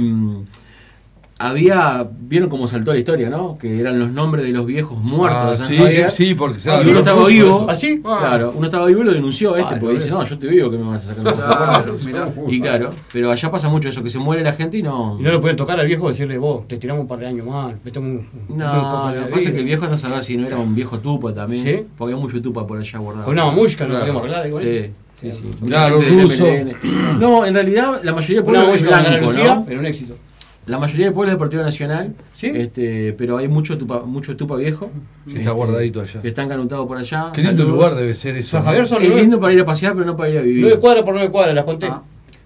había, vieron cómo saltó la historia, ¿no? Que eran los nombres de los viejos muertos Ah, de San sí, Javier. que- sí, porque, Y claro, uno lo estaba puso vivo. eso. ¿Ah, sí? Claro, uno estaba vivo y lo denunció a este, porque dice, no, yo te vivo que me vas a sacar los pasaportes. mirá. y claro, pero allá pasa mucho eso, que se muere la gente y no. Y no lo pueden tocar al viejo decirle, vos, te tiramos un par de años más, metemos un, un- un No, coco de lo que pasa es que vidrio. el viejo no sabía si no era un viejo tupa también. ¿Sí? Porque había mucho tupa por allá guardado. Con una mamushka, ¿no? Podíamos arreglar ¿eh? algo de Sí, eso. sí, sí. Claro, Mucha gente ruso. de MLN. No, en realidad la mayoría del pueblo Una es mamushka con Ana blanco, Lucía, ¿no? pero un éxito. La mayoría del pueblo es del Partido Nacional, este, pero hay mucho tupa, mucho tupa viejo. este, Que está guardadito allá. Que está encanutado por allá. Qué lindo Saludos. lugar debe ser eso. San Javier son Es nueve- lindo para ir a pasear, pero no para ir a vivir. Ah, Nueve cuadras por nueve cuadras, las conté.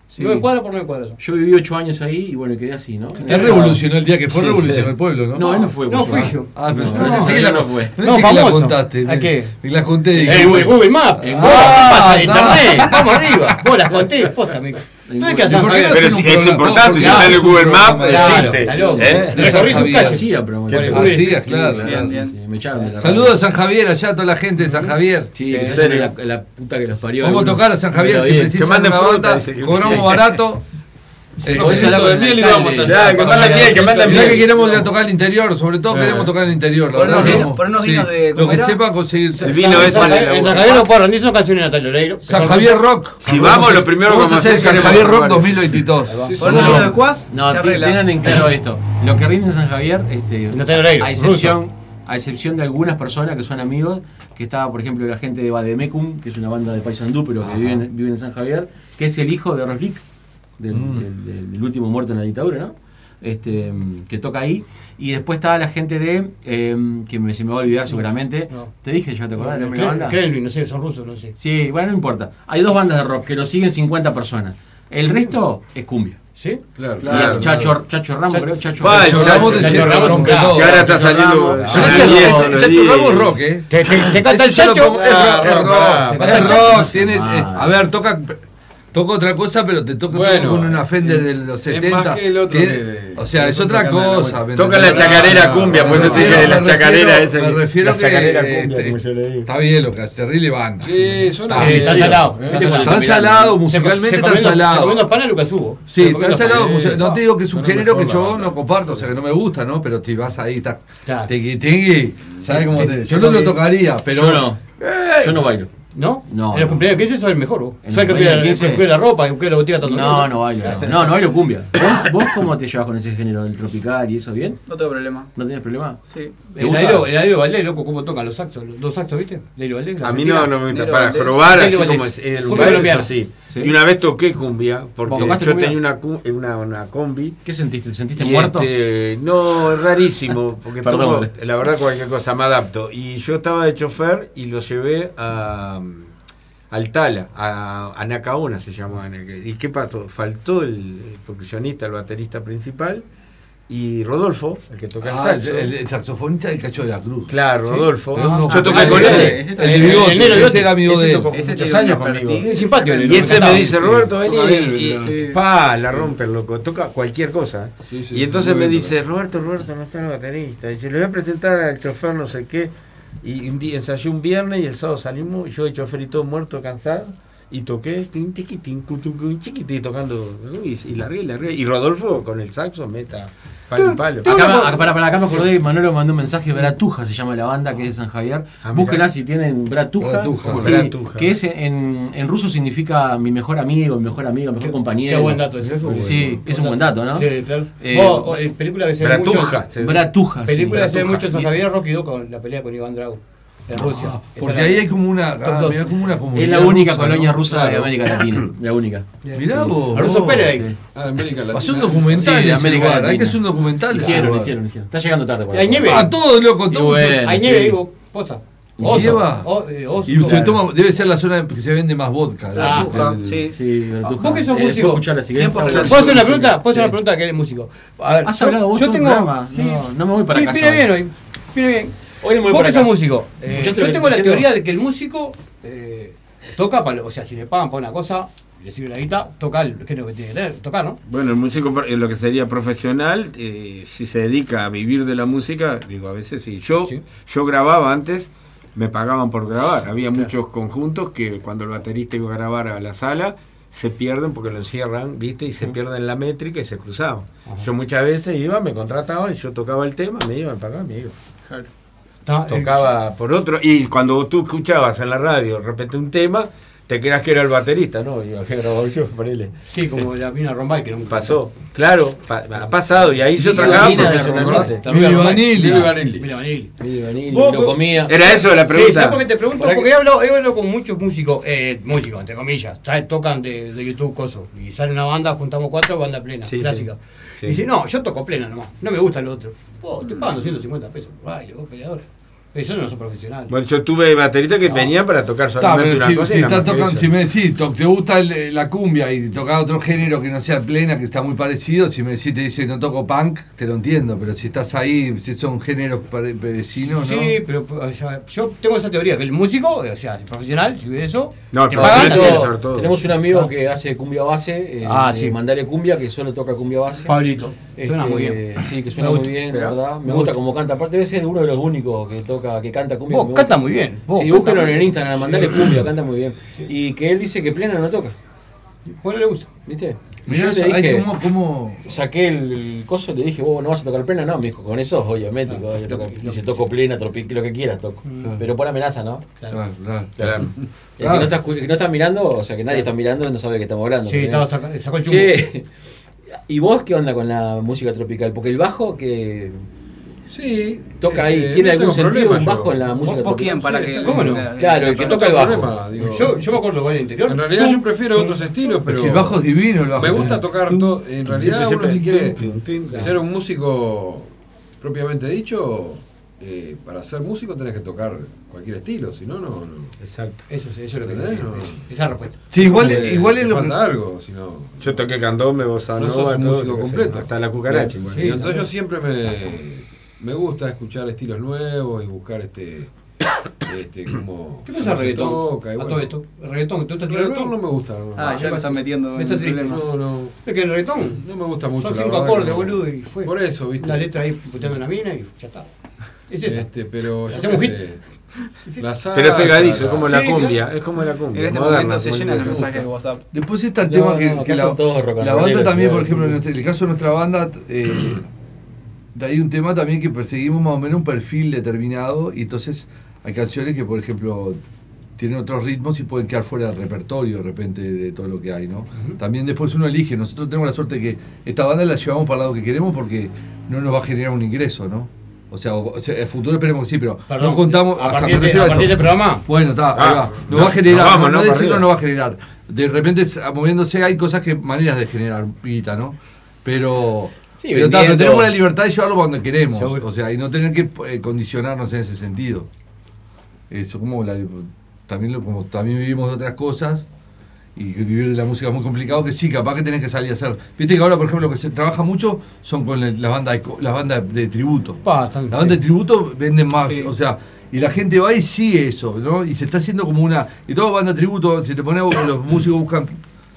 sí. Nueve cuadras por nueve cuadras. son. Yo viví ocho años ahí y bueno, quedé así, ¿no? Te revolucionó el día que fue, revolucionó el pueblo, ¿no? No, él no fue. No por fui suerte. yo. Ah, pero No, no, sé que él la, no fue. no No, sé que la famoso. contaste. ¿A qué? Y la junté y Eh, Google, Google Maps, Eh, vos, ah, pasa de no. internet, vamos arriba, vos las conté, posta, amigo. Entonces, ¿qué ¿Y hacés? por qué no Pero hacen un si- es programa? importante, si No, está en el es un Google programa Maps, de- existe. Claro, Está loco. ¿Eh? Recorrí San sus Javier. calles. Hacía, pero bueno. Hacía, Google. claro, Sí, claro. bien, bien. Sí, me echaron de la Saludos a San Javier, allá a toda la gente de San Javier. Sí, que son la, la puta que los parió. Vamos a algunos. tocar a San Javier Pero si bien. precisan una banda. Cobramos barato. Sí, con eso hablar con el alcalde. Ya, que manda miel, que manda miel. que queremos ir a tocar al interior, sobre todo Eh. queremos tocar al interior. La Por verdad, unos vinos- vamos. por unos Sí, vinos de- Lo ¿cómo que era? sepa conseguir. En San Javier- En San Javier no puedo rendir, son canciones de Natalia Oreiro. San Javier Rock. Si vamos, lo primero que vamos a hacer es San Javier Rock 2022. Seguro. No, te- tengan en claro esto. Lo que rinde en San Javier, este, Natalia Oreiro, a excepción, a excepción de algunas personas que son amigos, que estaba, por ejemplo, la gente de Bademecum, que es una banda de Paysandú, pero que viven, viven en San Javier, que es el hijo de Roslik, del, Mm. del- del- del último muerto en la dictadura, ¿no? Este, mm, que toca ahí. Y después estaba la gente de, em, que me- se me va a olvidar seguramente, te dije, yo te acordás del nombre de la banda. Kremlin, no sé, son rusos, no sé. Sí, bueno, no importa. Hay dos bandas de rock que lo siguen 50 personas. El resto es cumbia. ¿Sí? Claro. Y el Chacho, Chacho Ramos, creo. Chacho Va, el Chacho Chacho Ramos, te Chacho lleva, Ramos, rompe claro. todo. Que ahora está Chacho saliendo- Ramos. Pero ese- ese- ese Chacho Ramos es rock, ¿eh? Te, te- te canta el Ese yo lo chacho. pongo- Es rock, es Ah, rock. pará, Es pará. rock, tiene- Ah. eh, A ver, toca. Toca otra cosa, pero te toca Bueno, eh, con una Fender de los es 70. más que el otro tiene- que de- o sea, que es son otra tocando de la cosa. vuelta. ¿me Toca la entendés? chacarera No, cumbia, no, por eso no, te dije no, de la me chacarera refiero- esa Me que- refiero la que. chacarera eh, cumbia, te- como yo le digo. Está bien, Lucas, terrible banda. Sí, suena Está bien. bien. Está salado, Está está salado. salado. Está salado, musicalmente Se- se está comiendo- Se salado. comiendo pan a Lucas Hugo. Sí, Se está comiendo ensalado. pan. museo- No te digo que es un Suena género que mejor la yo banda. no comparto, o sea que no me gusta, ¿no? Pero si vas ahí, estás. Claro. Tingui, tingui. ¿Sabes cómo te.? Yo no Tingui. lo tocaría, pero. Eh. Yo no. Yo no bailo. ¿No? No, En los no. cumpleaños Ah, de 15 sos el mejor, vos. En Sos el que los cuida cumpleaños de el que 15. cuida la ropa, el que cuida la botella tanto. No, no bailo. No, no, no bailo cumbia. ¿Vos, vos cómo te llevas con ese género del tropical y eso bien? No tengo problema. ¿No tenés problema? Sí. ¿Te El gusta? aero, el aero Valdés, loco, cómo tocan los saxos, los dos saxos, ¿viste? El aero Valdés. A mí no, no me gusta. Para probar probar así como es el lugar, eso sí. Y una vez toqué cumbia, porque yo ¿Tocaste cumbia? tenía una, cu- una, una combi. ¿Qué sentiste? ¿Te sentiste Y, muerto? este, no, es rarísimo, porque Perdón. eh. tomo- la verdad cualquier cosa me adapto. Y yo estaba de chofer y lo llevé a um, al Tala, a, a Nacaona se llamaba. en aquel- ¿Y qué pasó? Faltó el percusionista, el baterista principal, y Rodolfo, el que toca Ah, el saxo. el, el saxofonista del Cacho de la Cruz. Claro, Sí. Rodolfo. Es uno- Yo toqué Ah, con el- él. El de Bigotti, Ese ese era amigo de él. tocó muchos años conmigo. Es simpático, el Y ese encantado. me dice, Sí. Roberto, vení. Toca bien, y- el- y- Pa, la rompe el loco. Toca cualquier cosa. Sí, sí, y entonces muy me bien dice, Roberto, Roberto, no está el baterista. Dice, le voy a presentar al chofer no sé qué. Y un día ensayé un viernes y el sábado salimos. Y yo de chofer y todo muerto, cansado. Y toqué tin, tiqui, tin, cu, tu, cu, chiquiti, tocando Ruiz. Y largué, largué. Y Rodolfo con el saxo meta palo y palo. Acá, me- acá- para, para, acá me acordé, Manolo mandó un mensaje, Bratuja se llama la banda que es de San Javier. Ah, mirá. Búsquenla si tienen Bratuja, Bratuja, sí, Bratuja. que es en, en ruso significa mi mejor amigo, mi mejor amiga, mejor compañero. qué buen dato ese. Sí, es un buen dato, ¿no? Sí, claro. Eh, Vos, o, eh, película que se ve mucho. Bratuja, sí. Película que se ve Bratuja. mucho en San Y- Javier, Rocky 2 con la pelea con Iván Drago. En Rusia. Ah, Esa Porque era- ahí hay como una, Top ah, dos. mirá, como una comunidad Es la única rusa, colonia ¿no? rusa de Claro. América Latina. La única. Mirá vos. Ruso vos. Ah, América Latina. Pasó un documental Sí, de de ese América lugar, Latina. Hay que hacer un documental. de ese Hicieron, lugar. hicieron, hicieron. Está llegando tarde. por Y hay acá. Ah, nieve. A todos, loco, Y todos. bueno, Hay nieve, sí. digo, posta. Y Oso. lleva. O- eh, oso. y usted Claro. toma, debe ser la zona que se vende más vodka. la- Ah, el- el- Sí, sí, Bratuja. Vos que sos Eh, músico. puedo escuchar la siguiente? ¿Puedo hacer una pregunta? ¿Puedo hacer una pregunta que eres músico? A ver, ¿Has yo- hablado vos yo todo el tengo- programa? sí. No, no me voy para Mira- casa Mira hoy. bien hoy. Mira bien. Hoy no me voy Vos para que sos casa. músico. eh, Escuchaste lo yo que tengo la diciendo. teoría de que el músico eh, toca para. lo- O sea, si le pagan para una cosa, le sirve la guita, toca el género que tiene que tener, tocar, ¿no? Bueno, el músico, eh, lo que sería profesional, eh, si se dedica a vivir de la música, digo, a veces sí. Yo, yo grababa antes, me pagaban por grabar. Había muchos conjuntos que cuando el baterista iba a grabar a la sala, se pierden porque lo encierran, ¿viste? Y se pierden la métrica y se cruzaban. Yo muchas veces iba, me contrataban, yo tocaba el tema, me iban, pagaban, me iba. Ta- Tocaba por otro. Y cuando tú escuchabas en la radio, de repente un tema, te creas que era el baterista, ¿no? Yo había grabado yo, ponele. Sí, como la mina Rombay que no Pasó, claro, pa- ha pasado. Y ahí yo Mira, trabajaba mira, profesionalmente. Rombay. Mira, Vanilli. Mira, Mira, Vanilli. Vos- lo comía. Era eso la pregunta. Sí, ¿sabes por qué te pregunto? Por ahí- Porque he hablado, he hablado con muchos músicos, eh, músicos, entre comillas, trae- tocan de, de YouTube cosas. Y sale una banda, juntamos cuatro, banda plena, Sí, clásica. sí. Y dice, no, yo toco plena nomás, no me gusta lo otro. Vos, te pagan 250 pesos, baile, vos peleador. Eso no son profesionales. Bueno, yo tuve bateristas que venían para tocar Está, solamente pero una si, cosa. si y nada está más que tocando- eso. si me decís, to- te gusta el- eh, la cumbia y tocar otro género que no sea plena, que está muy parecido, si me decís, te dice no toco punk, te lo entiendo, pero si estás ahí, si son géneros pare- vecinos, ¿no? Sí, pero o sea, yo tengo esa teoría, que el músico, o sea, el profesional, si ve eso, No, te pero pagan, Ah, tenés te- sobre todo. Tenemos un amigo que hace cumbia base, eh, Ah, eh, sí. Mandale Cumbia, que solo toca cumbia base. Pablito. Este, Suena muy bien. Sí, que Me suena muy gusta. bien, la Pero- verdad. Me, me gusta gusta. como canta. Aparte debe ser uno de los únicos que toca, que canta cumbia. Vos, que me gusta. canta muy bien. Vos, sí, canta búsquenlo muy en bien. Instagram, mandale Sí. cumbia, canta muy bien. Y que él dice que plena no toca. Bueno, le gusta. ¿Viste? Y Mirá, yo le hay dije, como- como- saqué el, el coso y le dije, vos no vas a tocar plena, no, me dijo, con eso, obviamente, que vaya a tocar. Dice, toco plena, tropique, lo que quieras toco. Mm. Pero por amenaza, ¿no? Claro, claro. Claro. El que Claro. no, está, escu- el que no está mirando, o sea, que nadie está mirando, no sabe que estamos hablando. Sí, ¿eh? estaba saca- sacó el chumbo. Che, ¿y vos qué onda con la música tropical? Porque el bajo que Sí. toca eh, ahí, no ¿tiene tengo algún sentido problema un bajo yo. en la ¿Vos- música vos tropical? quién para que- ¿Cómo no? la- Claro, el que para toca el no bajo. tener problema, digo. Yo, yo me acuerdo con el interior. En realidad yo prefiero otros estilos, pero. que el bajo es divino, el bajo. Me gusta tocar todo. En realidad, Siempre, uno si siempre, quiere tin, tin, tin. ser un músico propiamente dicho, eh, para ser músico tenés que tocar cualquier estilo, si no, no. Exacto. Eso, es- eso es lo que ¿Entendés? tenés. No. es- Esa respuesta. Eh, Sí, igual- Porque igual te es lo que- falta algo, si no. Yo toqué candombe, bossa No nova, sos un todo, músico yo qué sé, completo. Hasta la cucaracha. Bien. igual. Sí, entonces yo siempre me, me gusta escuchar estilos nuevos y buscar este. este como, ¿Qué pasa reggaetón? Toca, y A bueno. todo esto. ¿Reggaetón? ¿Te gusta el reggaetón? reggaetón? no me gusta. no. Ah, ya lo están metiendo Me está en triste. problemas. No, no. Es que el reggaetón. No me gusta mucho. Son la cinco verdad acordes, que no. boludo, y fue. Por eso, ¿viste? La letra ahí puteando en la mina y ya está. Es esa. Este, pero yo Hacemos qué hit. sé. Es esa. La salsa, Pero es pegadizo, la- es como la cumbia. Es como la cumbia. En este moderna, momento se como llenan la los cumbia. mensajes de WhatsApp. Después está el No, tema no, que, acá que la, son todos rock and la banda rolleros, también, por igual. ejemplo, en, nuestra- en el caso de nuestra banda, eh, hay un tema también que perseguimos más o menos un perfil determinado y entonces hay canciones que, por ejemplo, tienen otros ritmos y pueden quedar fuera del repertorio de repente de todo lo que hay, ¿no? También después uno elige, nosotros tenemos la suerte que esta banda la llevamos para el lado que queremos porque no nos va a generar un ingreso, ¿no? O sea, o- o sea, el futuro esperemos que sí, pero Perdón, no contamos... a o sea, partir me de- refiero a esto. partir del programa. Bueno, está, ahí Ah, va. No, no, va a generar, nos no, vamos, ¿no? decirlo Para arriba. no va a generar. De repente, s- moviéndose, hay cosas que, maneras de generar guita, ¿no? Pero, Sí, pero, está, pero vendiendo. tenemos la libertad de llevarlo cuando queremos. Seguro. O sea, y no tener que eh, condicionarnos en ese sentido. Eso como la- también lo- como también vivimos de otras cosas y que vivir de la música es muy complicado que sí, capaz que tenés que salir a hacer. Viste que ahora, por ejemplo, lo que se trabaja mucho son con el- las bandas de, co- las bandas de tributo. las bandas de tributo venden más, o sea, y la gente va y sigue eso, ¿no? Y se está haciendo como una. Y todo banda de tributo, si te pones a- los músicos buscan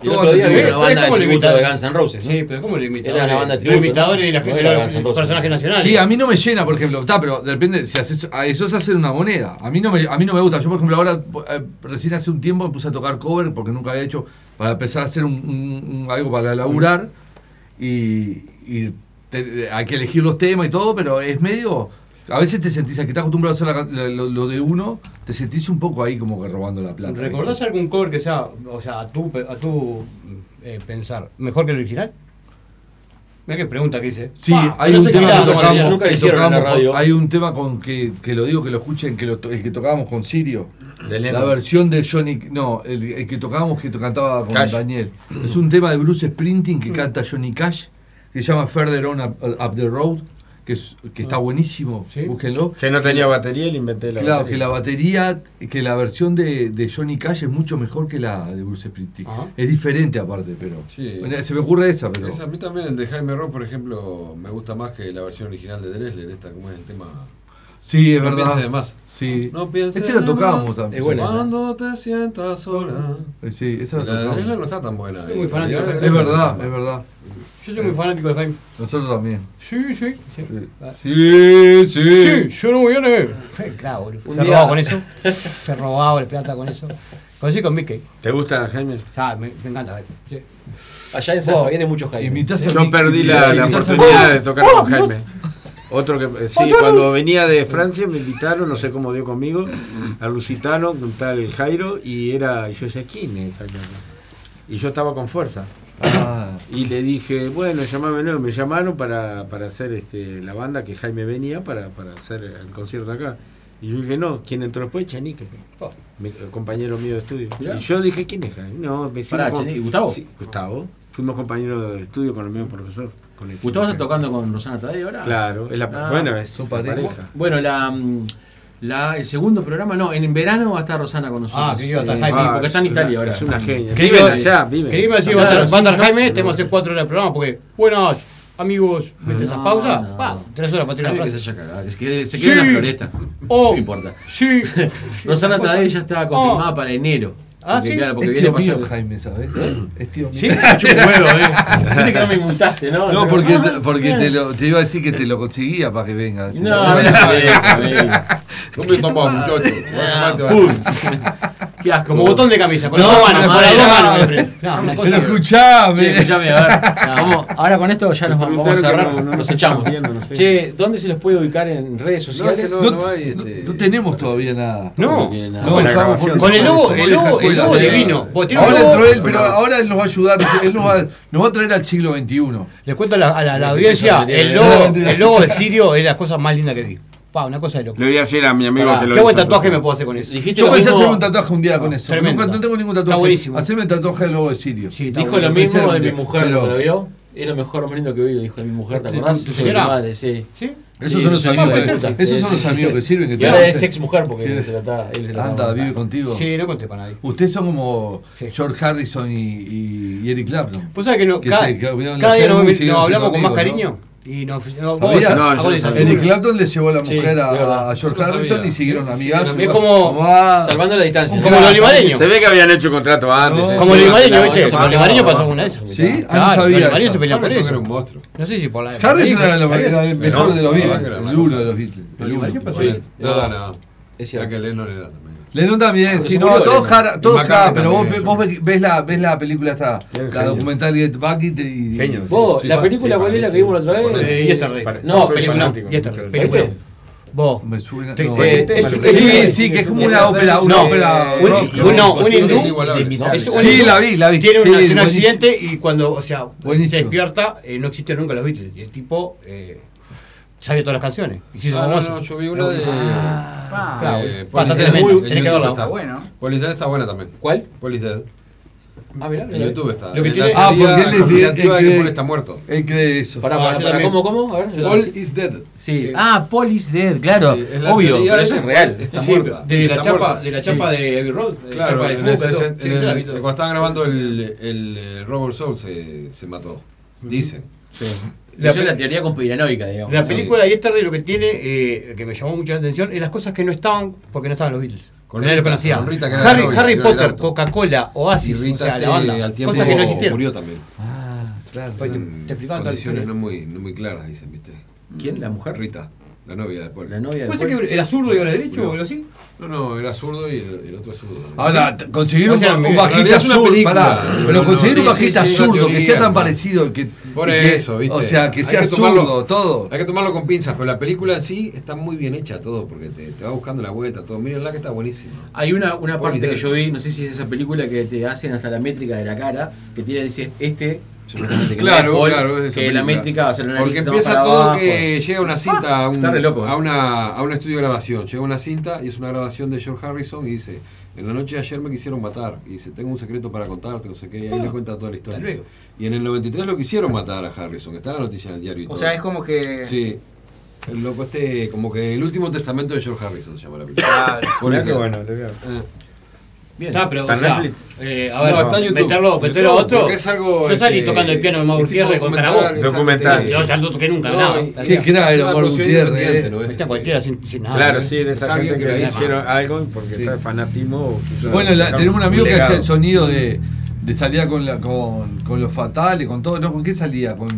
El otro día ¿Eh? vi una banda de tributo de Guns N' San Roses. ¿no? Sí, pero ¿cómo lo imitadores? Era una banda de Los tributo. imitadores y la No gente, era los- Guns N' los Roses. personajes nacionales. Sí, a mí no me llena, por ejemplo. Está, pero depende, si haces, a eso es hacer una moneda. A mí, no me, a mí no me gusta. Yo, por ejemplo, ahora, eh, recién hace un tiempo me puse a tocar cover porque nunca había hecho, para empezar a hacer un, un- un- algo para laburar. Y, y te- hay que elegir los temas y todo, pero es medio. A veces te sentís, al que estás acostumbrado a hacer la can- lo, lo de uno, te sentís un poco ahí como que robando la plata. ¿Recordás ¿viste? algún cover que sea, o sea, a tu, pe- a tu eh, pensar, mejor que el original? Mira qué pregunta que hice. Sí, Pa, hay no un sé tema qué que hablo. tocamos, Nunca que hicieron en la tocamos con- radio. hay un tema con que, que lo digo que lo escuchen, que lo to- el que tocábamos con Sirio, la versión de Johnny, no, el, el que tocábamos que to- cantaba con Cash. Daniel, es un tema de Bruce Sprinting que canta Johnny Cash, que se llama Further On Up, Up the Road, que, es- que está buenísimo, búsquenlo. Que no tenía batería, le inventé la Claro, batería. que la batería, que la versión de, de Johnny Cash es mucho mejor que la de Bruce Springsteen. Es diferente aparte, pero. Bueno, se me ocurre esa, pero. a mí también, el de Jaime Ross, por ejemplo, me gusta más que la versión original de Dresler, esta como es el tema. Sí, es No verdad. pienses de más. Sí. No pienses Ese lo de tocábamos Ah, más. también. Es buena esa. Cuando te sientas sola. Eh, Sí, esa La de tocamos. Dresler no está tan buena. Soy muy fanático de Es Dresler. verdad, es verdad. Yo soy muy fanático de Jaime. Nosotros también. Sí, sí. Sí, Sí, sí. yo no voy a negar. Sí, Eh, claro, boludo. Un Se día- robaba con eso. Se robaba el plata con eso. Conocí con Mickey. ¿Te gusta Jaime? Ah, me, me encanta. Sí. Allá en San Javier hay muchos Jaime. Imitás Yo perdí la, la oportunidad de tocar Oh, con Jaime. Otro que. eh, Sí, Otra cuando luz. venía de Francia me invitaron, no sé cómo dio conmigo, al Lusitano, un tal Jairo, y era. Y yo decía, ¿quién es Jairo? Y yo estaba con fuerza. Ah. Y le dije, bueno, llamame no, me llamaron para, para hacer este, la banda que Jaime venía para, para hacer el concierto acá. Y yo dije, no, ¿quién entró después? Chanique, mi- eh, compañero mío de estudio. Oh. Mirá. Y yo dije, ¿quién es Jaime? No, me Pará, con- Chenique, ¿Gustavo? Sí, Gustavo. Fuimos compañeros de estudio con el mismo profesor. Con el Gustavo está Chenique. tocando con Rosana Tadei ahora. Claro, es la- bueno, es son la pareja. Bueno, la, mm, la- el segundo programa, no, en, en verano va a estar Rosana con nosotros. Ah, que iba a estar Eh, Jaime. sí, porque está en Es una- Italia ahora. es una genia. Qué Quería- bien, allá, vive. Quería decir, Claro, va a estar- sí, va a estar yo- Jaime, tenemos que hacer cuatro horas de programa porque, buenas, amigos, mientras esas pausas, pa, tres horas para tirar Jaime la que frase. se haya cagado, es que se quede en la Sí. floresta. no importa. Sí. Rosana Tadei ya estaba confirmada para enero. Ah, porque, sí. claro, porque Es viene tío mío, pasado. Jaime, ¿sabes? Es tío mío. Sí, Cacho, un huevo, eh. Viste que no me inmutaste, ¿no? No, Yo- porque, Ah, porque bien. te, lo, te iba a decir que te lo conseguía para que venga. No, no, me interesa, venga. No me tomás, muchacho. Qué asco. Como botón de camisa, con No, las dos manos, con las madre, dos no, manos. no, No, no, una no, cosa pero que- escuchame. Che, escuchame, a ver. Vamos, ahora con esto ya nos vamos, vamos a cerrar, preguntaron que no- no nos nos echamos. estamos viendo, no sé. Che, ¿dónde se los puede ubicar en redes sociales? No, no, este, no tenemos todavía nada. No. no, Con la estamos grabación. por- Con el lobo, el lobo, el lobo divino. Vos tenés Ahora un lobo. entró él, pero ahora él nos va a ayudar. Él nos va, nos va a traer al siglo XXI. Les cuento a la, a la- a la audiencia, el logo, el logo de Sirio es la cosa más linda que vi. Pa, una cosa de loco. Le voy a decir a mi amigo Pará, que lo ¿Qué buen hizo, tatuaje entonces. me puedo hacer con eso? Yo pensé hacer un tatuaje un día con eso. tremendo. Nunca- no tengo ningún tatuaje. Está buenísimo. Haceme tatuaje del lobo de Sirio. Dijo lo mismo de mi mujer, ¿no lo vio? Es lo mejor más lindo que vi, lo dijo de mi mujer, ¿te ¿Tu- acordás? tu Sí, señora? madre, sí. ¿Sí? Esos son los sí, amigos puede de- ser. esos son los amigos que sirven, que y te ahora hacen- es ex mujer porque ¿Quieres? se la está. él se la Anda, está- vive contigo. Sí, no conté para nadie. Ustedes son como George Harrison y, y- y Eric Clapton. ¿Vos sabés que, no, Que cada, se- que vieron cada la día Fermi nos, y siguieron nos hablamos siendo con más amigos, cariño? ¿no? Y nos, ¿Sabías? vos- ah, vos- vos- Eric Clapton le llevó la Sí, mujer a, de verdad. a George No sabía. Harrison y siguieron Sí, amigas. ah, sí, es como- Salvando la distancia. Como los limareños. Se ve que habían hecho contrato antes. eh. Como Sí, los limareños, claro, ¿viste? eso Con los pasó. limareños pasó una de esas. Sí, ah, no Claro, sabía Los eso. limareños se Ah, pelearon por Harrison eso. era un monstruo. No sé si por la. Harrison era, lo- ¿sabías? era el mejor No, de los Beatles, no, era una el uno de los Beatles. No, el Iván, uno. ¿qué pasó? Sí. No, no. Es cierto. que Lennon era también. Lennon también, Pero sí, se no, murió todos Lennon. cara, todos Y cara, McCartney pero vos, también, vos ves, ves la, ves la película esta, la genio. documental Get Back y te- y... Genio, sí. Vos, Sí, la sí, película, sí, ¿cuál es la sí. que vimos la otra vez? Ponele. Eh, Yesterday. Pare- No, soy película. fanático. Yesterday. ¿Viste? Película. Vos. Me suena. Te- no, te- eh, te- es- te- es- te- sí, que es como te- una te- ópera, una No, ópera un- rock, un- no, rock, un sí. hindú. Es un Sí, hindú. la vi, la vi. Tiene Sí, un- tiene un buenísimo. accidente y cuando, o sea, se Buenísimo. despierta, eh, no existen nunca los Beatles. Y el tipo eh, sabe todas las canciones. Y se hizo No, no, famoso. no, yo vi una de. Ah, claro. eh, Pa, está Police Dead. tremendo. En Tenés que YouTube verla. está. Police Dead está buena también. ¿Cuál? Police Dead. Ah, mirá, En YouTube está. Lo que Es tiene- la Ah, porque él teoría decide- conspirativa él de que cree- Paul está muerto. Ah, Él cree eso. Pará, pará, pará, ¿cómo, cómo? A ver, Paul yo- is dead. Sí. Ah, Paul is dead, claro. Sí, es la Obvio, teoría pero de eso que es real. está muerta. de la Está chapa- muerta. de la chapa de Abbey Road, de la Claro, chapa de en Foo, ese- todo. en Sí, el- sí, la vi toda. cuando estaban grabando el, el, eh, Robert Soul se, se mató. Dicen. La Eso es pe- la teoría conspiranoica, digamos. La película de Yesterday lo que tiene, eh, que me llamó mucho la atención, es las cosas que no estaban porque no estaban los Beatles. Con que nadie lo Rita, conocía. con Rita, que era Harry, la novia, Harry que era el Potter, orto. Coca-Cola, Oasis, Y Rita o sea, la T, banda. al tiempo cosas que no existieron. murió también. Ah, claro. Te explicaban toda la Condiciones historia. no muy, no muy claras, dicen, ¿viste? ¿Quién? ¿La mujer? Rita, la novia de Paul. La novia de ¿Puede ser Paul. que era zurdo y ahora derecho Murió. o algo así? No, no, era zurdo y el, el otro es zurdo. Ahora, t- conseguir un, bajito ba- un bajista zurdo, pará, pero conseguir un bajista zurdo que sea tan parecido y que, Por y que- eso, ¿viste? o sea, que Hay sea tomarlo- zurdo, todo. Hay que tomarlo con pinzas, pero la película en sí está muy bien hecha todo, porque te, te va buscando la vuelta, todo. Mírenla que está buenísima. Hay una, una Paul parte que Dano. yo vi, no sé si es esa película que te hacen hasta la métrica de la cara, que tiene, dice, este, supuestamente que no Claro, es Paul, claro, es esa que la película. métrica va a ser una Porque lista empieza para todo abajo. que llega una cinta a un, Está re loco, ¿eh? a una, a un estudio de grabación. Llega una cinta y es una grabación de George Harrison y dice, en la noche de ayer me quisieron matar. Y dice, tengo un secreto para contarte, no sé qué, y Ah, ahí le cuenta toda la historia. Hasta luego. Y en el 93 lo quisieron matar a Harrison, está la noticia en el diario. y O todo. sea, es como que- Sí. El loco este, como que el último testamento de George Harrison se llama la película. Claro. Por Mirá eso. qué bueno, lo veo. Eh. Bien. Está, Ah, pero, o sea, eh, a ver, No, está en YouTube. meterlo, meterlo a YouTube, otro. porque es algo, yo salí este, tocando el piano de Mau es Gutiérrez tipo con Carabó. documental, Documental. Yo ya no toqué nunca, No, nada. y- qué crack era Mau Gutiérrez, eh. Está cualquiera sin, sin nada. Claro, sí, de Es esa alguien gente que lo le llama. hicieron algo porque Sí. está de fanatismo. o quiso Bueno, la- dejar tenemos un amigo que legado. hace el sonido de, de salida con, la, con, con los fatales, con todo, ¿no? ¿Con qué salía? Con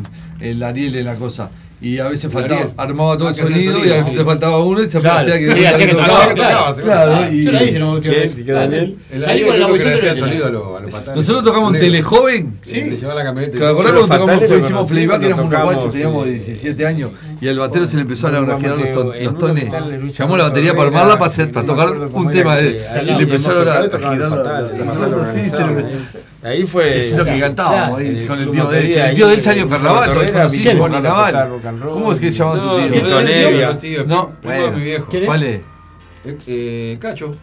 el Ariel y la cosa. Y a veces El faltaba, Ariel. armaba todo Ah, el que hacía sonido, y a veces sí. le faltaba uno y se Claro. parecía que... Sí, hacía que tocaba, claro. claro, y- Yo la hice, no, ¿Qué? Gutiérrez. ¿Qué, Daniel? El Ariel creo que le hacía sonido a los- a los fatales. Nosotros tocamos un Negro. telejoven. Sí, le llevaba la camioneta. ¿Te acordás Los cuando tocamos, fatales lo hicimos conocí playback, cuando éramos unos tocamos, guachos, teníamos sí. 17 años, y al batero se le empezó a la- a girar los, to- en los un tones. hospital de Luis Llamó la batería para Ferreira, armarla, para, hacer- para no me tocar acuerdo un cómo era tema que- de ahí Y hemos le empezaron a, tocado y a tocaba el girar los- fatal, los- el los- fatal los- así, se organizado. le- Ahí fue- Es lo que cantábamos ahí, el con el Club tío de él. Lotería que El ahí, tío de él que salió en Club carnaval, Lotería, conocísimo en Pinto, tocar carnaval. rock and roll. ¿Cómo es que se llamaba tu No, tío? Pinto Nevia. No, bueno, ¿cuál es? Eh, eh, Cacho.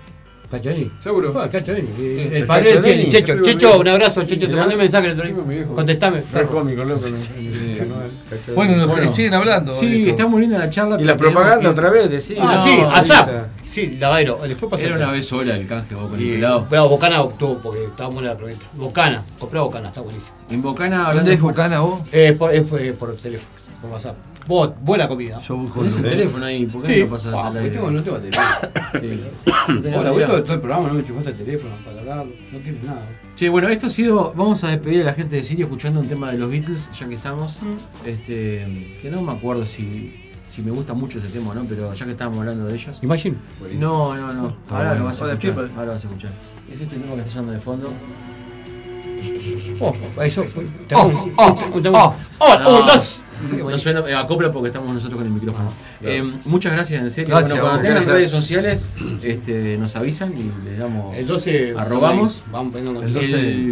Cachoni. Seguro. Ah, Cacho Deni. Eh, El El padre del Cacho Deni. Che- Checho. Siempre Checho, me- un abrazo, Checho. Te Mirá. mandé un mensaje el otro día. Contestame. Re cómico, loco. ¿no? Bueno, nos Bueno. siguen hablando. Sí, está muy linda la charla. Y la propaganda otra vez, decís. Ah, sí, ASAP. Sí, Lavairo. eh, Después pasó Era otra. una vez sola el canje, vos con Y- el pelado. Pero Bocana optó porque estaba buena la prometa. Bocana, comprá Bocana, está buenísimo. En Bocana, hablando- ¿Dónde es Bocana vos? Eh, por, es, eh, por teléfono, por WhatsApp. Vos, buena comida. Yo busco Tenés el teléfono ahí, ¿por qué este no lo pasás Ah, al porque aire? tengo- no tengo teléfono. Tenés Hola, la vos idea. todo, todo el programa no me chupaste el teléfono para hablarlo. No tienes nada. Che, bueno, esto ha sido. Vamos a despedir a la gente de Sirio escuchando un tema de los Beatles, ya que estamos. Mm. Este. Que no me acuerdo si. Si me gusta mucho ese tema o no, pero ya que estábamos hablando de ellos. Imagine. No, no, no. Está Ahora bueno. lo vas a Hola, escuchar. people. Ahora vas a escuchar. Es este tema que está sonando de fondo. Oh, eso fue. Oh, oh, oh, oh, oh, dos. No, no suena, eh, acopla porque estamos nosotros con el micrófono. Eh, muchas gracias, en serio. Ah, Gracias, bueno, cuando vos, tengan gracias. redes sociales, este, nos avisan y les damos. El 12 Arrobamos. Vamos poniendo el, el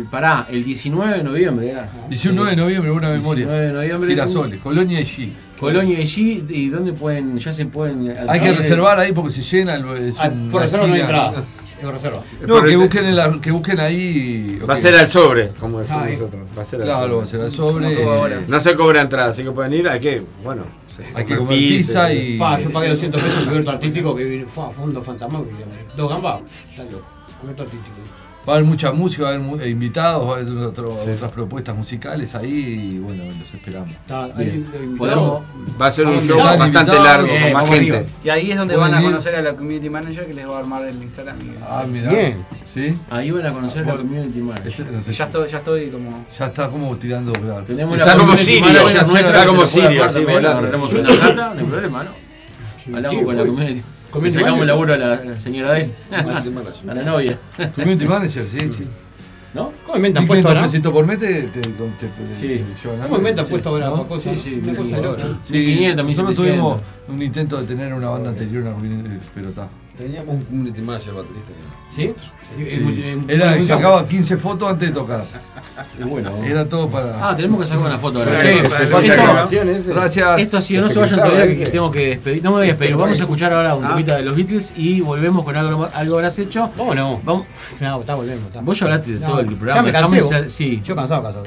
12. pará, el 19 de noviembre era. 19 de noviembre, buena memoria. 19 de noviembre. Girasoles, Colonia de G. Colonia y G, ¿y dónde pueden? Ya se pueden. Hay que reservar ahí porque se llena. el- es Ah, un- por reserva no hay una gira. entrada. Es reserva. No, Por que ese- busquen, en la- que busquen ahí. Va a ok. ser al sobre, como decimos Ah, ahí. nosotros. Va a ser al claro, sobre. va a ser al sobre. Como todo ahora. No se cobra entrada, así que pueden ir. Hay que, bueno, se- Hay que comer pizza y- Pa, yo pagué 200 pesos el cubierto artístico que vino. Fue a fondo fantasma. Dos gambas. Está loco. Cubierto artístico. Va a haber mucha música, va a haber mu- eh, invitados, va a haber otro- otras propuestas musicales ahí y bueno, los esperamos. Está, ahí Bien. lo invitamos. Va a ser un Ah, show invitado. Eh, bastante largo, con más Eh, gente. Y ahí es donde Pueden van a ir. conocer a la community manager que les va a armar el Instagram. Ah, mirá. Bien. ¿Sí? Ahí van Ah, a conocer la Bueno, community manager. este no sé. Ya estoy, ya estoy como. Ya está como tirando. claro. Tenemos Está la como community Sirio, manager ya nuestra está que como se puede Sirio, hablar así también, volando. Agarramos una carta, no hay problema, ¿no? Hablamos sí, con la voy. community. Le Community sacamos manager. el laburo a la, a la señora de él. Community manager. a la novia. Community manager, sí, sí. ¿No? Mm. ¿Cómo inventan ¿Y puesto quince ahora? pesos por mes te, te, con- te- te- Sí. te llevan ¿Cómo algo? inventan puesto ahora, ¿No? Paco? Sí, sí. Una cosa loca. Sí, 1500, nosotros 1700. tuvimos un intento de tener una banda anterior, una community- pero está. Teníamos un community manager baterista. que- ¿Sí? Sí. Era que sacaba 15 fotos antes de tocar. Era todo para. Ah, tenemos que sacar una foto ahora. Sí, Che, sí, esto- sí, sí. Gracias. Esto ha sido, no Que se vayan cruzaba, todavía, ¿eh? que tengo que despedir. No me voy a despedir, vamos a escuchar ahora un Ah. temita de los Beatles y volvemos con algo, algo habrás hecho. ¿Cómo no? Vamos. No, está volviendo. Está. Vos ya hablaste de No, todo el ya programa. me cansé, dejame vos. sa- sí. Yo cansado, cansado.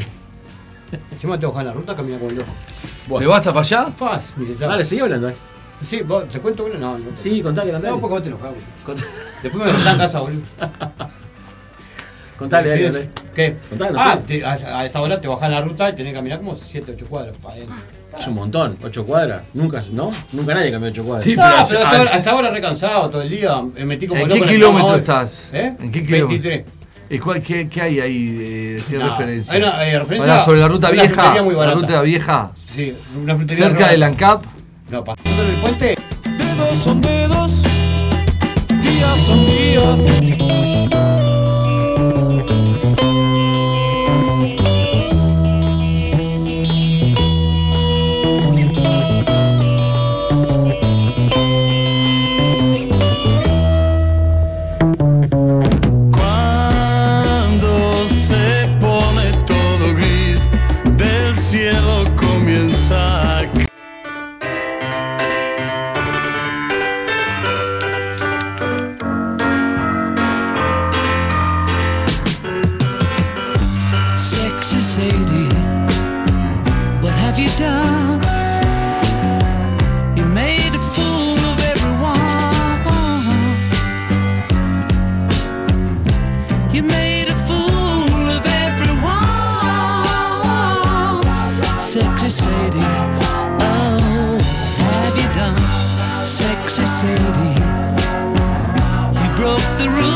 Encima tengo que bajar la ruta, caminar con el ojo. ¿Te vas hasta para allá? Faz, necesario. Dale, seguí hablando. eh. Sí, vos, ¿te cuento uno? No, no. Sí, contale, contale. No, porque vos te enojás, boludo. Contá- Después me contás en casa, boludo. Contale, dale, Sí, dale. ¿Qué? Contale, ah, sí. te- a, a esa hora te bajás la ruta y tenés que caminar como 7, 8 cuadras para adentro. Es un montón, 8 cuadras. Nunca, ¿no? Nunca nadie cambió 8 cuadras. Ah, No, pero hasta, hasta ahora recansado todo el día. Me metí como ¿En loco qué el kilómetro automóvil. estás? ¿Eh? ¿En qué 23. kilómetro? ¿Y cuál- qué, qué hay ahí? eh, ¿Qué No, referencia? hay una, eh, referencia Pará, sobre la ruta una vieja. frutería muy la barata. ruta vieja. Sí, una frutería Cerca rara. del ANCAP. No, pasando el puente. Dedos son dedos, días son días. Cuando se pone todo gris, del cielo comienza a ca- Sexy Sadie, what have you done? You made a fool of everyone. You made a fool of everyone. Sexy Sadie, oh, what have you done? Sexy Sadie, you broke the rules.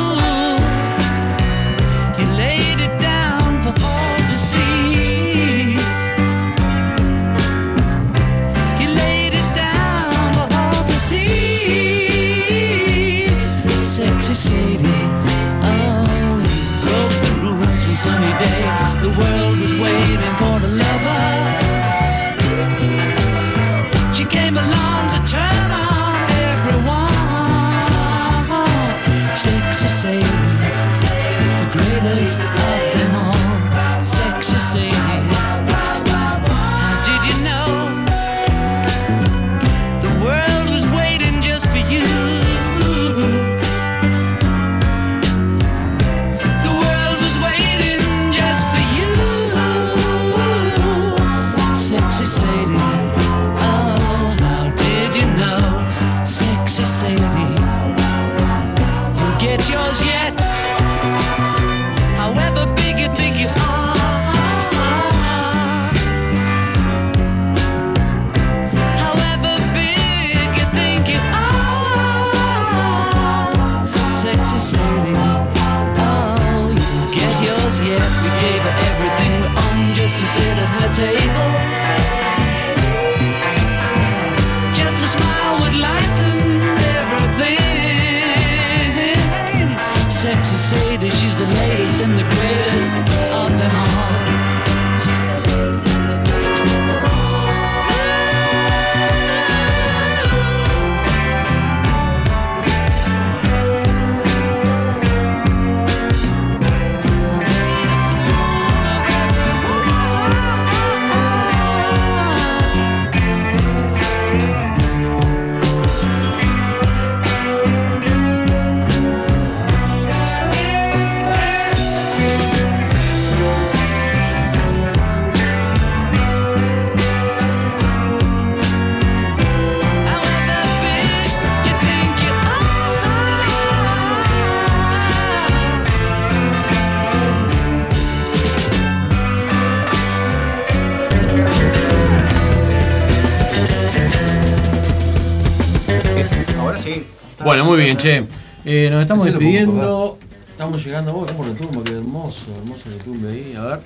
You laid it down for all to see. You laid it down for all to see. Sexy city, oh, you broke the rules one sunny day. The world was waiting for the lover. She came along to turn on everyone. Sexy city the greatest of them all. Sexy Sadie. How did you know? The world was waiting just for you. The world was waiting just for you. Sexy Sadie. Oh, how did you know? Sexy Sadie. You'll get yours yet. However big you think you are. However big you think you are. Sexy city. Oh, you get yours yet. We gave her everything we owned just to sit at her table. Just a smile would lighten everything. Sexy Sadie, she's the latest and the greatest of them all. Ahora sí. Bueno, muy bien, che. Eh, nos estamos Hacelo despidiendo. Estamos llegando a vos, estamos retumbo, qué hermoso, hermoso retumbo ahí. A ver.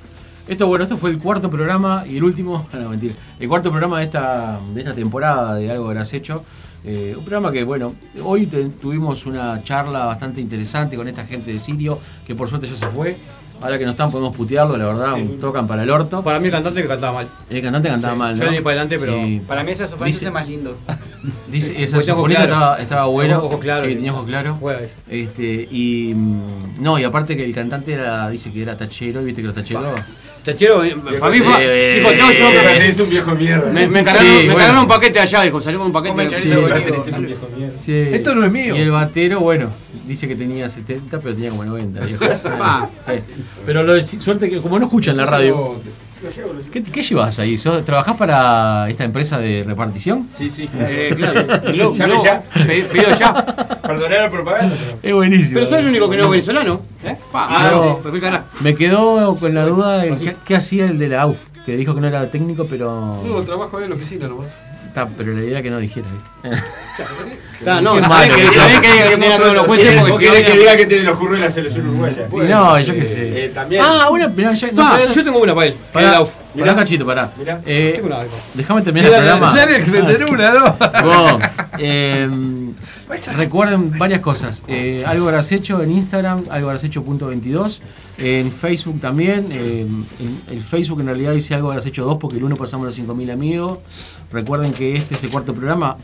Esto, bueno, esto fue el cuarto programa y el último, no, mentira, el cuarto programa de esta, de esta temporada de Algo Habrás Hecho. Eh, un programa que, bueno, hoy te- tuvimos una charla bastante interesante con esta gente de Sirio, que por suerte ya se fue. Ahora que no están, podemos putearlo, la verdad, Sí. un- tocan para el orto. Para mí el cantante que cantaba mal. El cantante cantaba Sí, mal, yo Ah, ¿no? le di para adelante, pero- Para mí ese saxofonista es más lindo. Dice, esa Pues tengo saxofonista claro. estaba, estaba bueno. Tengo ojos claros. Sí, tenía ojos claros. Este, y mm, no, y aparte que el cantante era, dice que era tachero, y viste que los tacheros. Tachero, eh, para mí fue. Dijo, tengo yo que un viejo mierda. Me, me encargaron, me encargaron un paquete allá, dijo, salió con un paquete. Sí, Esto no es mío. Y el batero, bueno, dice que tenía 70, pero tenía como 90. viejo. Ah. Sí. Pero lo de, suerte que como no escuchan la radio. ¿Qué, qué llevas ahí? ¿Sos- ¿Trabajás para esta empresa de repartición? Sí, sí. Eh, claro. Glo- Llame Glo- ya. pe- Pedido ya. Perdoné la propaganda. Es buenísimo. Pero soy el único que no es venezolano. ¿eh? Pa, Ah, me- sí. me fui al carajo. Me quedó con la duda de qué, qué hacía el de la AUF. que dijo que no era técnico, pero. No, el trabajo ahí en la oficina nomás. Está, pero la idea era que no dijera, ¿viste? Ah, Está, no, Qué está malo bien que- que está sos. bien que diga que tiene todos los jueces, porque Vos si no- querés que diga que tiene los curros de la selección uruguaya. eh, Y no, yo qué sé. Ah, una. Mirá, ya, eh, Ah, pará. yo tengo una para él. Eh, Pará, Para Lauf. pará, cachito, pará. Mirá, Eh, tengo una. Déjame terminar Era el programa. la- Sergio, Ah. tenés una, ¿no? Vos, eh, recuerden varias cosas. Eh, algo habrás hecho en Instagram, algo habrás hecho punto 22. En Facebook también. eh, en el Facebook en realidad dice algo habrás hecho dos porque el uno pasamos los 5.000 amigos. Recuerden que este es el cuarto programa.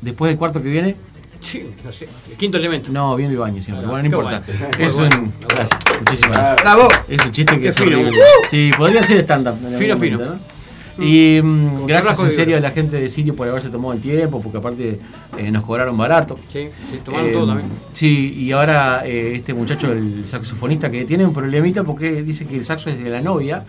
Después del cuarto que viene. Sí, no sé. El quinto elemento. Ah, No, viene el baño siempre. Bueno, no qué importa. bueno. Es Bueno, un. bueno. Gracias. Muchísimas gracias. Bravo. Es un chiste que Qué es fino. Uh. horrible. Sí, podría ser stand-up. en algún Fino, fino. momento, ¿no? Y mm, gracias rasgo en de serio a la gente de Sirio por haberse tomado el tiempo, porque aparte eh, nos cobraron barato. Eh, Sí, sí, tomaron todo también. Sí, y ahora eh, este muchacho, el saxofonista, que tiene un problemita porque dice que el saxo es de la novia.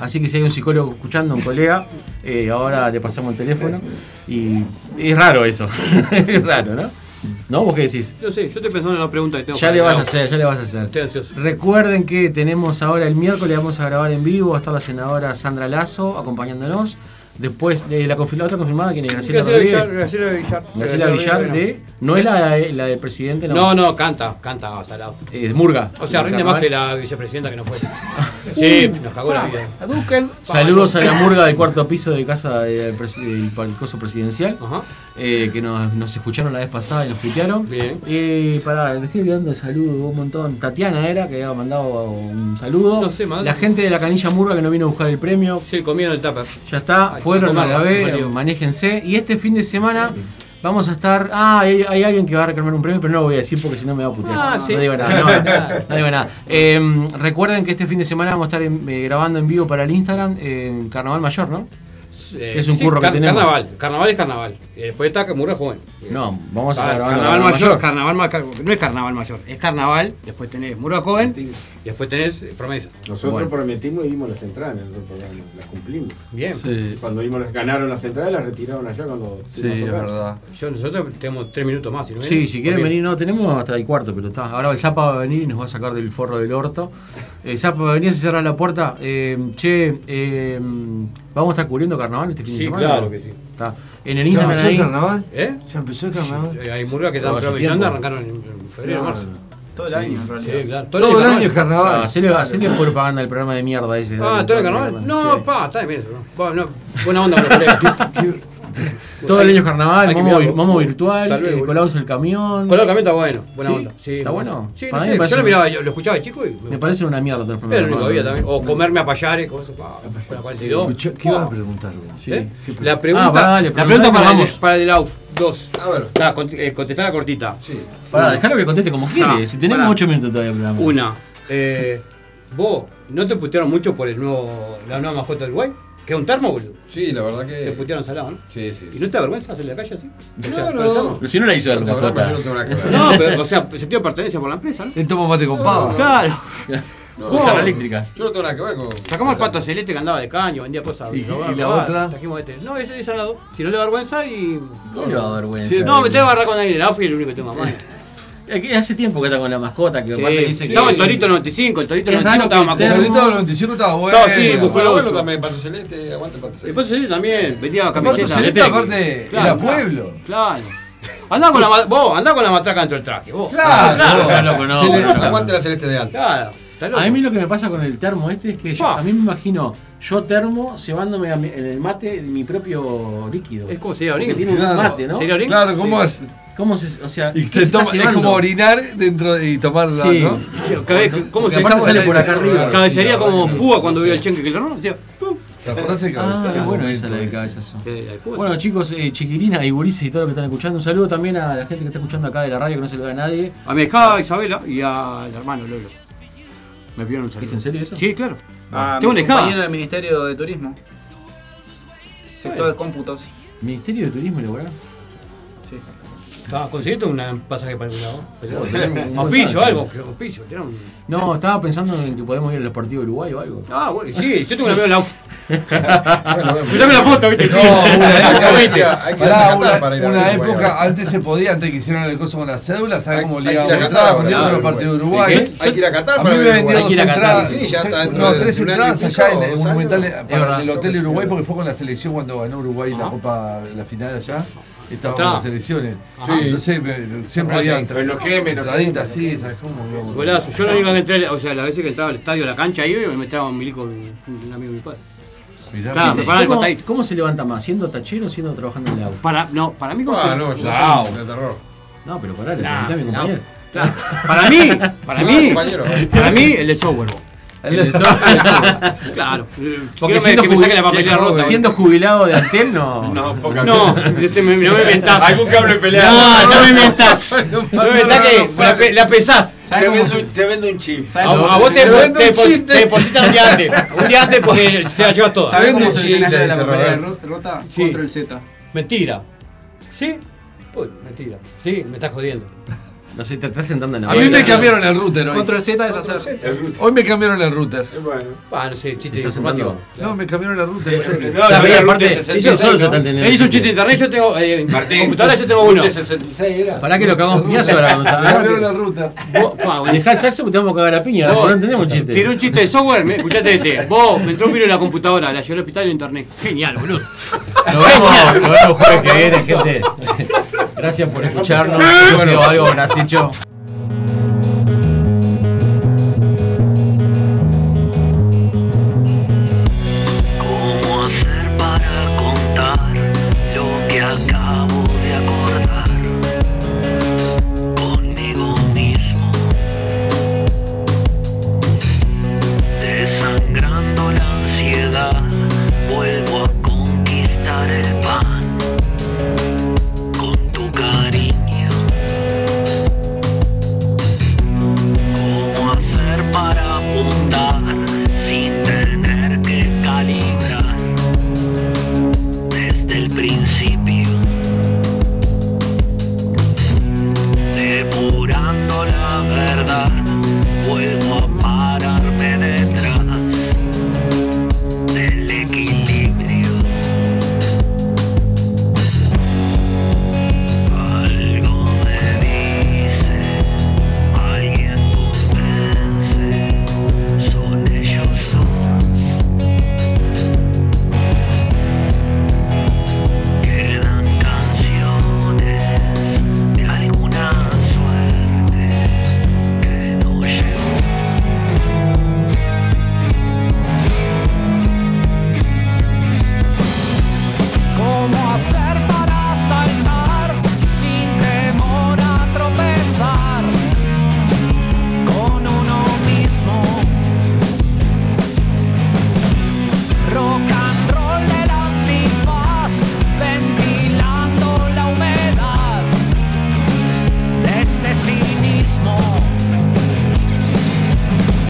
Así que si hay un psicólogo escuchando, un colega, eh, ahora le pasamos el teléfono. Y es raro eso. es raro, ¿no? ¿No? ¿Vos qué decís? No sé, yo estoy pensando en la pregunta que tengo. Ya para le el vas a Lauf. hacer, ya le vas a hacer. Estoy ansioso. Recuerden que tenemos ahora el miércoles, vamos a grabar en vivo, va a estar la senadora Sandra Lazo acompañándonos. Después, eh, la, confir- la otra confirmada, ¿quién es? Graciela, Graciela Rodríguez. Villar, Graciela Villar. Graciela Graciela Villar Rodríguez, de... No es la, eh, la del presidente, no. No, no, canta, canta Salado. Eh, es Murga. Ah, O sea, rinde más que la vicepresidenta que no fue. Sí, nos cagó la vida. Saludos a la Murga del cuarto piso de casa del presi- del palcoso presidencial, eh, que nos, nos escucharon la vez pasada y nos pitearon. Bien. pará, me estoy olvidando de saludos un montón. Tatiana era, que había mandado un saludo. No sé, mandá. la gente de la canilla Murga que no vino a buscar el premio. Sí, comieron el tupper. Ya está, Ay, fueron, tomá, la grabé, Mario. manéjense. Y este fin de semana vamos a estar. Ah, hay, hay alguien que va a reclamar un premio, pero no lo voy a decir porque si no me va a putear. Ah, no, sí. no digo nada, no, no digo nada. Eh, recuerden que este fin de semana vamos a estar en- eh, grabando en vivo para el Instagram en Carnaval Mayor, ¿no? Eh, es un sí, curro car- que tenemos. Carnaval, carnaval es carnaval. Y después está que Murga joven. No, vamos a Ah, grabar carnaval mayor, carnaval ma- car- no es carnaval mayor, es carnaval, después tenés Murga joven y después tenés eh, promesa. Nosotros Bueno. prometimos y dimos las entradas en el otro programa, las cumplimos. Bien. Sí. Cuando dimos las, ganaron las entradas, las retiraron allá cuando fuimos a tocar. Yo, nosotros tenemos tres minutos más. Si no Sí, vienen. si quieren Bien. venir, no, tenemos hasta el cuarto, pero está. Ahora el Zapa va a venir y nos va a sacar del forro del orto. El Zapa va a venir, se cerrar la puerta. Eh, che, eh, ¿vamos a estar cubriendo carnaval este fin de Sí, semana? claro que sí. Está. En el Instagram empezó el ahí- carnaval? ¿Eh? ¿Ya empezó el carnaval? Sí, Hay Murga que Pero estaban hace provisando, tiempo. arrancaron en en febrero, No, marzo. Todo el año, en realidad. Sí, claro. Todo el año es carnaval. Ah, Hacele, hacele propaganda al programa de mierda ese. Ah, dale, ¿todo el dale, carnaval? dale. No, pa, está bien eso. ¿no? Bueno, no, buena onda con los colegas. Todo el año es carnaval, Hay que momo, mirarlo. momo virtual, Tal vez, eh, boludo. Colaus el camión. Colaus el camión está bueno, buena Sí, onda. Sí, ¿Está bueno. bueno? Sí, no Para mí sé, me parece yo lo una- miraba, yo lo escuchaba de chico y Me parece una mierda todo el Era programa. lo único que había también. O comerme a payares, con eso, pa, con la 42. Escuchá, ¿Qué iba a preguntar? vos? ¿Eh? ¿Qué pre- La pregunta, Ah, pará, dale, la preguntá pregunta y para, nos el, para el AUF 2. A ver. La, cont- eh, contestá la cortita. Ah, Sí. Pará, dejalo que conteste como quiere. si tenemos 8 minutos todavía de programa. Una. Eh, vos, ¿no te putearon mucho por el nuevo, la nueva mascota de Uruguay? Que es un termo, boludo. Sí, la verdad que. Te putearon salado, ¿no? Sí, sí. ¿Y no te avergüenza hacer la calle así? No, O sea, no. con el termo. Pero si no la hizo la mascota. No, pero, o sea, sentido de pertenencia por la empresa, ¿no? Él toma mate con pava. Claro. No, Vos, jarra eléctrica. Yo no tengo nada que ver con- Sacamos al pato celeste que andaba de caño, vendía cosas. ¿Y- y robaba, la robaba, otra? trajimos este. No, ese es salado. Si no le da vergüenza y. ¿Cómo le va a dar vergüenza? Sí, no, me tengo que agarrar con alguien del AUF y el único que tengo más. Aquí Hace tiempo que está con la mascota, que aparte dice que. estaba el Torito 95, el Torito Es 95 raro estaba que más el cómodo. Torito 95 estaba bueno. Estaba así, Estaba musculoso. bueno también, Pato Celeste, aguante Pato Celeste. El Pato Celeste también, vendía Pato camisetas. Celeste, aparte, era pueblo. Claro. Andá con la, ma- vos, andá con la matraca dentro del traje, vos. Claro, no, loco, no, no, no. Aguante la celeste de antes. Claro, está loco. A mí lo que me pasa con el termo este es que yo, a mí me imagino yo termo cebándome a mi- en el mate de mi propio líquido. Es como sería Porque orín. Tiene un Claro. mate, ¿no? ¿Sería orín? Claro, ¿cómo Sí. ¿Cómo se, o sea, Y ¿qué se se está toma- es cebando? como orinar dentro de- y tomar la, Sí. ¿no? Sí, Cada vez que- ¿Cómo Porque se aparte estaba- sale por acá arriba. Cabecería como Sí. Púa cuando vio el chenque que le robó. decía, ¡pum! ¿Te acordás de Ah, cabeza? qué bueno Momento esa la de ese. cabezazo. Eh, ahí Pues puedo Bueno ser. chicos, eh, chiquirina y gurises y todo lo que están escuchando, un saludo también a la gente que está escuchando acá de la radio que no se lo da a nadie. A mi hija Isabela y al hermano Lolo. Me pidieron un saludo. ¿Es en serio eso? Sí, claro. A Ah, Tengo una Ah, mi hija. compañero del Ministerio de Turismo. Sector de cómputos. Ministerio de Turismo, ¿lo verdad? Sí. Ta, ¿Conseguiste Ah, un pasaje para algún lado? Bueno, Un auspicio, algo, creo, un auspicio. tirá un- No, estaba pensando en que podemos ir a los partidos de Uruguay o algo. Ah, güey, sí, yo tengo un amigo en la UF. Me Me saco una foto, ¿viste? No, una, Pará, una- una época, antes se podía, antes que hicieron el coso con las cédulas, ¿sabes cómo le Hay que iba ir a a Qatar para los ver partidos Uruguay. de Uruguay? Hay que- hay que ir a Qatar mí para me ver vendió Uruguay. Hay que ir a dos Qatar. entradas. Sí, ya está Tres- dentro No, de tres un año y entradas pico, allá en el dos Monumental años. eh, Es para verdad. el Hotel de Uruguay porque fue con la selección cuando ganó Uruguay la Copa, la final allá. Estaba Está. con las selecciones. Ajá. Entonces me- siempre había Pero no queme, no entraditas así, ¿sabes cómo? digamos? Golazo, yo la única que entré, o sea, la vez que entraba al estadio, a la cancha ahí, me metía un milico un un amigo de mi padre. Claro, Dice, me paraba al ¿cómo, costadito. cómo se levanta más? ¿Siendo tachero o siendo trabajando en la UF? Para, no, para mí, ¿cómo Ah, se- no, yo Wow. soy de terror. No, pero pará, le Nah, pregunté a mi no. compañero. Claro. Para mí, para mí, para mí, el de software. El de software. Claro. Porque Quiero siendo, que me saque la jubi- papelera siendo rota. siendo jubilado de Antel, no. No, poca No, cosa. este me- no me inventás. Algún cable peleado. No, no me inventás. No me inventás que la pe- la pesás. Te vendo, un, te vendo un chip. A, a vos te, te, te, te depositan un día antes. Un día antes porque se la llevas toda. ¿Sabés cómo solucionaste la papelera rota? Sí. Control Z. Mentira. ¿Sí? Pues, mentira. Sí, me estás jodiendo. No sé, te estás sentando en la A mí verga. me cambiaron el router hoy. Control Z es Control hacer. Z. El router. Hoy me cambiaron el router. Bueno. Ah, no sé, chiste ¿Estás informático. sentando? No, me cambiaron el router. no sé qué. O sea, pero aparte, hizo- Él hizo un chiste de internet, yo tengo. Eh, computadora, yo tengo uno. 66 era. Pará que lo cagamos piñazo ahora, Gonzalo. Me abrió la ruta. Dejá el saxo porque te vamos a cagar a piña. Vos- No, entendemos el chiste. Tiré un chiste de software, me, escuchate este. Vos, me entró un virus en la computadora, la llevé al hospital y lo internet. Genial, boludo. Nos vemos, nos vemos el jueves que viene, gente. Gracias por escucharnos. Yo soy Algo, Brasicho. este